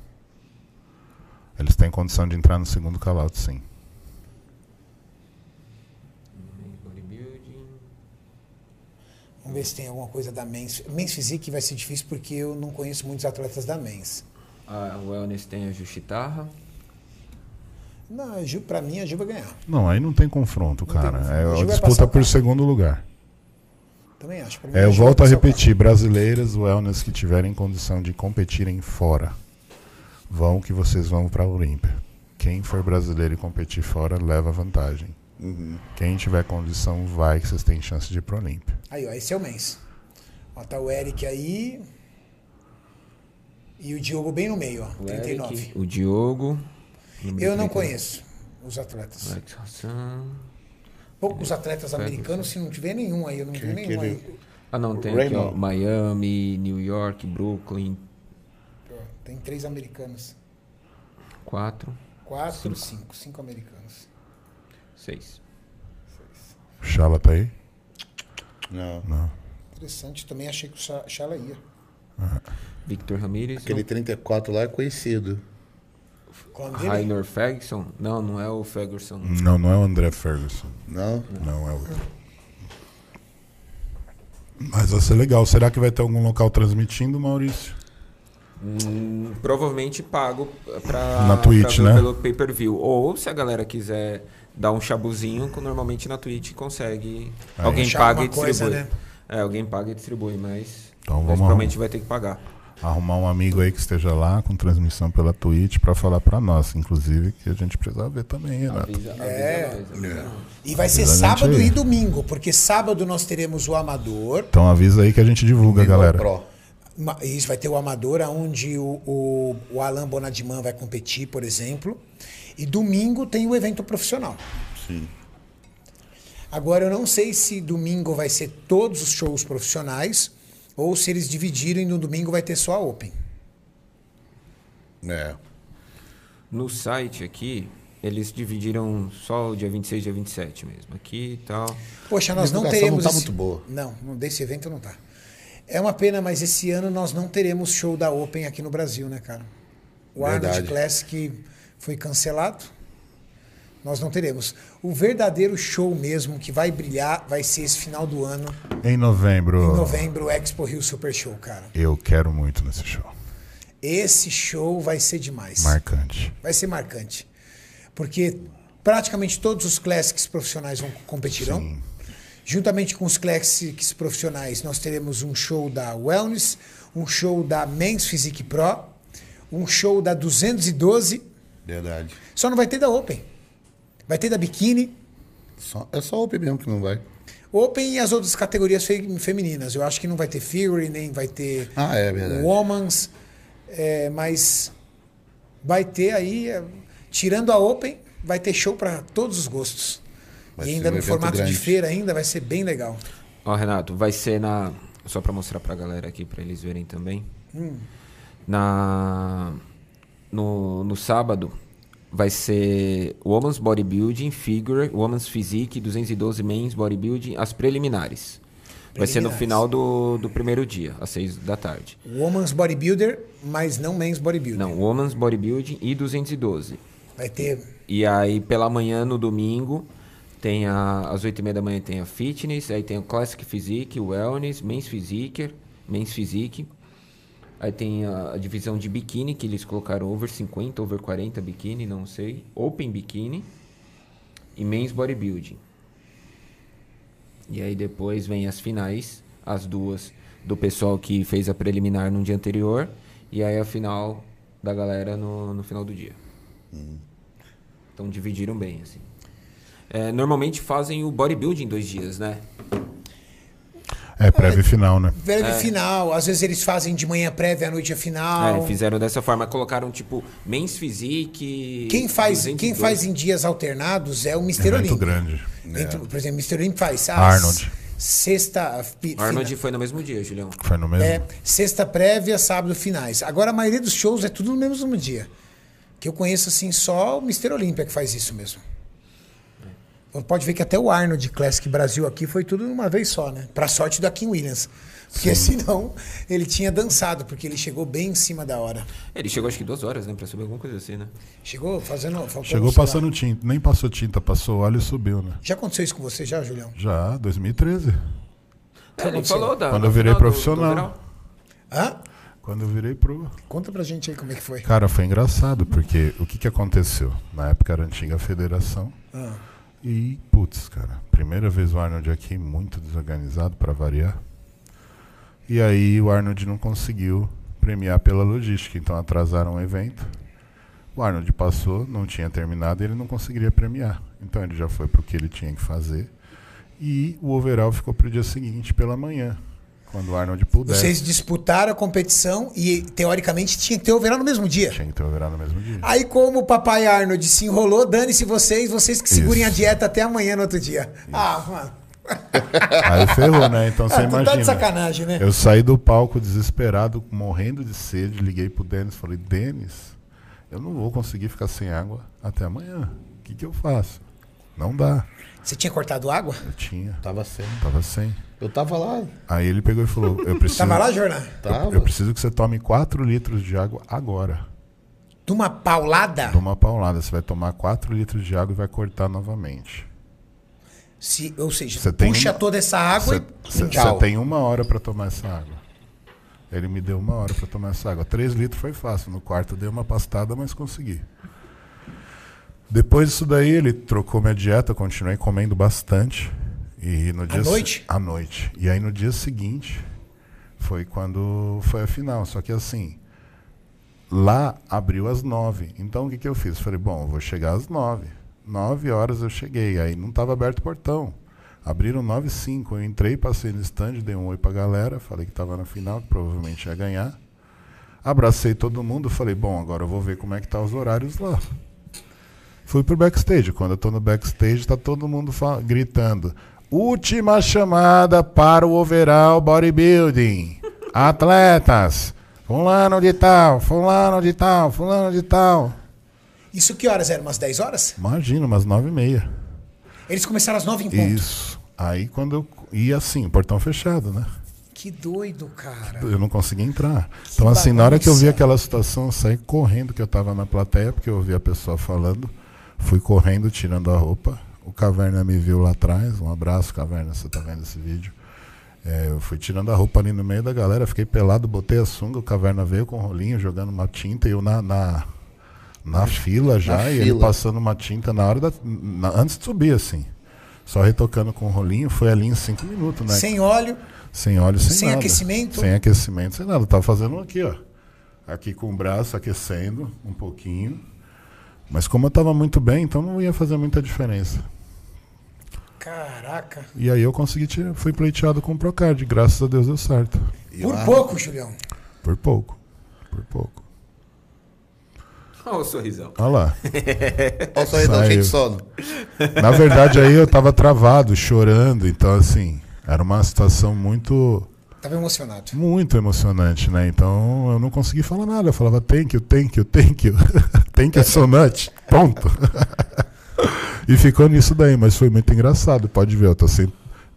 Speaker 2: Eles têm condição de entrar no segundo call-out, sim.
Speaker 1: Vamos ver se tem alguma coisa da Men's. Men's Physique vai ser difícil porque eu não conheço muitos atletas da Men's.
Speaker 4: A Wellness Ah, tem a Justitarra.
Speaker 1: Não, a Ju, pra mim, a Ju vai ganhar.
Speaker 2: Não, aí não tem confronto, cara.
Speaker 1: confronto.
Speaker 2: É
Speaker 1: A
Speaker 2: a
Speaker 1: gente vai
Speaker 2: disputa
Speaker 1: passar,
Speaker 2: por
Speaker 1: cara.
Speaker 2: segundo lugar.
Speaker 1: Também acho. Pra mim,
Speaker 2: É, eu
Speaker 1: Ju vai
Speaker 2: volto a
Speaker 1: passar o carro.
Speaker 2: repetir, brasileiras wellness que tiverem condição de competirem fora, vão que vocês vão para a Olímpia. Quem for brasileiro e competir fora, leva vantagem. Quem tiver condição, vai que vocês têm chance de ir para a Olímpia.
Speaker 1: Aí, ó, esse é o Mens. Ó, tá o Eric aí. E o Diogo bem no meio, ó.
Speaker 4: O
Speaker 1: 39.
Speaker 4: Eric, tá- o Diogo.
Speaker 1: Eu não conheço os atletas.
Speaker 4: Alex Hassan.
Speaker 1: Poucos atletas americanos, se não tiver nenhum aí, eu não vi
Speaker 4: é
Speaker 1: nenhum
Speaker 3: que ele-
Speaker 1: aí.
Speaker 4: Ah, não, tem aqui, ó,
Speaker 3: Raymond.
Speaker 4: Miami, New York, Brooklyn,
Speaker 1: Ó, Tem três americanos.
Speaker 4: 4,
Speaker 1: Quatro, cinco. Cinco americanos.
Speaker 4: 6.
Speaker 2: O Chala tá aí?
Speaker 3: Não.
Speaker 1: Interessante, também achei que o Cha- Chala ia.
Speaker 4: Victor Ramirez,
Speaker 3: Aquele 34 lá é conhecido.
Speaker 1: Qual o nome dele?
Speaker 4: Rainer Ferguson. Não, não é o Ferguson.
Speaker 2: Não, não é o André Ferguson.
Speaker 3: Não?
Speaker 2: Não é o. Mas vai ser legal. Será que vai ter algum local transmitindo, Maurício?
Speaker 4: Hum, provavelmente pago pra,
Speaker 2: Na
Speaker 4: pra
Speaker 2: Twitch,
Speaker 4: ver
Speaker 2: né?
Speaker 4: pelo pay-per-view. Ou se a galera quiser dar um chabuzinho, co- normalmente na Twitch consegue.
Speaker 2: Aí.
Speaker 4: Alguém
Speaker 1: Achar
Speaker 4: paga e
Speaker 1: alguma coisa,
Speaker 4: distribui.
Speaker 1: né?
Speaker 4: É, alguém paga e distribui, mas,
Speaker 2: Então
Speaker 4: mas
Speaker 2: vamos
Speaker 4: provavelmente vai ter que pagar.
Speaker 2: Arrumar um amigo aí que esteja lá com transmissão pela Twitch para falar para nós, inclusive, que a gente precisa ver também, né? Renato.
Speaker 4: Avisa, avisa
Speaker 1: É.
Speaker 4: nós, avisa nós.
Speaker 1: E vai ser
Speaker 2: Exatamente
Speaker 1: sábado
Speaker 2: aí.
Speaker 1: e domingo, porque sábado nós teremos o Amador.
Speaker 2: Então avisa aí que a gente divulga,
Speaker 1: é
Speaker 2: galera.
Speaker 3: Pro.
Speaker 1: Ma- Isso, vai ter o Amador, onde o, o, o Alain Bonadiman vai competir, por exemplo. E domingo tem o evento profissional.
Speaker 3: Sim.
Speaker 1: Agora, eu não sei se domingo vai ser todos os shows profissionais ou se eles dividirem no domingo vai ter só a Open.
Speaker 3: É.
Speaker 4: No site aqui, eles dividiram só o dia 26 dia 27 mesmo. Aqui e tal.
Speaker 1: Poxa, nós
Speaker 3: A
Speaker 1: não
Speaker 3: divulgação
Speaker 1: teremos.
Speaker 3: não tá
Speaker 1: esse-
Speaker 3: muito boa.
Speaker 1: Não, não, desse evento não tá. É uma pena, mas esse ano nós não teremos show da Open aqui no Brasil, né, cara? O Arnold
Speaker 3: Verdade.
Speaker 1: Classic foi cancelado. Nós não teremos. O verdadeiro show mesmo que vai brilhar vai ser esse final do ano,
Speaker 2: Em novembro,
Speaker 1: em novembro, o Expo Rio Super Show, cara.
Speaker 2: eu quero muito nesse show.
Speaker 1: Esse show vai ser demais.
Speaker 2: Marcante.
Speaker 1: Vai ser marcante. Porque praticamente todos os classics profissionais vão competirão. Juntamente com os classics profissionais, nós teremos um show da Wellness, um show da Men's Physique Pro, um show da 212,
Speaker 3: Verdade.
Speaker 1: só não vai ter da Open. Vai ter da Bikini.
Speaker 3: Só, é só o OP mesmo que não vai.
Speaker 1: Open e as outras categorias fe- femininas. Eu acho que não vai ter Fury, nem vai ter
Speaker 3: Ah, é verdade.
Speaker 1: Womans, é, mas vai ter aí, é, tirando a Open, vai ter show para todos os gostos.
Speaker 3: Vai
Speaker 1: e
Speaker 3: ser
Speaker 1: ainda
Speaker 3: um
Speaker 1: no
Speaker 3: evento
Speaker 1: formato
Speaker 3: grande.
Speaker 1: de feira ainda vai ser bem legal.
Speaker 4: Ó, Renato, vai ser na. Só pra mostrar pra galera aqui, pra eles verem também. Na. No, no sábado vai ser Women's Bodybuilding, Figure, Women's Physique, 212 Men's Bodybuilding, as preliminares. Vai ser no
Speaker 1: Preliminares.
Speaker 4: final do, do primeiro dia, às 6 da tarde.
Speaker 1: Woman's Bodybuilder, mas não Men's Bodybuilder.
Speaker 4: Não, Women's Bodybuilding e 212.
Speaker 1: Vai ter
Speaker 4: E aí, pela manhã, no domingo, tem a, às 8 e meia da manhã tem a Fitness, aí tem o Classic Physique, Wellness, Men's Physique, Men's Physique. Aí tem a, a divisão de biquíni, que eles colocaram over 50, over 40 biquíni, não sei. Open biquíni e Men's Bodybuilding. E aí depois vem as finais, as duas do pessoal que fez a preliminar no dia anterior. E aí a final da galera no, no final do dia. Então dividiram bem, assim. É, normalmente fazem o bodybuilding em dois dias, né?
Speaker 2: É prévia e final, né?
Speaker 1: breve final. Às vezes eles fazem de manhã prévia, à noite a final.
Speaker 4: É. É, fizeram dessa forma, colocaram tipo Men's Physique.
Speaker 1: Quem faz,
Speaker 4: 202.
Speaker 1: quem faz em dias alternados é o Mr.
Speaker 2: Evento
Speaker 1: Olímpio.
Speaker 2: grande.
Speaker 3: né?
Speaker 1: Entre- por exemplo, Mr. Olímpio faz ah,
Speaker 2: Arnold.
Speaker 1: sexta fi-
Speaker 4: Arnold
Speaker 1: fina-
Speaker 4: foi no mesmo dia, Julião.
Speaker 2: Foi no mesmo?
Speaker 1: é, sexta prévia, sábado finais. Agora a maioria dos shows é tudo no mesmo dia. Que eu conheço assim só o Mr. Olímpia que faz isso mesmo. Você Pode ver que até o Arnold Classic Brasil aqui foi tudo uma vez só, né? Pra sorte do Akin Williams. Porque (laughs) senão ele tinha dançado, porque ele chegou bem em cima da hora.
Speaker 4: É, Ele chegou acho que duas horas, né? Pra subir alguma coisa assim, né?
Speaker 1: Chegou fazendo. faltando,
Speaker 2: Chegou
Speaker 1: sei lá.
Speaker 2: passando tinta. Nem passou tinta, passou óleo e subiu, né?
Speaker 1: Já aconteceu isso com você, já, Julião?
Speaker 2: Já, 2013.
Speaker 4: É, ele falou da.
Speaker 2: Quando
Speaker 4: do
Speaker 2: eu virei
Speaker 4: final do-
Speaker 2: profissional.
Speaker 4: do verão.
Speaker 1: Hã?
Speaker 2: Quando eu virei pro.
Speaker 1: Conta pra gente aí como é que foi.
Speaker 2: Cara, foi engraçado, porque o que, que aconteceu? Na época era a antiga federação.
Speaker 1: Ah.
Speaker 2: E, putz, cara, primeira vez o Arnold aqui, muito desorganizado pra variar. E aí o Arnold não conseguiu premiar pela logística, então atrasaram o evento. O Arnold passou, não tinha terminado e ele não conseguiria premiar. Então ele já foi pro que ele tinha que fazer. E o overall ficou pro dia seguinte, pela manhã, quando o Arnold pudesse.
Speaker 1: Vocês disputaram a competição e, teoricamente, tinha que ter overall no mesmo dia.
Speaker 2: Tinha que ter o overall no mesmo dia.
Speaker 1: Aí, como o papai Arnold se enrolou, dane-se vocês, vocês que segurem
Speaker 2: Isso.
Speaker 1: a dieta até amanhã no outro dia. Ah, mano.
Speaker 2: Aí ferrou, né? Então
Speaker 1: (laughs)
Speaker 2: você
Speaker 1: Ah, tu tá de
Speaker 2: imagina.
Speaker 1: sacanagem, né?
Speaker 2: Eu saí do palco desesperado, morrendo de sede, liguei pro Denis, falei, Denis, eu não vou conseguir ficar sem água até amanhã. O que, que eu faço? Não dá.
Speaker 1: Você tinha cortado água?
Speaker 2: Eu tinha,
Speaker 3: Tava sem.
Speaker 2: tava sem.
Speaker 3: Eu tava lá.
Speaker 2: Aí ele pegou e falou, eu preciso.
Speaker 1: Tava lá, Jornal?
Speaker 3: Tava.
Speaker 2: Eu preciso que você tome 4 litros de água agora.
Speaker 1: De uma paulada?
Speaker 2: Toma uma paulada, você vai tomar 4 litros de água e vai cortar novamente.
Speaker 1: Se, ou seja,
Speaker 2: Você tem
Speaker 1: puxa
Speaker 2: uma-
Speaker 1: toda essa água e
Speaker 2: Você
Speaker 1: tchau.
Speaker 2: tem uma hora pra tomar essa água. Ele me deu uma hora pra tomar essa água. Três litros foi fácil. No quarto eu dei uma pastada, mas consegui. Depois disso daí, ele trocou minha dieta, eu continuei comendo bastante. E no dia se-
Speaker 1: noite?
Speaker 2: À noite. E aí no dia seguinte foi quando foi a final. Só que assim, lá abriu às nove. Então o que, que eu fiz? Falei, bom, eu vou chegar às nove. Nove horas eu cheguei. Aí não estava aberto o portão. Abriram nove e cinco. Eu entrei, passei no stand, dei um oi pra galera, falei que estava na final, que provavelmente ia ganhar. Abracei todo mundo, falei, bom, agora eu vou ver como é que tá os horários lá. Fui pro backstage. Quando eu tô no backstage, tá todo mundo fa- gritando. Última chamada para o overall bodybuilding. Atletas. Fulano de tal, fulano de tal, fulano de tal.
Speaker 1: Isso que horas? Era umas 10 horas?
Speaker 2: Imagina, umas nove e meia.
Speaker 1: Eles começaram às 9 em ponto.
Speaker 2: Isso. Aí quando eu... E assim, portão fechado, né?
Speaker 1: Que doido, cara.
Speaker 2: Eu não consegui entrar. Então, assim, na hora que eu vi
Speaker 1: bagunça.
Speaker 2: aquela situação, eu saí correndo, que eu tava na plateia, porque eu ouvi a pessoa falando. Fui correndo, tirando a roupa. O Caverna me viu lá atrás. Um abraço, Caverna, você tá vendo esse vídeo. É, eu fui tirando a roupa ali no meio da galera, fiquei pelado, botei a sunga, o Caverna veio com o rolinho, jogando uma tinta, e eu na, na, na fila já, e ele
Speaker 3: fila.
Speaker 2: passando uma tinta na hora da. na- antes de subir, assim. Só retocando com o rolinho, foi ali em cinco minutos, né?
Speaker 1: Sem óleo,
Speaker 2: Sem óleo, sem,
Speaker 1: Sem
Speaker 2: nada.
Speaker 1: aquecimento?
Speaker 2: Sem aquecimento, sem nada. Tava fazendo aqui, ó. Aqui com o braço aquecendo um pouquinho. Mas como eu tava muito bem, então não ia fazer muita diferença.
Speaker 1: Caraca.
Speaker 2: E aí eu consegui tirar, fui pleiteado com o Procard, graças a Deus deu certo.
Speaker 3: E
Speaker 1: Por
Speaker 3: lá-
Speaker 1: pouco, Julião.
Speaker 2: Por pouco. Por pouco.
Speaker 4: Olha Ah, o sorrisão.
Speaker 2: Olha lá.
Speaker 3: Olha o sorridão cheio de
Speaker 2: Saiu.
Speaker 3: sono.
Speaker 2: Na verdade, aí eu tava travado, chorando, então assim, era uma situação muito
Speaker 1: Tava emocionado.
Speaker 2: muito emocionante, né? Então eu não consegui falar nada, eu falava thank you, thank you, thank you. (laughs) thank you so much. Ponto. (laughs) e ficou nisso daí, mas foi muito engraçado, pode ver, eu tô sem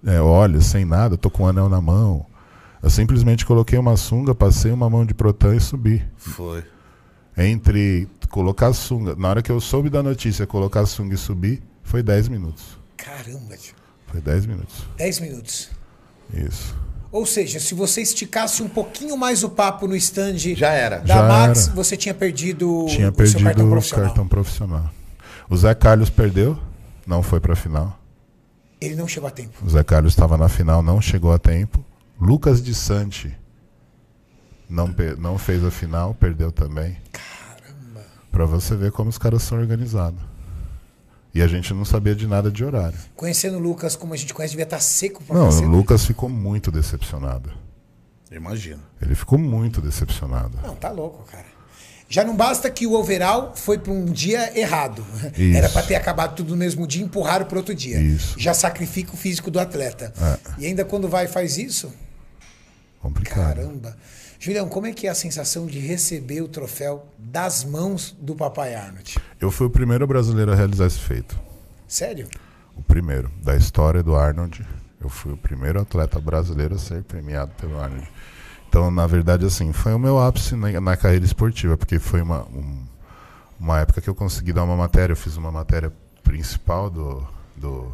Speaker 2: é, olho, sem nada, eu tô com um anel na mão. Eu simplesmente coloquei uma sunga, passei uma mão de protan e subi
Speaker 3: Foi.
Speaker 2: entre colocar a sunga. Na hora que eu soube da notícia, colocar a sunga e subir, foi 10 minutos.
Speaker 1: Caramba, tio.
Speaker 2: Foi 10 minutos.
Speaker 1: 10 minutos.
Speaker 2: Isso.
Speaker 1: Ou seja, se você esticasse um pouquinho mais o papo no stand
Speaker 3: Já era.
Speaker 1: da
Speaker 2: Já
Speaker 1: Max,
Speaker 2: era.
Speaker 1: você tinha perdido
Speaker 2: Tinha
Speaker 1: o
Speaker 2: perdido
Speaker 1: seu cartão
Speaker 2: o
Speaker 1: profissional.
Speaker 2: cartão profissional. O Zé Carlos perdeu, não foi pra final.
Speaker 1: Ele não chegou a tempo.
Speaker 2: O Zé Carlos estava na final, não chegou a tempo. Lucas de Santi não, pe- não fez a final, perdeu também.
Speaker 1: Caramba.
Speaker 2: Pra você ver como os caras são organizados. E a gente não sabia de nada de horário.
Speaker 1: Conhecendo o Lucas como a gente conhece, devia estar seco pra
Speaker 2: Não, o
Speaker 1: cacete.
Speaker 2: Lucas ficou muito decepcionado.
Speaker 3: Imagino.
Speaker 2: Ele ficou muito decepcionado.
Speaker 1: Não, tá louco, cara. Já não basta que o overall foi pra um dia errado.
Speaker 2: Isso.
Speaker 1: Era pra ter acabado tudo no mesmo dia e empurraram pro outro dia.
Speaker 2: Isso. É.
Speaker 1: Já sacrifica o físico do atleta. E ainda quando vai e faz isso,
Speaker 2: Complicado.
Speaker 1: caramba. Julião, como é que é a sensação de receber o troféu das mãos do Papai Arnold?
Speaker 2: Eu fui o primeiro brasileiro a realizar esse feito.
Speaker 1: Sério?
Speaker 2: O primeiro da história do Arnold. Eu fui o primeiro atleta brasileiro a ser premiado pelo Arnold. Então, na verdade, assim, foi o meu ápice na, na carreira esportiva, porque foi uma, um- uma época que eu consegui dar uma matéria. Eu fiz uma matéria principal do. do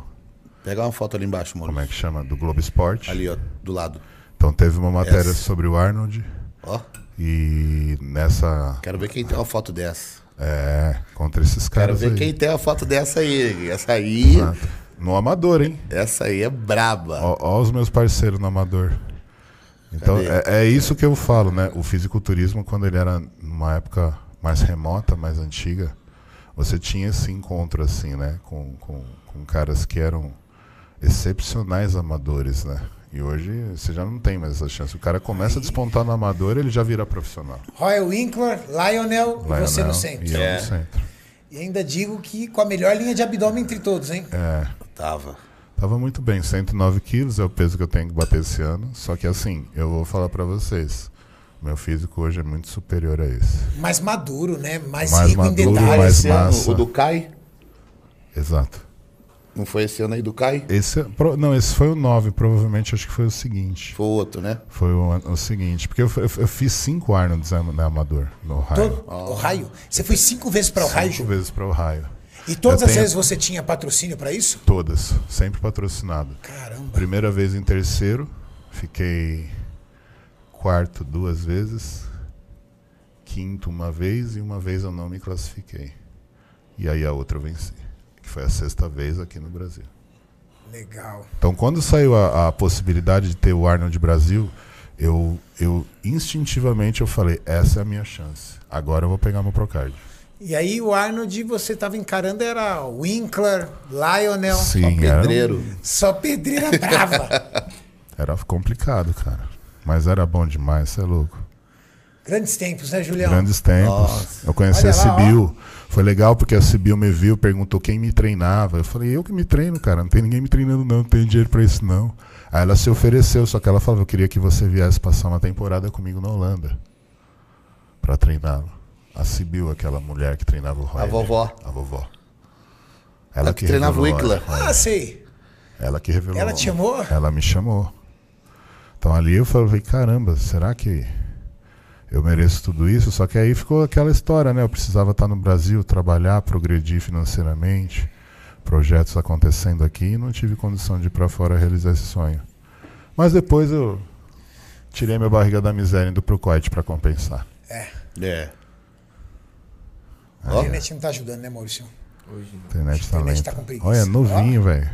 Speaker 3: Pegar uma foto ali embaixo,
Speaker 2: como é
Speaker 3: Maurício.
Speaker 2: que chama? Do Globo Esporte.
Speaker 3: Ali, ó, do lado.
Speaker 2: Então, teve uma matéria
Speaker 3: Essa.
Speaker 2: sobre o Arnold.
Speaker 3: Ó,
Speaker 2: E nessa.
Speaker 3: quero ver quem tem uma foto dessa.
Speaker 2: É, contra esses
Speaker 3: Quero
Speaker 2: caras.
Speaker 3: ver
Speaker 2: aí.
Speaker 3: quem tem uma foto dessa aí. Essa aí,
Speaker 2: Exato. No amador, hein?
Speaker 3: essa aí é braba.
Speaker 2: Ó, ó os meus parceiros no amador. Então,
Speaker 3: Cadê?
Speaker 2: é, é isso que eu falo, né? O fisiculturismo, quando ele era numa época mais remota, mais antiga, você tinha esse encontro, assim, né? Com, com, com caras que eram excepcionais amadores, né? E hoje você já não tem mais essa chance. O cara começa a despontar no amador, ele já vira profissional.
Speaker 1: Royal Winkler, Lionel, e você
Speaker 2: Lionel
Speaker 1: no centro.
Speaker 2: E eu
Speaker 3: É.
Speaker 2: no centro.
Speaker 1: E ainda digo que com a melhor linha de abdômen entre todos, hein?
Speaker 2: É.
Speaker 3: Tava.
Speaker 2: Tava muito bem, 109 quilos é o peso que eu tenho que bater esse ano. Só que assim, eu vou falar pra vocês, meu físico hoje é muito superior a esse.
Speaker 1: Mais maduro, né? Mais,
Speaker 2: Mais
Speaker 1: rico em
Speaker 2: maduro,
Speaker 1: detalhes.
Speaker 2: mais
Speaker 3: Ah, Esse ano,
Speaker 2: massa.
Speaker 3: o do Kai?
Speaker 2: Exato.
Speaker 3: Não foi esse ano aí do Kai?
Speaker 2: Esse, é- pro- não, esse foi o 9, provavelmente acho que foi o seguinte.
Speaker 3: Foi o outro, né?
Speaker 2: Foi o, an- o seguinte, porque eu, f- eu f- eu fiz 5 Arnolds né, na Amador, no raio.
Speaker 1: Todo... O raio. Você foi cinco vezes para o raio,
Speaker 2: Cinco
Speaker 1: Ju?
Speaker 2: vezes para o raio.
Speaker 1: E todas
Speaker 2: Eu
Speaker 1: as
Speaker 2: tenho-
Speaker 1: vezes você tinha patrocínio para isso?
Speaker 2: Todas, sempre patrocinado.
Speaker 1: Caramba.
Speaker 2: Primeira vez em terceiro, fiquei quarto duas vezes, quinto uma vez e uma vez eu não me classifiquei. E aí a outra eu venci, que foi a sexta vez aqui no Brasil.
Speaker 1: Legal.
Speaker 2: Então quando saiu a, a possibilidade de ter o Arnold Brasil, eu, eu instintivamente eu falei, essa é a minha chance. Agora eu vou pegar meu Procard.
Speaker 1: E aí o Arnold, você tava encarando, era Winkler, Lionel,
Speaker 2: era um-
Speaker 3: Pedreiro.
Speaker 1: só pedreira
Speaker 2: (laughs)
Speaker 1: brava.
Speaker 2: era complicado, cara. Mas era bom demais, você é louco.
Speaker 1: Grandes tempos, né, Julião?
Speaker 2: Grandes tempos.
Speaker 3: Nossa.
Speaker 2: Eu conheci
Speaker 1: Olha
Speaker 2: a
Speaker 1: lá,
Speaker 2: Sibil. Foi legal porque a Sibil me viu, perguntou quem me treinava. Eu falei, eu que me treino, cara. Não tem ninguém me treinando, não. Não tenho dinheiro pra isso, não. Aí ela se ofereceu, só que ela falou, eu queria que você viesse passar uma temporada comigo na Holanda. Pra treiná-lo. A Sibil, aquela mulher que treinava o Roy.
Speaker 3: vovó.
Speaker 2: A vovó. Ela
Speaker 3: que treinava o
Speaker 2: revelou
Speaker 3: Wickler.
Speaker 2: a-
Speaker 1: Ah, sei.
Speaker 2: ela que revelou.
Speaker 1: Ela te chamou?
Speaker 2: Ela me chamou. Então ali eu falei, caramba, será que eu mereço tudo isso? Só que aí ficou aquela história, né? Eu precisava estar no Brasil, trabalhar, progredir financeiramente, projetos acontecendo aqui e não tive condição de ir pra fora realizar esse sonho. Mas depois eu tirei minha barriga da miséria indo pro coite pra compensar.
Speaker 3: É.
Speaker 1: A
Speaker 3: Ó,
Speaker 1: internet não tá ajudando, né, Maurício?
Speaker 4: Hoje não.
Speaker 2: Internet tá
Speaker 1: Internet
Speaker 2: lenta.
Speaker 1: tá com preguiça.
Speaker 2: Olha, novinho, velho.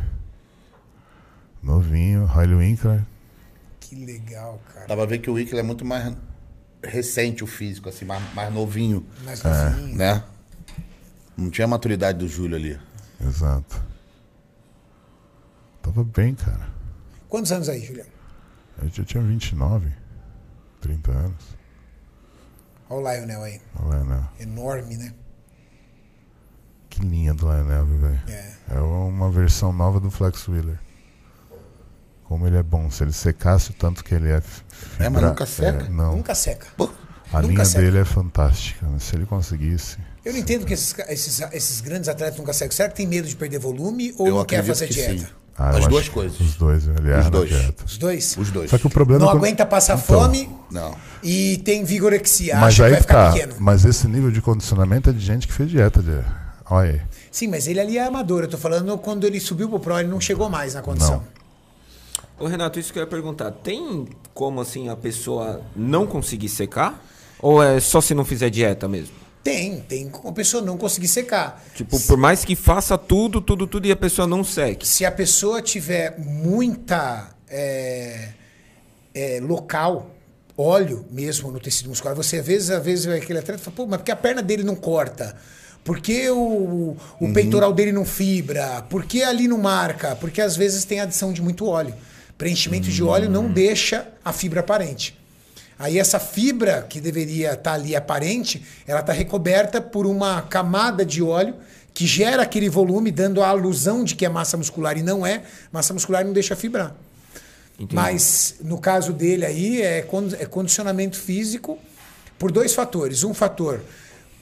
Speaker 2: Novinho, Roy Winkler.
Speaker 1: Que legal, cara.
Speaker 3: dá pra ver que o Wickler é muito mais recente o físico, assim, mais, mais novinho,
Speaker 1: Mas novinho.
Speaker 3: né? Não tinha a maturidade do Júlio ali.
Speaker 2: Exato. Tava bem, cara.
Speaker 1: Quantos anos aí, Juliano?
Speaker 2: Eu já tinha 29, 30 anos.
Speaker 1: Olha o Lionel aí.
Speaker 2: O Lionel.
Speaker 1: Enorme, né?
Speaker 2: Que linha do Lionel, viu, velho.
Speaker 1: É.
Speaker 2: É uma versão nova do Flex Wheeler. Como ele é bom. Se ele secasse o tanto que ele é. fi-
Speaker 3: É, mas
Speaker 2: fibra-
Speaker 3: nunca seca.
Speaker 2: não.
Speaker 1: Nunca seca.
Speaker 3: Pô,
Speaker 2: A
Speaker 1: nunca
Speaker 2: linha
Speaker 1: seca.
Speaker 2: dele é fantástica. né? Se ele conseguisse.
Speaker 1: Eu não entendo que esses, ca- esses, esses grandes atletas nunca secam. Será que tem medo de perder volume ou
Speaker 3: Eu
Speaker 1: não quer
Speaker 3: acredito
Speaker 1: fazer
Speaker 3: que
Speaker 1: dieta?
Speaker 3: sim.
Speaker 2: Ah, eu
Speaker 3: As
Speaker 2: acho
Speaker 3: duas
Speaker 2: que
Speaker 3: coisas.
Speaker 2: Os dois, ele erra na
Speaker 3: dois.
Speaker 2: dieta.
Speaker 1: Os dois?
Speaker 3: Os dois.
Speaker 2: Só que o problema
Speaker 1: Não
Speaker 2: é quando-
Speaker 1: aguenta passar
Speaker 2: Então,
Speaker 1: fome
Speaker 3: Não.
Speaker 1: e tem vigorexia.
Speaker 2: Mas
Speaker 1: acha que
Speaker 2: aí
Speaker 1: vai
Speaker 2: que
Speaker 1: ficar
Speaker 2: tá.
Speaker 1: pequeno.
Speaker 2: Mas esse nível de condicionamento é de gente que fez dieta. De... Olha aí.
Speaker 1: Sim, mas ele ali é amador. Eu tô falando quando ele subiu pro Pro, ele não chegou mais na condição.
Speaker 4: Ô Renato, isso que eu ia perguntar. Tem como assim a pessoa não conseguir secar? Ou é só se não fizer dieta mesmo?
Speaker 1: Tem, tem como a pessoa não conseguir secar.
Speaker 4: Tipo, por mais que faça tudo, tudo, tudo e a pessoa não seque.
Speaker 1: Se a pessoa tiver muita é, é, local, óleo mesmo no tecido muscular, você às vezes, às vezes aquele atleta fala, pô, mas porque a perna dele não corta? Por que o, o peitoral dele não fibra? Por que ali não marca? Porque às vezes tem adição de muito óleo. Preenchimento de óleo não deixa a fibra aparente. Aí essa fibra que deveria estar ali aparente, ela está recoberta por uma camada de óleo que gera aquele volume, dando a alusão de que é massa muscular e não é. Massa muscular não deixa fibrar.
Speaker 4: Entendi.
Speaker 1: Mas no caso dele aí é, con- é condicionamento físico por dois fatores. Um fator,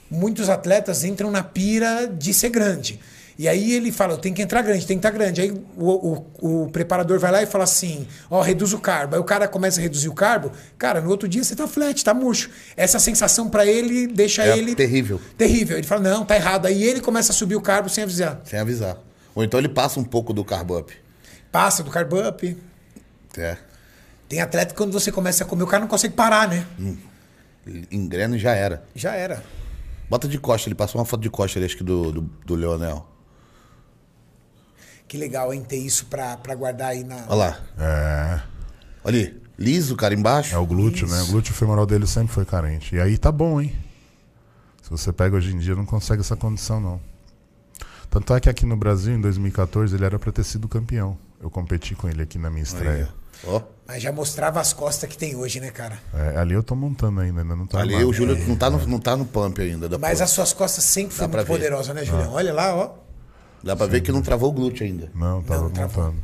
Speaker 1: muitos atletas entram na pira de ser grande. E aí ele fala, tem que entrar grande, tem que estar grande. Aí o, o- o preparador vai lá e fala assim, ó, reduz o carbo. Aí o cara começa a reduzir o carbo, cara, no outro dia você tá flat, tá murcho. Essa sensação pra ele deixa
Speaker 3: É
Speaker 1: ele...
Speaker 3: terrível.
Speaker 1: Terrível. Ele fala, não, tá errado. Aí ele começa a subir o carbo sem avisar.
Speaker 3: Sem avisar. Ou então ele passa um pouco do carb up.
Speaker 1: Passa do carb up.
Speaker 3: É.
Speaker 1: Tem atleta que quando você começa a comer, o cara não consegue parar, né?
Speaker 3: Engrena e já era.
Speaker 1: Já era.
Speaker 3: Bota de costa, ele passou uma foto de costa ali, acho que do, do, do Leonel.
Speaker 1: Que legal, hein? Ter isso pra, pra guardar aí na.
Speaker 3: Olha lá.
Speaker 2: É.
Speaker 3: Olha ali. Liso, cara, embaixo.
Speaker 2: É o glúteo, né? O glúteo femoral dele sempre foi carente. E aí tá bom, hein? Se você pega hoje em dia, não consegue essa condição, não. Tanto é que aqui no Brasil, em 2014, ele era pra ter sido campeão. Eu competi com ele aqui na minha
Speaker 3: Aí,
Speaker 2: estreia.
Speaker 3: ó. Ó.
Speaker 1: Mas já mostrava as costas que tem hoje, né, cara?
Speaker 2: É, ali eu tô montando ainda, ainda não tá
Speaker 3: Ali
Speaker 2: armado.
Speaker 3: o Júlio não, tá no, não tá no pump ainda. Dá
Speaker 1: Mas
Speaker 3: pra,
Speaker 1: as suas costas sempre
Speaker 3: Dá
Speaker 1: foram
Speaker 3: pra
Speaker 1: muito
Speaker 3: ver.
Speaker 1: poderosas, né,
Speaker 2: Ah.
Speaker 1: Julião? Olha lá, ó.
Speaker 3: dá pra ver que não travou o glúteo ainda.
Speaker 2: Não, tava
Speaker 1: Não, travou.
Speaker 2: montando.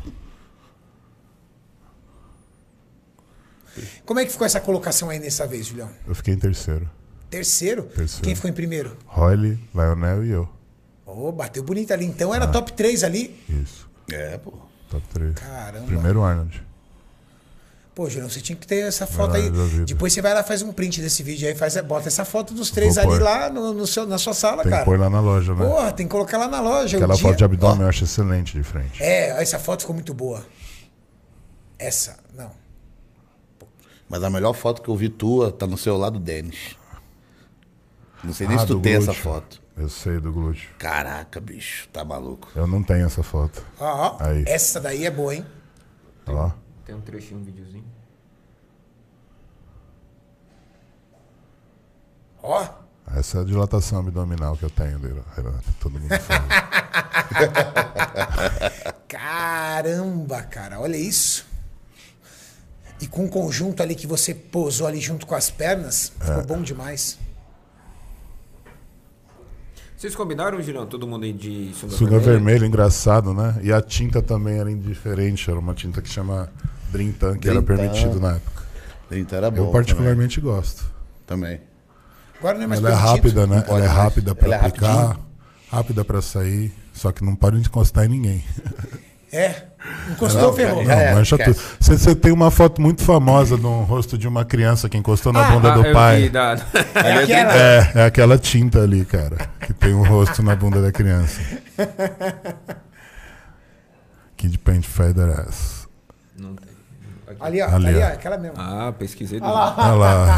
Speaker 1: Como é que ficou essa colocação aí nessa vez, Julião?
Speaker 2: Eu fiquei em terceiro.
Speaker 1: Terceiro?
Speaker 2: Terceiro.
Speaker 1: Quem ficou em primeiro?
Speaker 2: Royle, Lionel e eu.
Speaker 1: Ô, bateu bonito ali. Então
Speaker 2: Ah.
Speaker 1: era top 3 ali.
Speaker 2: Isso.
Speaker 3: É, pô.
Speaker 2: Top 3.
Speaker 1: Caramba.
Speaker 2: Primeiro Arnold.
Speaker 1: Pô, Julião, você tinha que ter essa foto aí.
Speaker 2: Verdade Ah, da vida.
Speaker 1: Depois você vai lá, faz um print desse vídeo aí, faz, bota essa foto dos três
Speaker 2: Vou
Speaker 1: ali
Speaker 2: pôr.
Speaker 1: lá no, no seu, na sua sala,
Speaker 2: Tem que
Speaker 1: cara.
Speaker 2: pôr lá na loja, né?
Speaker 1: Porra, tem que colocar lá na loja. o
Speaker 2: Aquela
Speaker 1: dia-
Speaker 2: foto de abdômen eu acho excelente de frente.
Speaker 1: É, essa foto ficou muito boa. Essa, não.
Speaker 3: Mas a melhor foto que eu vi tua tá no seu lado, Denis. Não sei nem
Speaker 2: Ah,
Speaker 3: se tu
Speaker 2: do
Speaker 3: tem essa
Speaker 2: glúteo.
Speaker 3: foto.
Speaker 2: Eu sei do glúteo.
Speaker 3: Caraca, bicho, tá maluco.
Speaker 2: Eu não tenho essa foto.
Speaker 1: Ó, ó,
Speaker 2: Aí.
Speaker 1: essa daí é boa, hein?
Speaker 2: Olha lá.
Speaker 4: Tem um trechinho, um videozinho.
Speaker 1: Ó,
Speaker 2: Essa é a dilatação abdominal que eu tenho, Renato. Todo
Speaker 3: (laughs)
Speaker 2: mundo fala.
Speaker 1: caramba, cara, olha isso. E com o conjunto ali que você posou ali junto com as pernas, ficou
Speaker 2: É.
Speaker 1: bom demais.
Speaker 4: Vocês combinaram, Julião? Todo mundo aí de sunga,
Speaker 2: Sunga vermelha, engraçado, né? E a tinta também era indiferente. Era uma tinta que chama Dream Tan, que era
Speaker 3: Dream Tan.
Speaker 2: permitido na época.
Speaker 3: Então era bom.
Speaker 2: Eu particularmente gosto.
Speaker 3: Também. também.
Speaker 1: Agora não é mais
Speaker 2: Ela é
Speaker 1: permitido.
Speaker 2: rápida, né? Ela
Speaker 3: pode
Speaker 2: é
Speaker 3: mais.
Speaker 2: rápida
Speaker 3: Ela
Speaker 2: pra
Speaker 3: é
Speaker 2: aplicar,
Speaker 3: rapidinho.
Speaker 2: rápida pra sair. Só que não pode encostar em ninguém.
Speaker 1: É, encostou,
Speaker 3: Não,
Speaker 1: ferrou. É
Speaker 3: Já
Speaker 2: Não,
Speaker 3: era,
Speaker 2: mancha
Speaker 3: esquece.
Speaker 2: tudo. Você, você tem uma foto muito famosa de um rosto de uma criança que encostou
Speaker 4: Ah,
Speaker 2: na bunda do
Speaker 1: É
Speaker 2: pai.
Speaker 3: Ali é
Speaker 1: aquela.
Speaker 2: É, é aquela tinta ali, cara, que tem o rosto na bunda da criança. Kid Paint Feather Ass.
Speaker 4: Não tem. Aqui.
Speaker 1: Ali, ó,
Speaker 2: Ali,
Speaker 1: ali, ó,
Speaker 2: ó.
Speaker 1: aquela mesmo.
Speaker 4: (laughs) Ah, pesquisei. do-
Speaker 2: Olha lá.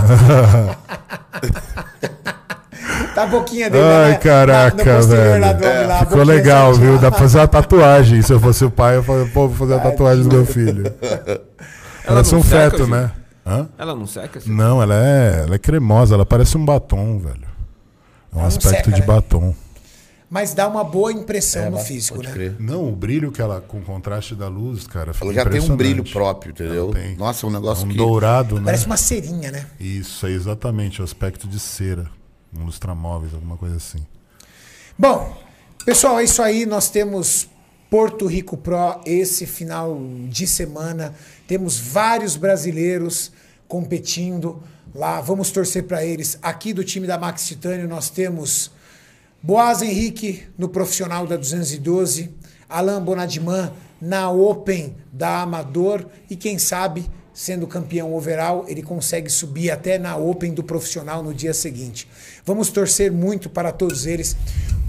Speaker 1: Tá a boquinha dele
Speaker 2: Ai,
Speaker 1: né?
Speaker 2: caraca,
Speaker 1: Na- no posterior
Speaker 2: velho.
Speaker 1: lá do homem lá, a
Speaker 2: Ficou
Speaker 1: boquinha
Speaker 2: legal,
Speaker 1: certinha.
Speaker 2: viu? Dá pra fazer uma tatuagem. Se eu fosse o pai, eu falei, pô, vou fazer a tatuagem do meu filho. Parece
Speaker 4: não
Speaker 2: um
Speaker 4: seca, assim?
Speaker 2: feto,
Speaker 4: filho?
Speaker 2: né? Hã?
Speaker 4: Ela não seca? assim?
Speaker 2: Não, ela é, ela é cremosa, ela parece um batom, velho. É um
Speaker 1: não
Speaker 2: aspecto
Speaker 1: seca,
Speaker 2: de
Speaker 1: né?
Speaker 2: batom.
Speaker 1: mas dá uma boa impressão
Speaker 3: É,
Speaker 1: no
Speaker 3: mas
Speaker 1: físico,
Speaker 3: pode
Speaker 1: né?
Speaker 3: crer.
Speaker 2: Não, o brilho que ela, com o contraste da luz, cara, fica
Speaker 3: Ela já tem um
Speaker 2: impressionante.
Speaker 3: brilho próprio, entendeu?
Speaker 2: Ela tem.
Speaker 3: Nossa, é um
Speaker 2: É
Speaker 3: negócio
Speaker 2: um
Speaker 3: que.
Speaker 2: dourado, né?
Speaker 1: Parece uma cerinha, né?
Speaker 2: Isso, é exatamente o aspecto de cera. Um lustramóveis, alguma coisa assim.
Speaker 1: Bom, pessoal, é isso aí. Nós temos Porto Rico Pro esse final de semana. Temos vários brasileiros competindo lá. Vamos torcer para eles. Aqui do time da Max Titânio nós temos Boaz Henrique no profissional da 212, Alain Bonadiman na Open da Amador e quem sabe sendo campeão overall, ele consegue subir até na Open do profissional no dia seguinte. Vamos torcer muito para todos eles.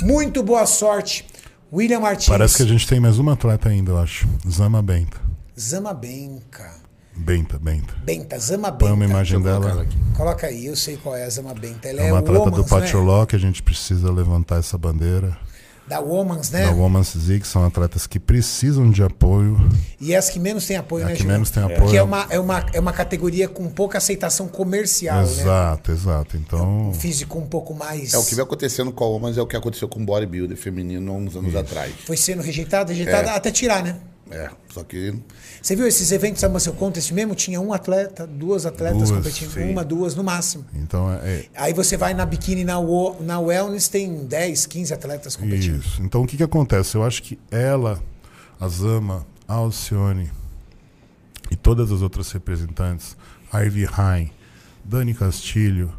Speaker 1: Muito boa sorte, William Martins.
Speaker 2: Parece que a gente tem mais uma atleta ainda, eu acho. Zama Benta.
Speaker 1: Zama Benca.
Speaker 2: Benta, Benta.
Speaker 1: Benta, Zama
Speaker 2: Põe uma
Speaker 1: Benca.
Speaker 2: imagem dela.
Speaker 1: Coloca aí, eu sei qual é a Zama Benta. Ela
Speaker 2: É
Speaker 1: é,
Speaker 2: uma atleta do
Speaker 1: Womans, né?
Speaker 2: Patioló que a gente precisa levantar essa bandeira.
Speaker 1: Da Womans, né?
Speaker 2: Da Woman's League, são atletas que precisam de apoio.
Speaker 1: E é as que menos têm apoio,
Speaker 2: É
Speaker 1: né,
Speaker 2: que
Speaker 1: Gil?
Speaker 2: menos tem
Speaker 1: Porque
Speaker 2: apoio.
Speaker 1: é uma, é, uma, é uma categoria com pouca aceitação comercial, né?
Speaker 2: exato, exato. Então,
Speaker 1: Um físico um pouco mais.
Speaker 3: É o que vem acontecendo com a Omas, é o que aconteceu com o bodybuilder feminino há uns anos atrás.
Speaker 1: Foi sendo rejeitado, rejeitado, até tirar, né?
Speaker 3: É, só que
Speaker 1: Você viu esses eventos da Muscle Contest mesmo? Tinha um atleta, duas atletas
Speaker 2: Duas,
Speaker 1: competindo,
Speaker 2: sim.
Speaker 1: uma, duas no máximo.
Speaker 2: então é, é
Speaker 1: Aí você vai na biquíni na, Wo- na Wellness, tem 10, 15 atletas competindo.
Speaker 2: isso. Então o que, que acontece? Eu acho que ela, a Zama, a Alcione e todas as outras representantes, a Ivy Hein, Dani Castilho,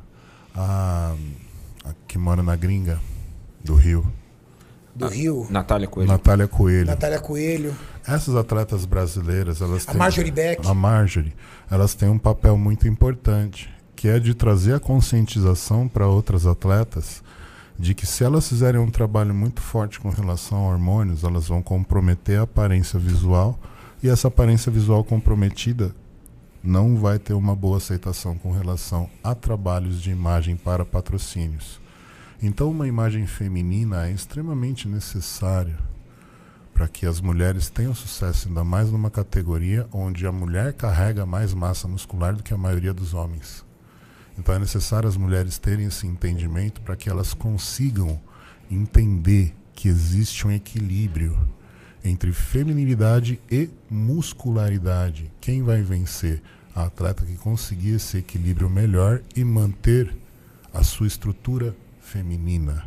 Speaker 2: a, a que mora na gringa do Rio,
Speaker 1: Do Rio,
Speaker 4: Natália Coelho.
Speaker 2: Natália Coelho.
Speaker 1: Natália Coelho.
Speaker 2: Essas atletas brasileiras, elas
Speaker 1: A
Speaker 2: têm-
Speaker 1: Marjorie Beck.
Speaker 2: a Marjorie, elas têm um papel muito importante, que é de trazer a conscientização para outras atletas de que se elas fizerem um trabalho muito forte com relação a hormônios, elas vão comprometer a aparência visual e essa aparência visual comprometida não vai ter uma boa aceitação com relação a trabalhos de imagem para patrocínios. Então, uma imagem feminina é extremamente necessária para que as mulheres tenham sucesso, ainda mais numa categoria onde a mulher carrega mais massa muscular do que a maioria dos homens. Então é necessário as mulheres terem esse entendimento para que elas consigam entender que existe um equilíbrio entre feminilidade e muscularidade. Quem vai vencer? A atleta que conseguir esse equilíbrio melhor e manter a sua estrutura feminina.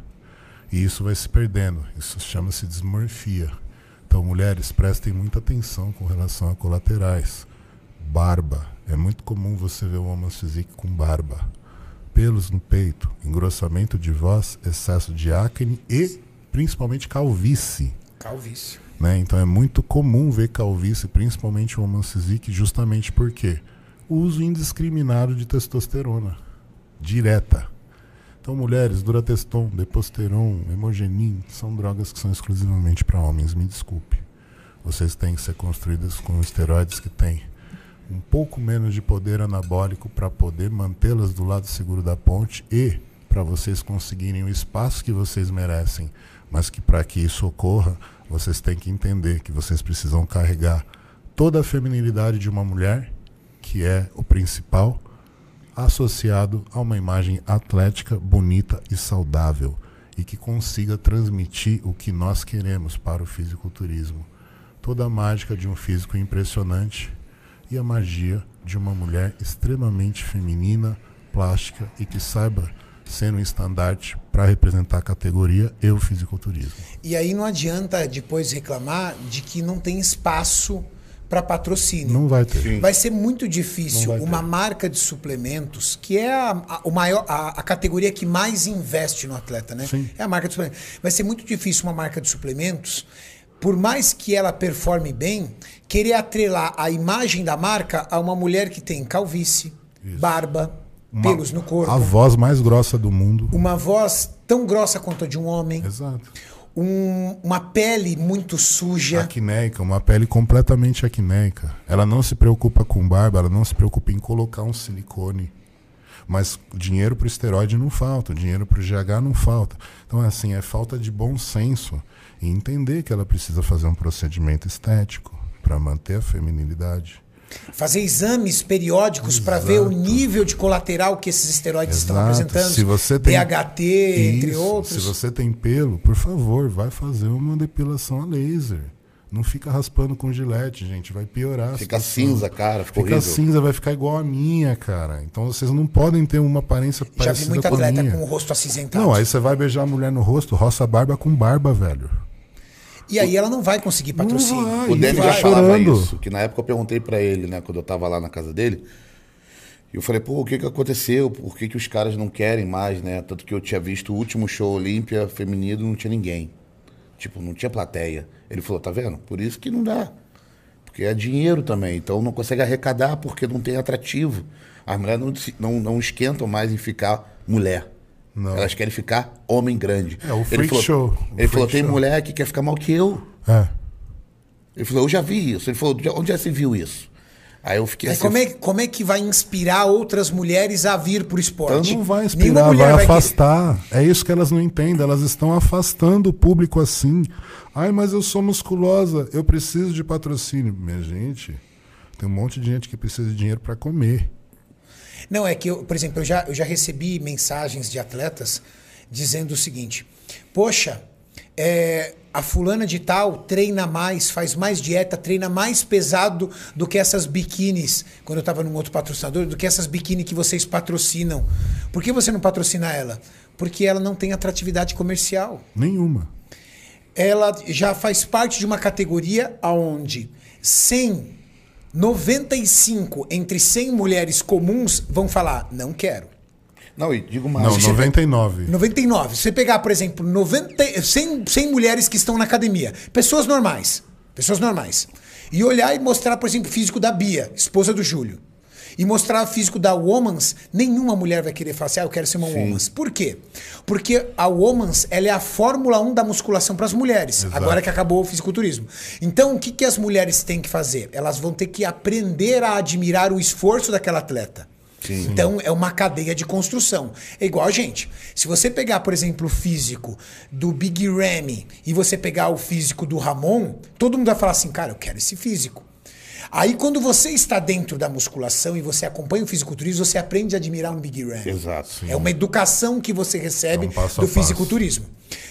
Speaker 2: E isso vai se perdendo. Isso chama-se dismorfia. Então, mulheres, prestem muita atenção com relação a colaterais. Barba. É muito comum você ver um homem físico com barba. Pelos no peito, engrossamento de voz, excesso de acne e, principalmente, calvície.
Speaker 1: Calvício.
Speaker 2: né? Então é muito comum ver calvície, principalmente o romancizic, justamente porque o uso indiscriminado de testosterona direta. Então, mulheres, durateston, deposteron, hemogenin, são drogas que são exclusivamente para homens, me desculpe. Vocês têm que ser construídas com esteroides que têm um pouco menos de poder anabólico para poder mantê-las do lado seguro da ponte e para vocês conseguirem o espaço que vocês merecem. Mas que para que isso ocorra, vocês têm que entender que vocês precisam carregar toda a feminilidade de uma mulher, que é o principal, associado a uma imagem atlética, bonita e saudável e que consiga transmitir o que nós queremos para o fisiculturismo. Toda a mágica de um físico impressionante e a magia de uma mulher extremamente feminina, plástica e que saiba ser um estandarte para representar a categoria e o fisiculturismo.
Speaker 1: E aí não adianta depois reclamar de que não tem espaço para patrocínio.
Speaker 2: Não vai ter.
Speaker 1: Vai ser muito difícil
Speaker 2: Não vai ter.
Speaker 1: uma marca de suplementos, que é a, a- o maior, a, a categoria que mais investe no atleta, né?
Speaker 2: Sim.
Speaker 1: É a marca de suplementos. Vai ser muito difícil uma marca de suplementos, por mais que ela performe bem, querer atrelar a imagem da marca a uma mulher que tem calvície, barba, pelos no corpo,
Speaker 2: A voz mais grossa do mundo.
Speaker 1: uma voz tão grossa quanto a de um homem,
Speaker 2: Exato.
Speaker 1: um- uma pele muito suja.
Speaker 2: Acnéica, É uma pele completamente acnéica. Ela não se preocupa com barba, ela não se preocupa em colocar um silicone. Mas dinheiro para o esteroide não falta, dinheiro para o GH não falta. Então, assim, é falta de bom senso e entender que ela precisa fazer um procedimento estético para manter a feminilidade.
Speaker 1: Fazer exames periódicos para ver o nível de colateral que esses esteroides estão
Speaker 2: Exato.
Speaker 1: apresentando.
Speaker 2: Se você tem-
Speaker 1: DHT, entre
Speaker 2: Isso.
Speaker 1: outros.
Speaker 2: Se você tem pelo, por favor, vai fazer uma depilação a laser. Não fica raspando com gilete, gente. Vai piorar. a
Speaker 3: Fica
Speaker 2: situação.
Speaker 3: cinza, cara, fica,
Speaker 2: Fica
Speaker 3: horrível.
Speaker 2: cinza, vai ficar igual a minha, cara. Então vocês não podem ter uma aparência
Speaker 1: Já vi
Speaker 2: parecida
Speaker 1: muito
Speaker 2: com a
Speaker 1: atleta
Speaker 2: minha.
Speaker 1: com o rosto acinzentado.
Speaker 2: Não, aí você vai beijar a mulher no rosto, roça a barba com barba, velho.
Speaker 1: E aí ela não vai conseguir patrocínio.
Speaker 2: vai.
Speaker 3: O
Speaker 2: Aí
Speaker 3: Denis
Speaker 2: fica
Speaker 3: já falava
Speaker 2: tá chorando.
Speaker 3: isso, que na época eu perguntei pra ele, né, quando eu tava lá na casa dele. E eu falei, pô, o que que aconteceu? Por que que os caras não querem mais, né? Tanto que eu tinha visto o último show Olímpia feminino, não tinha ninguém. Tipo, não tinha plateia. Ele falou, tá vendo? Por isso que não dá. Porque é dinheiro também, então não consegue arrecadar porque não tem atrativo. As mulheres não, se- não, não esquentam mais em ficar mulher.
Speaker 2: Não.
Speaker 3: Elas querem ficar homem grande.
Speaker 2: É, o
Speaker 3: ele
Speaker 2: freak
Speaker 3: falou,
Speaker 2: show. O
Speaker 3: Ele falou,
Speaker 2: freak
Speaker 3: tem
Speaker 2: show."
Speaker 3: mulher que quer ficar mal que eu.
Speaker 2: É.
Speaker 3: Ele falou, eu já vi isso. Ele falou, "Já- onde já se viu isso? Aí eu fiquei
Speaker 2: um
Speaker 1: Aí
Speaker 3: assim.
Speaker 1: como, é, como é que vai inspirar outras mulheres a vir pro esporte?
Speaker 2: Então Não vai
Speaker 1: Nenhuma
Speaker 2: inspirar,
Speaker 1: mulher
Speaker 2: vai
Speaker 1: vai querer.
Speaker 2: afastar. É isso que elas não entendem. Elas estão afastando o público assim. Ai, mas eu sou musculosa, eu preciso de patrocínio. Minha gente, tem um monte de gente que precisa de dinheiro pra comer.
Speaker 1: Não, é que, eu, por exemplo, eu já, eu já recebi mensagens de atletas dizendo o seguinte: Poxa, é, a fulana de tal treina mais, faz mais dieta, treina mais pesado do que essas biquínis, quando eu estava num outro patrocinador, do que essas biquíni que vocês patrocinam. Por que você não patrocina ela? Porque ela não tem atratividade comercial
Speaker 2: Nenhuma.
Speaker 1: ela já faz parte de uma categoria aonde 100, 95 entre 100 mulheres comuns vão falar não quero.
Speaker 3: Não, e digo
Speaker 1: Ah,
Speaker 2: Não,
Speaker 3: mais.
Speaker 2: 99.
Speaker 1: 99. Se você pegar, por exemplo, 90, 100, 100 mulheres que estão na academia, pessoas normais, pessoas normais, e olhar e mostrar, por exemplo, o físico da Bia, esposa do Júlio, e mostrar o físico da Womans, nenhuma mulher vai querer falar assim, ah, eu quero ser uma Womans. Por quê? Porque a Womans, ela é a Fórmula 1 da musculação para as mulheres,
Speaker 2: Exato.
Speaker 1: agora que acabou o fisiculturismo. Então, o que, que as mulheres têm que fazer? Elas vão ter que aprender a admirar o esforço daquela atleta. Então é uma cadeia de construção. É igual, gente. Se você pegar, por exemplo, o físico do Big Ramy e você pegar o físico do Ramon, todo mundo vai falar assim, cara, eu quero esse físico. Aí quando você está dentro da musculação e você acompanha o fisiculturismo, você aprende a admirar um Big Ramy.
Speaker 3: Exato.
Speaker 1: É uma educação que você recebe
Speaker 2: É um passo a
Speaker 1: do
Speaker 2: passo.
Speaker 1: fisiculturismo.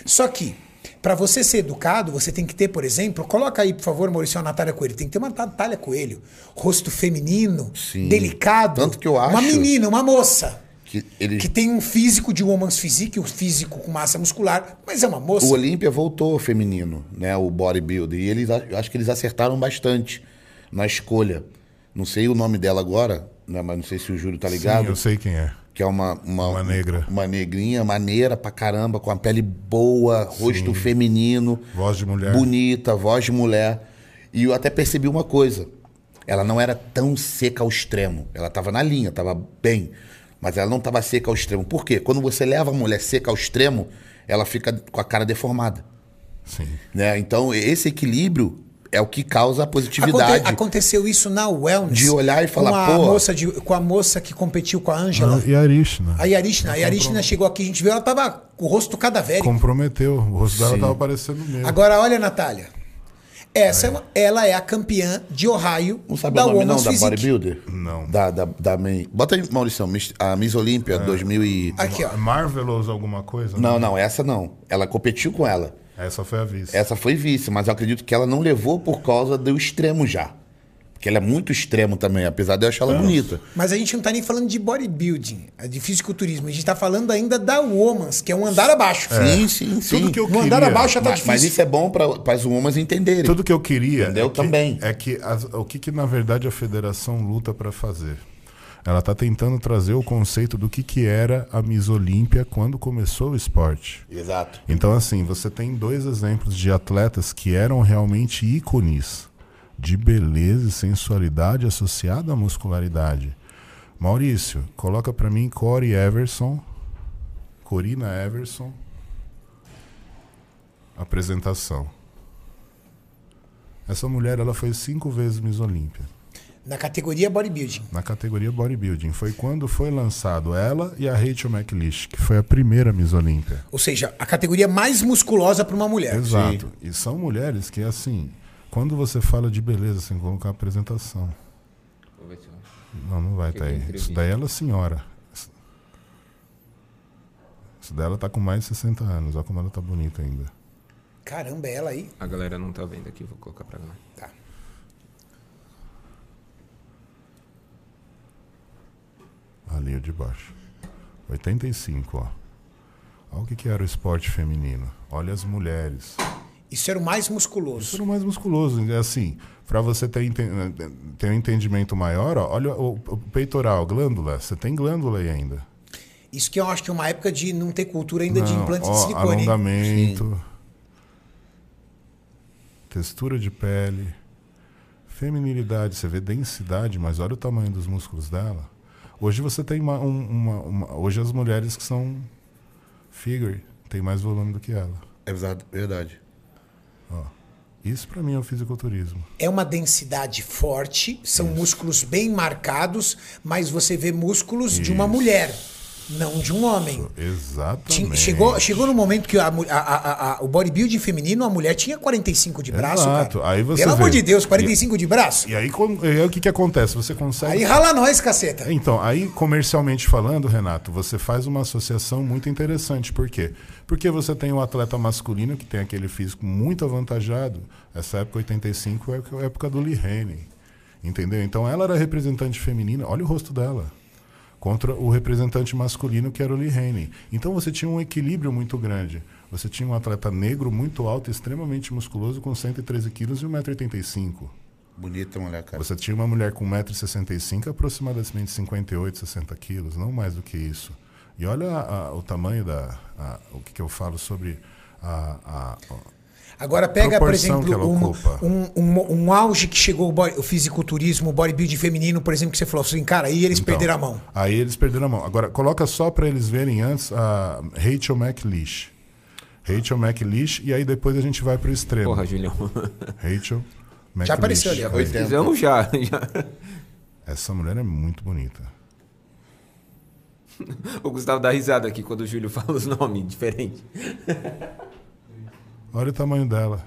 Speaker 1: Só que, para você ser educado, você tem que ter, por exemplo, coloca aí, por favor, Maurício, a Natália Coelho. Tem que ter uma Natália Coelho. Rosto feminino,
Speaker 3: Sim.
Speaker 1: delicado.
Speaker 3: Tanto que eu
Speaker 1: Uma
Speaker 3: acho-
Speaker 1: menina, uma moça.
Speaker 3: Que ele,
Speaker 1: Que tem um físico de woman's physique, um físico com massa muscular, mas é uma moça.
Speaker 3: O Olímpia voltou feminino, né? O bodybuilder. E eles, a- eu acho que eles acertaram bastante na escolha. Não sei o nome dela agora, né? Mas não sei se o Júlio tá ligado.
Speaker 2: Sim, eu sei quem é.
Speaker 3: que é uma, uma,
Speaker 2: Uma negra.
Speaker 3: Uma negrinha, maneira pra caramba, com a pele boa, rosto feminino.
Speaker 2: Voz de mulher.
Speaker 3: Bonita, voz de mulher. E eu até percebi uma coisa. Ela não era tão seca ao extremo. Ela tava na linha, tava bem. Mas ela não tava seca ao extremo. Por quê? Quando você leva a mulher seca ao extremo, ela fica com a cara deformada.
Speaker 2: Sim.
Speaker 3: Né? Então, esse equilíbrio é o que causa a
Speaker 1: Aconte-
Speaker 3: positividade.
Speaker 1: aconteceu isso na Wellness.
Speaker 3: De olhar e falar,
Speaker 1: com a
Speaker 3: pô.
Speaker 1: Moça de, com a moça que competiu com a Ângela.
Speaker 2: Ah, E a Arishna.
Speaker 1: A Yarishna. A Yarishna chegou aqui, a gente viu, ela tava com o rosto cadavérico.
Speaker 2: Comprometeu. O rosto dela tava parecendo mesmo.
Speaker 1: Agora, olha, Natália. Essa é. uma- ela é a campeã de Ohio
Speaker 3: Não sabe o nome não
Speaker 1: Woman's
Speaker 3: da
Speaker 1: Physique.
Speaker 3: bodybuilder?
Speaker 2: Não.
Speaker 3: Da, da, da main- Bota aí, Maurício, Miss- a Miss Olímpia 2000 e...
Speaker 1: Aqui, ó.
Speaker 2: Marvelous alguma coisa?
Speaker 3: Não,
Speaker 2: né?
Speaker 3: não, essa não. Ela competiu com ela.
Speaker 2: Essa foi a vista.
Speaker 3: Essa foi vice, mas eu acredito que ela não levou por causa do extremo já. Porque ela é muito extremo também, apesar de eu
Speaker 2: É.
Speaker 3: achar ela bonita.
Speaker 1: Mas a gente não tá nem falando de bodybuilding, é de fisiculturismo. A gente tá falando ainda da Woman's, que é um andar abaixo.
Speaker 3: Sim, sim, sim.
Speaker 2: Tudo que eu
Speaker 1: Um andar
Speaker 2: queria.
Speaker 1: abaixo já tá
Speaker 3: mas,
Speaker 1: difícil.
Speaker 3: mas isso é bom para as humanas entenderem.
Speaker 2: Tudo que eu queria
Speaker 3: Entendeu?
Speaker 2: é que,
Speaker 3: Também.
Speaker 2: é que as- o que, que na verdade a federação luta para fazer. Ela está tentando trazer o conceito do que, que era a Miss Olímpia quando começou o esporte.
Speaker 3: Exato.
Speaker 2: Então, assim, você tem dois exemplos de atletas que eram realmente ícones de beleza e sensualidade associada à muscularidade. Maurício, coloca pra mim Corey Everson, Corina Everson. Apresentação. Essa mulher, ela foi cinco vezes Miss Olímpia
Speaker 1: Na categoria bodybuilding.
Speaker 2: na categoria bodybuilding. Foi quando foi lançado ela e a Rachel McLeish, que foi a primeira Miss Olímpia.
Speaker 1: Ou seja, a categoria mais musculosa para uma mulher.
Speaker 2: Exato. assim, E são mulheres que, assim, quando você fala de beleza, você tem que colocar apresentação.
Speaker 4: Vou ver se eu acho.
Speaker 2: Não, não vai
Speaker 4: Que
Speaker 2: estar
Speaker 4: que é
Speaker 2: aí. Isso
Speaker 4: entrevista?
Speaker 2: daí ela é senhora. Isso- Isso dela tá com mais de 60 anos. Olha como ela tá bonita ainda.
Speaker 1: Caramba, é ela aí?
Speaker 4: A galera não tá vendo aqui, vou colocar pra lá.
Speaker 1: Tá.
Speaker 2: A linha de baixo. 85, ó. Olha o que, que era o esporte feminino. Olha as mulheres.
Speaker 1: Isso era o mais musculoso.
Speaker 2: Foram mais musculosos. É assim, para você ter, enten- ter um entendimento maior, ó, olha o, o peitoral, glândula. Você tem glândula aí ainda.
Speaker 1: Isso que eu acho que é uma época de não ter cultura ainda de
Speaker 2: Não,
Speaker 1: implante
Speaker 2: ó,
Speaker 1: de silicone. hein?
Speaker 2: Alongamento. Textura de pele. Feminilidade. Você vê densidade, mas olha o tamanho dos músculos dela. Hoje você tem uma. um- uma- uma- hoje as mulheres que são figure têm mais volume do que ela.
Speaker 3: É verdade- verdade.
Speaker 2: Isso pra mim é o fisiculturismo.
Speaker 1: É uma densidade forte, são músculos bem marcados, mas você vê músculos de uma
Speaker 2: Isso.
Speaker 1: mulher, não de um homem. Ti-
Speaker 2: Exatamente.
Speaker 1: Chegou, chegou no momento que a mu- a- a- a- o bodybuilding feminino, a mulher tinha 45 de braço.
Speaker 2: Exato.
Speaker 1: cara.
Speaker 2: Aí você
Speaker 1: Pelo amor
Speaker 2: vê.
Speaker 1: de Deus, 45 de braço?
Speaker 2: E aí, como- e aí o que, que acontece? Você consegue.
Speaker 1: Aí rala nós, caceta.
Speaker 2: Então, aí comercialmente falando, Renato, você faz uma associação muito interessante. Por quê? Porque você tem um atleta masculino que tem aquele físico muito avantajado. Essa época 85 é a época do Lee Haney. Entendeu? Então ela era representante feminina. Olha o rosto dela. Contra o representante masculino que era o Lee Haney. Então você tinha um equilíbrio muito grande. Você tinha um atleta negro muito alto, extremamente musculoso, com 113 quilos e 1,85m.
Speaker 3: Bonita mulher, cara.
Speaker 2: Você tinha uma mulher com 1,65m, aproximadamente 58, 60 quilos, não mais do que isso. E olha a- a- o tamanho da. a- o que, que eu falo sobre a. a-
Speaker 1: Agora pega, por
Speaker 2: Proporção que
Speaker 1: exemplo,
Speaker 2: ela ocupa.
Speaker 1: um, um, um, um auge que chegou o, body- o fisiculturismo, o bodybuilding feminino, por exemplo, que você falou assim, cara, aí eles
Speaker 2: então,
Speaker 1: perderam a mão.
Speaker 2: Aí eles perderam a mão. Agora, coloca só para eles verem antes a Rachel McLeish. Rachel McLeish, e aí depois a gente vai pro extremo.
Speaker 4: Porra, Julião.
Speaker 2: Rachel McLeish.
Speaker 1: Já apareceu ali, ó.
Speaker 2: Aí.
Speaker 4: (laughs)
Speaker 3: 80.
Speaker 4: Fizemos já, já.
Speaker 2: Essa mulher é muito bonita.
Speaker 4: O Gustavo dá risada aqui quando o Júlio (laughs) fala os nomes diferentes.
Speaker 2: Olha o tamanho dela.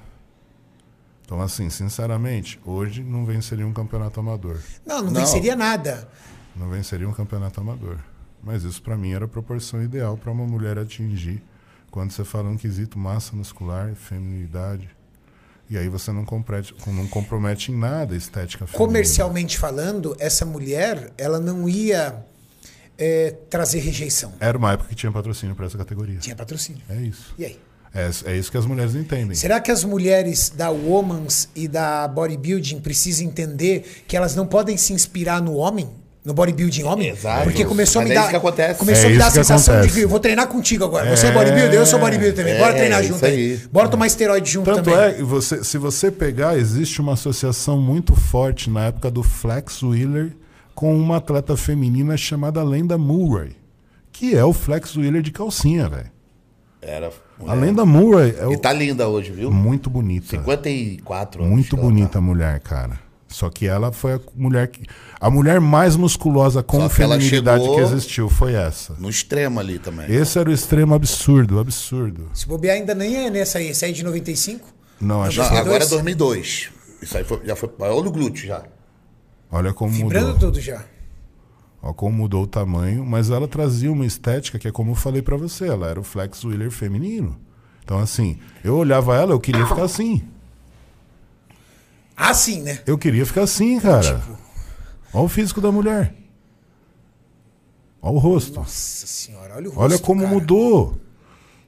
Speaker 2: Então, assim, sinceramente, hoje não venceria um campeonato amador.
Speaker 1: Não, não,
Speaker 3: Não.
Speaker 1: venceria nada.
Speaker 2: não venceria um campeonato amador. Mas isso pra mim era a proporção ideal pra uma mulher atingir quando você fala um quesito massa muscular, feminilidade. E aí você não compromete, não compromete em nada a estética feminina.
Speaker 1: Comercialmente falando, essa mulher, ela não ia é, trazer rejeição.
Speaker 2: Era uma época que tinha patrocínio pra essa categoria.
Speaker 1: Tinha patrocínio.
Speaker 2: É isso.
Speaker 1: E aí?
Speaker 2: É, é isso que as mulheres entendem.
Speaker 1: Será que as mulheres da Woman's e da Bodybuilding precisam entender que elas não podem se inspirar no homem? No bodybuilding homem?
Speaker 3: Exato.
Speaker 1: Porque começou a
Speaker 3: Mas
Speaker 1: me
Speaker 3: é
Speaker 1: dar.
Speaker 3: isso que acontece.
Speaker 1: Começou
Speaker 2: É
Speaker 1: a me dar a
Speaker 2: isso que
Speaker 1: sensação de
Speaker 2: acontece.
Speaker 1: que eu vou treinar contigo agora. Você é
Speaker 2: É.
Speaker 1: bodybuilder, eu sou bodybuilder também. Bora
Speaker 3: É,
Speaker 1: treinar
Speaker 3: isso
Speaker 1: junto aí.
Speaker 3: aí.
Speaker 1: Bora tomar esteroide junto
Speaker 2: Tanto
Speaker 1: também.
Speaker 2: é, e você, se você pegar, existe uma associação muito forte na época do Flex Wheeler com uma atleta feminina chamada Lenda Murray, que é o Flex Wheeler de calcinha, velho.
Speaker 3: Era. mulher.
Speaker 2: A Lenda Murray é o-
Speaker 3: E tá linda hoje, viu?
Speaker 2: muito bonita.
Speaker 3: 54 anos.
Speaker 2: Muito
Speaker 3: que ela
Speaker 2: bonita
Speaker 3: tá.
Speaker 2: a mulher, cara. Só que ela foi a mulher que, a mulher mais musculosa com
Speaker 3: Só que ela
Speaker 2: feminilidade
Speaker 3: chegou-
Speaker 2: que existiu foi essa.
Speaker 3: No extremo ali também.
Speaker 2: Esse era o extremo absurdo, absurdo.
Speaker 1: Se bobear, ainda nem é nessa aí. Essa aí é de 95?
Speaker 2: Não, acho
Speaker 3: Não,
Speaker 2: que
Speaker 3: agora é
Speaker 1: 2002?
Speaker 3: 2002. Isso aí foi, já foi. Olha o glúteo já.
Speaker 2: olha como
Speaker 1: Vibrando
Speaker 2: mudou.
Speaker 1: tudo já.
Speaker 2: Ó, como mudou o tamanho, mas ela trazia uma estética que é como eu falei pra você, ela era o Flex Wheeler feminino. Então assim, eu olhava ela, eu queria ficar assim.
Speaker 1: Ah, sim, né?
Speaker 2: Eu queria ficar assim, cara.
Speaker 1: Tipo.
Speaker 2: Olha o físico da mulher. Olha o rosto.
Speaker 1: Nossa senhora, olha o rosto.
Speaker 2: Olha como
Speaker 1: cara.
Speaker 2: mudou.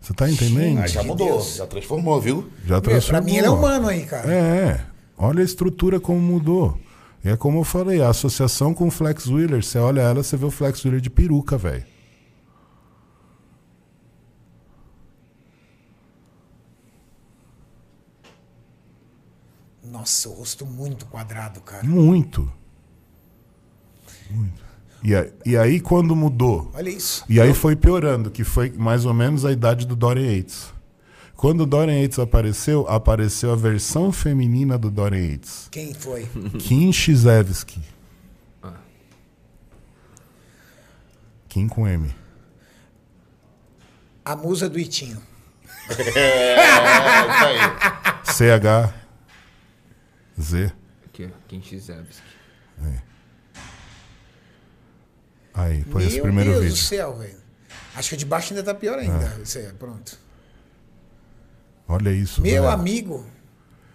Speaker 2: Você tá entendendo?
Speaker 3: Ah, já mudou, já transformou, viu?
Speaker 2: Já
Speaker 1: Meu,
Speaker 2: transformou.
Speaker 1: pra mim ele é humano aí, cara.
Speaker 2: É, olha a estrutura como mudou. E é como eu falei, a associação com o Flex Wheeler, você olha ela, você vê o Flex Wheeler de peruca, velho.
Speaker 1: Nossa, o rosto muito quadrado, cara.
Speaker 2: Muito. Muito. E, a- e aí quando mudou?
Speaker 1: Olha isso.
Speaker 2: E aí foi piorando, que foi mais ou menos a idade do Dorian Yates. Quando o Dorian Yates apareceu, apareceu a versão feminina do Dorian Yates.
Speaker 1: Quem foi?
Speaker 2: Kim Chizevski. Kim com M.
Speaker 1: A musa do Itinho.
Speaker 3: É isso aí.
Speaker 2: CH. Z.
Speaker 4: Aqui, ó, Kim Chizevski.
Speaker 2: Aí, põe esse
Speaker 1: Meu
Speaker 2: primeiro
Speaker 1: Deus do
Speaker 2: vídeo. É.
Speaker 1: céu, velho. Acho que de baixo ainda tá pior ainda. Isso aí, pronto.
Speaker 2: Olha isso.
Speaker 1: Meu
Speaker 2: velho.
Speaker 1: amigo.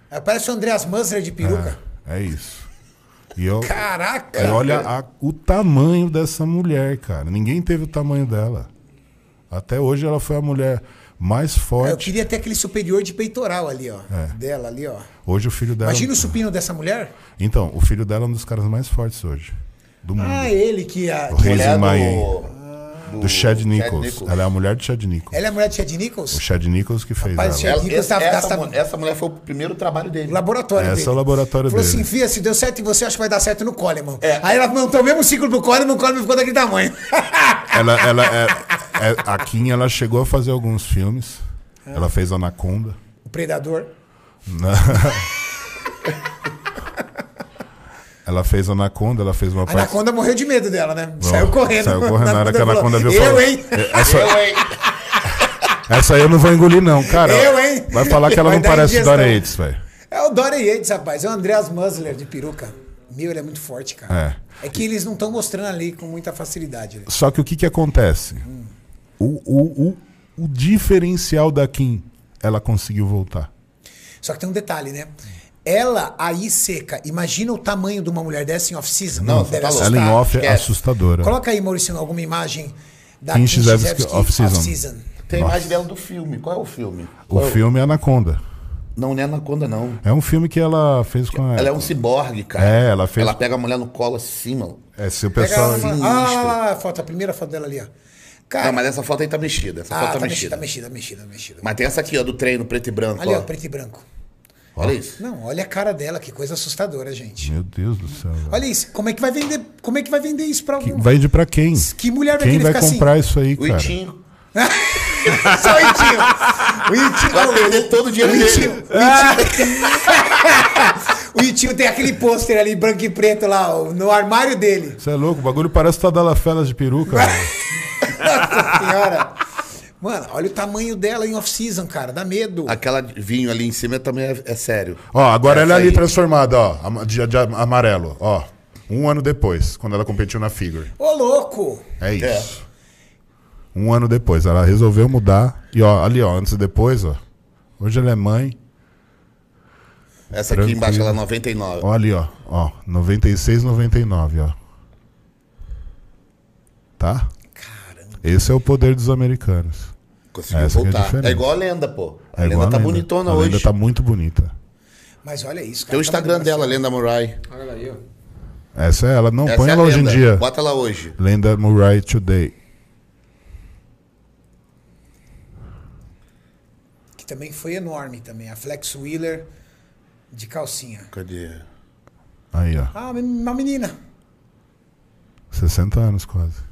Speaker 1: É, Parece o Andreas Manzer de peruca.
Speaker 2: É, é isso. E eu,
Speaker 1: Caraca!
Speaker 2: e É. olha a- o tamanho dessa mulher, cara. Ninguém teve o tamanho dela. Até hoje ela foi a mulher mais
Speaker 1: Eu
Speaker 2: forte.
Speaker 1: queria ter aquele superior de peitoral ali, ó.
Speaker 2: É.
Speaker 1: Dela ali, ó.
Speaker 2: Hoje o filho dela.
Speaker 1: Imagina o supino dessa mulher.
Speaker 2: Então, o filho dela é um dos caras mais fortes hoje. Do mundo.
Speaker 1: Ah, ele que. A,
Speaker 2: Hum. O rei
Speaker 1: que-
Speaker 2: Reis
Speaker 3: Mulher
Speaker 2: em Maien.
Speaker 3: do,
Speaker 2: do Chad Nichols.
Speaker 3: Nichols.
Speaker 2: Ela é a mulher do Chad Nichols.
Speaker 1: Ela é a mulher de Chad
Speaker 2: O
Speaker 1: Nichols?
Speaker 2: Chad Nichols que fez
Speaker 1: Rapaz,
Speaker 2: ela.
Speaker 1: Chad-
Speaker 3: Ela-
Speaker 1: Nichols
Speaker 3: essa,
Speaker 1: tava-
Speaker 3: essa,
Speaker 1: tava-
Speaker 3: mu- essa mulher foi o primeiro trabalho dele.
Speaker 1: O laboratório
Speaker 2: Essa
Speaker 1: dele.
Speaker 2: é o laboratório
Speaker 1: Falou
Speaker 2: dele.
Speaker 1: assim, Fia, se deu certo em você, acho que vai dar certo no Coleman. Aí ela montou o mesmo ciclo pro Coleman, o Coleman ficou daquele tamanho. (laughs)
Speaker 2: Ela, ela é, é- a Kim, ela chegou a fazer alguns filmes.
Speaker 1: É.
Speaker 2: Ela fez Anaconda.
Speaker 1: o Predador.
Speaker 2: Ela fez Anaconda, ela fez uma
Speaker 1: A
Speaker 2: parte-
Speaker 1: Anaconda morreu de medo dela, né? Saiu
Speaker 2: Não,
Speaker 1: correndo. (laughs)
Speaker 2: Saiu correndo. Na hora que a Anaconda viu,
Speaker 1: falou,
Speaker 2: falou,
Speaker 1: Eu, hein?
Speaker 2: "É, Essa,
Speaker 3: Eu, hein?
Speaker 2: essa aí eu não vou engolir, não, cara.
Speaker 1: Eu, hein?
Speaker 2: Vai falar que ela
Speaker 1: Vai
Speaker 2: não
Speaker 1: dar
Speaker 2: parece
Speaker 1: indigestão.
Speaker 2: Dora Yates, velho.
Speaker 1: É o Dory Yates, rapaz. É o Andreas Musler de peruca. Meu, ele é muito forte, cara. É, que eles não estão mostrando ali com muita facilidade. né?
Speaker 2: Só que o que que acontece? O, o, o, o diferencial da Kim, ela conseguiu voltar.
Speaker 1: Só que tem um detalhe, né? Ela aí seca. Imagina o tamanho de uma mulher dessa em off-season.
Speaker 3: Não,
Speaker 1: deve
Speaker 3: tá louco.
Speaker 1: assustar.
Speaker 2: ela em off é
Speaker 3: esquece.
Speaker 2: assustadora.
Speaker 1: Coloca aí, Maurício, alguma imagem da
Speaker 2: Kim
Speaker 1: Kim
Speaker 2: Chizevsky
Speaker 1: Chizevsky
Speaker 2: off-season.
Speaker 3: Tem imagem dela do filme. Qual é o filme?
Speaker 2: O
Speaker 3: Qual é
Speaker 2: filme é Anaconda.
Speaker 3: Não, não é Anaconda, não.
Speaker 2: É um filme que ela fez com a...
Speaker 3: Ela é um ciborgue, cara.
Speaker 2: então. É, ela fez-
Speaker 3: Ela pega a mulher no colo assim, mano.
Speaker 2: É, se o
Speaker 1: Pega
Speaker 2: pessoal...
Speaker 1: uma-
Speaker 3: Sinistro.
Speaker 1: Ah, lá, lá, lá, a foto, a primeira foto dela ali, ó. Cara,
Speaker 3: Não, mas essa foto aí tá mexida. Essa
Speaker 1: ah,
Speaker 3: foto tá,
Speaker 1: tá
Speaker 3: mexida.
Speaker 1: mexida, mexida, mexida, mexida.
Speaker 3: Mas tem essa aqui, ó, do treino preto e branco.
Speaker 1: Ali,
Speaker 3: ó.
Speaker 1: ó, preto e branco.
Speaker 3: Olha isso.
Speaker 1: Não, olha a cara dela, que coisa assustadora, gente.
Speaker 2: Meu Deus do céu. velho.
Speaker 1: Olha isso, como é que vai vender, como é que vai vender isso pra alguém?
Speaker 2: Vai de pra quem?
Speaker 1: Que mulher vai
Speaker 2: Quem
Speaker 1: querer
Speaker 2: vai
Speaker 1: ficar assim?
Speaker 2: comprar isso aí,
Speaker 3: O
Speaker 2: cara?
Speaker 1: (laughs)
Speaker 3: Itinho.
Speaker 1: Só o Itinho.
Speaker 3: (laughs)
Speaker 1: O Itinho,
Speaker 3: Vai perder todo o dinheiro
Speaker 1: o Itinho,
Speaker 3: dele.
Speaker 1: o Itinho (laughs) tem aquele pôster ali, branco e preto lá, ó, no armário dele. (laughs)
Speaker 2: Você é louco, o bagulho parece Tadalafelas de peruca. velho.
Speaker 1: Nossa senhora. Mano, olha o tamanho dela em off-season, cara, dá medo.
Speaker 3: Aquela de vinho ali em cima também é, é sério.
Speaker 2: ó, agora
Speaker 3: Essa
Speaker 2: ela é ali
Speaker 3: aí.
Speaker 2: transformada, ó, ama- de, de amarelo, ó. Um ano depois, quando ela competiu na Figure.
Speaker 1: Ô, louco.
Speaker 2: É isso. Um ano depois, ela resolveu mudar. E ó, ali ó, antes e depois, ó. Hoje ela é mãe.
Speaker 3: Essa
Speaker 2: Tranquilo.
Speaker 3: aqui embaixo, ela é 99.
Speaker 2: Ó ali ó, ó, 96, 99, ó. Tá?
Speaker 1: Caramba.
Speaker 2: Esse é o poder dos americanos.
Speaker 3: Conseguiu
Speaker 2: Essa aqui é
Speaker 3: voltar.
Speaker 2: diferente.
Speaker 3: É, igual a lenda, pô. A
Speaker 2: É
Speaker 3: lenda
Speaker 2: igual
Speaker 3: tá
Speaker 2: a
Speaker 3: bonitona
Speaker 2: a
Speaker 3: hoje.
Speaker 2: Lenda tá muito bonita.
Speaker 1: Mas olha isso, cara.
Speaker 3: Tem o
Speaker 1: tá
Speaker 3: Instagram
Speaker 1: muito
Speaker 3: dela, né?
Speaker 1: engraçado.
Speaker 3: Lenda Murai.
Speaker 4: Olha lá aí, ó.
Speaker 2: Essa é ela, não
Speaker 3: Essa
Speaker 2: põe
Speaker 3: é a
Speaker 2: ela hoje em
Speaker 3: lenda.
Speaker 2: dia.
Speaker 3: Bota ela hoje.
Speaker 2: Lenda Murai Today.
Speaker 1: Que também foi enorme também. A Flex Wheeler de calcinha.
Speaker 3: Cadê?
Speaker 2: Aí ó,
Speaker 1: Ah, uma menina.
Speaker 2: 60 anos quase.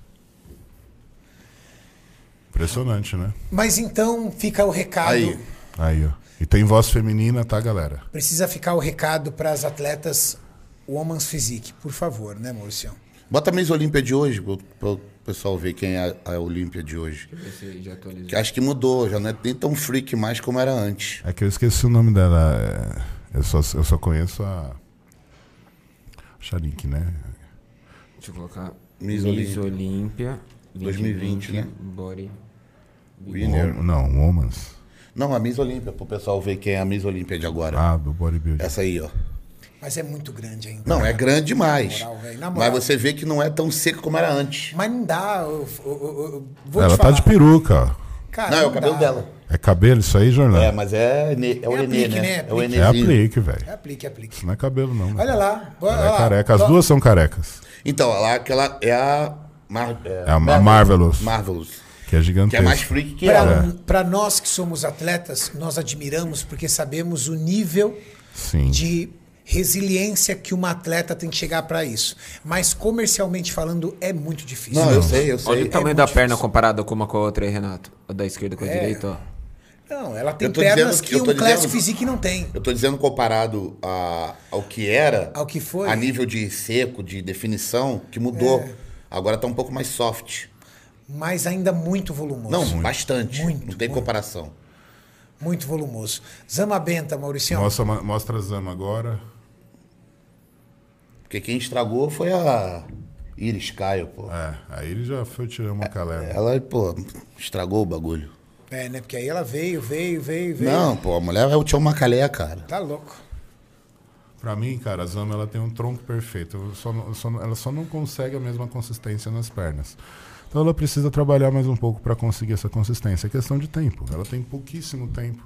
Speaker 2: Impressionante, né?
Speaker 1: Mas então fica o recado.
Speaker 3: Aí.
Speaker 2: Aí ó. E tem voz feminina, tá, galera?
Speaker 1: Precisa ficar o recado para as atletas Woman's Physique, por favor, né, Maurício?
Speaker 3: Bota a Miss Olímpia de hoje, pro, pro pessoal ver quem é a, a Olímpia de hoje.
Speaker 4: Esse aí já
Speaker 3: Que
Speaker 4: atualizou.
Speaker 3: acho que mudou, já não é nem tão freak mais como era antes.
Speaker 2: É que eu esqueci o nome dela. é, Eu só, eu só conheço a. Xarink, né?
Speaker 4: Deixa eu colocar.
Speaker 3: Miss
Speaker 4: Miss
Speaker 3: Olímpia.
Speaker 4: Olímpia.
Speaker 3: 2020, né?
Speaker 4: Body.
Speaker 3: Winner.
Speaker 2: Wo- não, Woman's.
Speaker 3: Não, a Miss Olímpia, pro pessoal ver quem é a Miss Olímpia de agora.
Speaker 2: Ah, do bodybuilding.
Speaker 3: Essa aí, ó.
Speaker 1: Mas é muito grande ainda.
Speaker 3: Não, é grande demais.
Speaker 1: Na moral, velho, na moral.
Speaker 3: mas você vê que não é tão seca como era antes.
Speaker 1: Mas não dá, eu, eu- eu- eu vou
Speaker 2: Ela
Speaker 1: te
Speaker 2: tá
Speaker 1: falar.
Speaker 2: de peruca, ó.
Speaker 1: Cara,
Speaker 3: Não, é o
Speaker 1: Ah, dá.
Speaker 3: cabelo dela.
Speaker 2: É cabelo isso aí, Jornal?
Speaker 3: É,
Speaker 2: É,
Speaker 3: mas é, ne- é o
Speaker 1: É
Speaker 3: Enê,
Speaker 1: aplique, né?
Speaker 3: né? É o
Speaker 1: Aplique.
Speaker 2: é
Speaker 3: Enezinho.
Speaker 2: aplique, velho.
Speaker 1: É aplique, é aplique.
Speaker 2: Isso não é cabelo, não. né?
Speaker 1: Olha lá. Olha
Speaker 2: Ela é
Speaker 3: Ah,
Speaker 1: lá.
Speaker 2: careca. As
Speaker 1: Ó,
Speaker 2: duas são carecas.
Speaker 3: Então, lá aquela é a. Mar,
Speaker 2: É a Ma- Marvelous.
Speaker 3: Marvelous.
Speaker 2: Que é
Speaker 3: Que é mais
Speaker 2: gigantesca.
Speaker 3: freak que ela.
Speaker 1: Pra pra nós que somos atletas, nós admiramos porque sabemos o nível
Speaker 2: Sim.
Speaker 1: de resiliência que uma atleta tem que chegar para isso. Mas comercialmente falando, é muito difícil.
Speaker 3: Não, eu sei, eu
Speaker 2: é
Speaker 3: sei.
Speaker 4: Olha o tamanho
Speaker 1: muito
Speaker 4: da
Speaker 1: difícil.
Speaker 4: perna comparada com uma com a outra aí, Renato. A da esquerda
Speaker 3: É.
Speaker 4: com a direita, ó.
Speaker 1: Não, ela tem
Speaker 3: Eu tô
Speaker 1: pernas
Speaker 3: dizendo que-
Speaker 1: que
Speaker 3: eu
Speaker 1: um
Speaker 3: tô
Speaker 1: classic
Speaker 3: dizendo-
Speaker 1: physique não tem.
Speaker 3: Eu tô dizendo comparado a, ao que era.
Speaker 1: Ao que foi. É.
Speaker 3: A nível de seco, de definição, que mudou. Agora tá um pouco mais soft.
Speaker 1: Mas ainda muito volumoso.
Speaker 3: Não, bastante.
Speaker 1: Muito,
Speaker 3: não tem
Speaker 1: muito.
Speaker 3: comparação.
Speaker 1: Muito volumoso. Zama Benta, Mauricião.
Speaker 2: Mostra, ma- mostra a Zama agora.
Speaker 3: Porque quem estragou foi a Iris Caio, pô.
Speaker 2: É, aí ele já foi tirar uma calera.
Speaker 3: Ela, pô, estragou o bagulho.
Speaker 1: É, né? Porque aí ela veio, veio, veio, veio.
Speaker 3: Não, pô, a mulher é o Tchau Macalé, cara.
Speaker 1: Tá louco.
Speaker 2: Pra mim, cara, a Zama ela tem um tronco perfeito. Eu só não- eu só não- ela só não consegue a mesma consistência nas pernas. Então ela precisa trabalhar mais um pouco pra conseguir essa consistência. É questão de tempo. Ela tem pouquíssimo tempo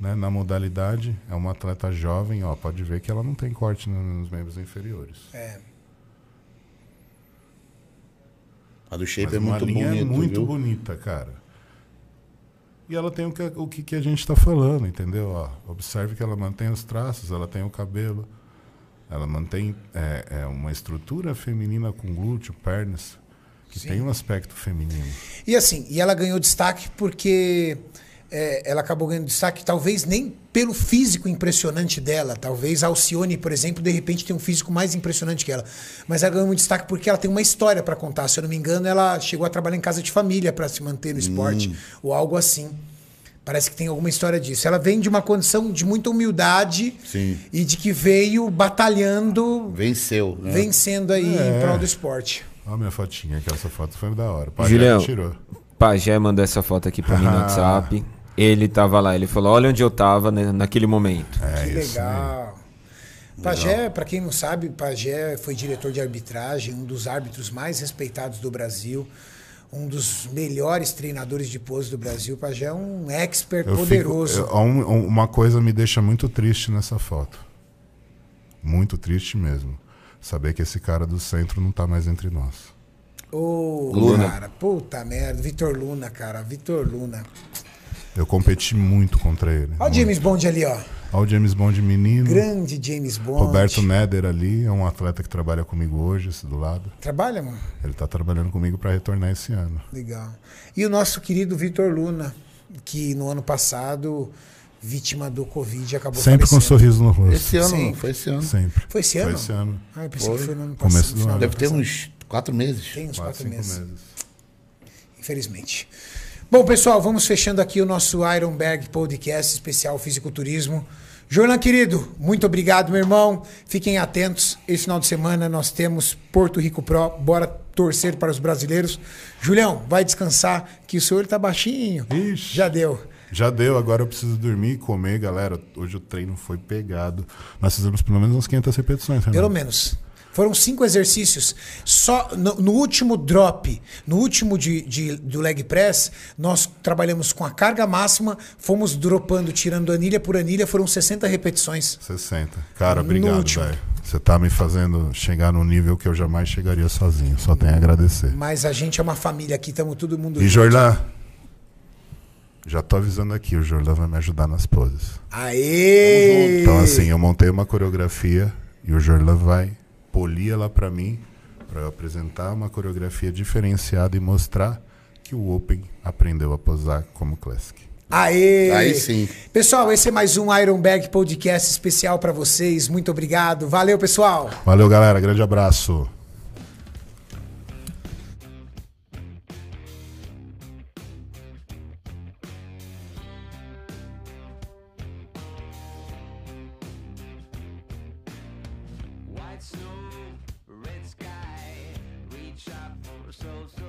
Speaker 2: né, na modalidade. É uma atleta jovem, ó. Pode ver que ela não tem corte no- nos membros inferiores.
Speaker 1: É.
Speaker 3: A do Shape
Speaker 2: Mas
Speaker 3: é
Speaker 2: uma
Speaker 3: muito
Speaker 2: linha
Speaker 3: bonita,
Speaker 2: é muito
Speaker 3: viu?
Speaker 2: bonita, cara. E ela tem o que, o que, que a gente está falando, entendeu? Ó, observe que ela mantém os traços, ela tem o cabelo, ela mantém é, é, uma estrutura feminina com glúteo, pernas, que tem um aspecto feminino.
Speaker 1: E assim, e ela ganhou destaque porque é, ela acabou ganhando destaque, talvez nem pelo físico impressionante dela. Talvez a Alcione, por exemplo, de repente tem um físico mais impressionante que ela. Mas ela ganhou muito destaque porque ela tem uma história pra contar. Se eu não me engano, ela chegou a trabalhar em casa de família pra se manter no esporte
Speaker 3: Hum.
Speaker 1: ou algo assim. Parece que tem alguma história disso. Ela vem de uma condição de muita humildade
Speaker 3: Sim.
Speaker 1: e de que veio batalhando,
Speaker 3: Venceu, né?
Speaker 1: vencendo aí em
Speaker 2: É.
Speaker 1: prol do esporte.
Speaker 2: Ó a minha fotinha, que essa foto foi da hora. O Pajé
Speaker 4: Julião.
Speaker 2: tirou.
Speaker 4: Pajé mandou essa foto aqui pra mim no WhatsApp. Ele tava lá, ele falou: olha onde eu tava né, naquele momento.
Speaker 2: É
Speaker 1: Que
Speaker 2: isso. né?
Speaker 1: legal. Pajé, para quem não sabe, Pajé foi diretor de arbitragem, um dos árbitros mais respeitados do Brasil, um dos melhores treinadores de pose do Brasil. Pajé é um expert
Speaker 2: Eu fico-
Speaker 1: poderoso.
Speaker 2: eu- um- um- uma coisa me deixa muito triste nessa foto. Muito triste mesmo. Saber que esse cara do centro não tá mais entre nós.
Speaker 1: Ô,
Speaker 3: Luna.
Speaker 1: cara, puta merda. Vitor Luna, cara, Vitor Luna.
Speaker 2: Eu competi muito contra
Speaker 1: Olha
Speaker 2: ele.
Speaker 1: o
Speaker 2: Muito.
Speaker 1: James Bond ali, ó.
Speaker 2: Olha o James Bond menino.
Speaker 1: Grande James Bond.
Speaker 2: Hum. Roberto Neder ali é um atleta que trabalha comigo hoje, esse do lado.
Speaker 1: Trabalha, mano?
Speaker 2: Ele tá trabalhando comigo para retornar esse ano.
Speaker 1: Legal. E o nosso querido Vitor Luna, que no ano passado, vítima do Covid, acabou
Speaker 2: Sempre com um
Speaker 1: falecendo.
Speaker 2: sorriso no rosto.
Speaker 3: Esse ano,
Speaker 1: Sim.
Speaker 3: foi esse ano.
Speaker 2: Sempre.
Speaker 1: Foi esse ano?
Speaker 2: Foi esse ano.
Speaker 1: Ah, eu pensei que foi no ano
Speaker 2: Começo
Speaker 1: passado.
Speaker 2: do
Speaker 1: no final
Speaker 2: ano.
Speaker 3: Deve ter
Speaker 1: passado.
Speaker 3: uns quatro meses.
Speaker 1: Tem uns quatro
Speaker 2: Quatro, cinco
Speaker 1: meses,
Speaker 2: meses.
Speaker 1: infelizmente. Bom, pessoal, vamos fechando aqui o nosso Ironberg Podcast especial Fisiculturismo. Jorlan, querido, muito obrigado, meu irmão. Fiquem atentos. Esse final de semana nós temos Porto Rico Pro. Bora torcer para os brasileiros. Julião, vai descansar, que o seu olho tá baixinho.
Speaker 2: Ixi.
Speaker 1: Já deu.
Speaker 2: Já deu, agora eu preciso dormir e comer, galera. Hoje o treino foi pegado. Nós fizemos pelo menos umas 500 repetições, né, Renan.
Speaker 1: Pelo menos. Foram cinco exercícios. Só no, no último drop, no último de, de- do leg press, nós trabalhamos com a carga máxima, fomos dropando, tirando anilha por anilha, foram 60 repetições.
Speaker 2: 60. Cara, obrigado,
Speaker 1: último.
Speaker 2: velho. Você tá me fazendo chegar num nível que eu jamais chegaria sozinho. Só tenho a agradecer.
Speaker 1: Mas a gente é uma família aqui, estamos todo mundo.
Speaker 2: E Jorlan, já tô avisando aqui, o Jorlan vai me ajudar nas poses.
Speaker 1: Aê!
Speaker 2: Então assim, eu montei uma coreografia e o Jorlan vai polir ela pra mim, pra eu apresentar uma coreografia diferenciada e mostrar que o Open aprendeu a posar como classic.
Speaker 1: Aê!
Speaker 3: Aí sim.
Speaker 1: Pessoal, esse é mais um Ironberg Podcast especial para vocês. Muito obrigado. Valeu, pessoal!
Speaker 2: Valeu, galera, grande abraço.
Speaker 5: White snow, red sky, reach out for so so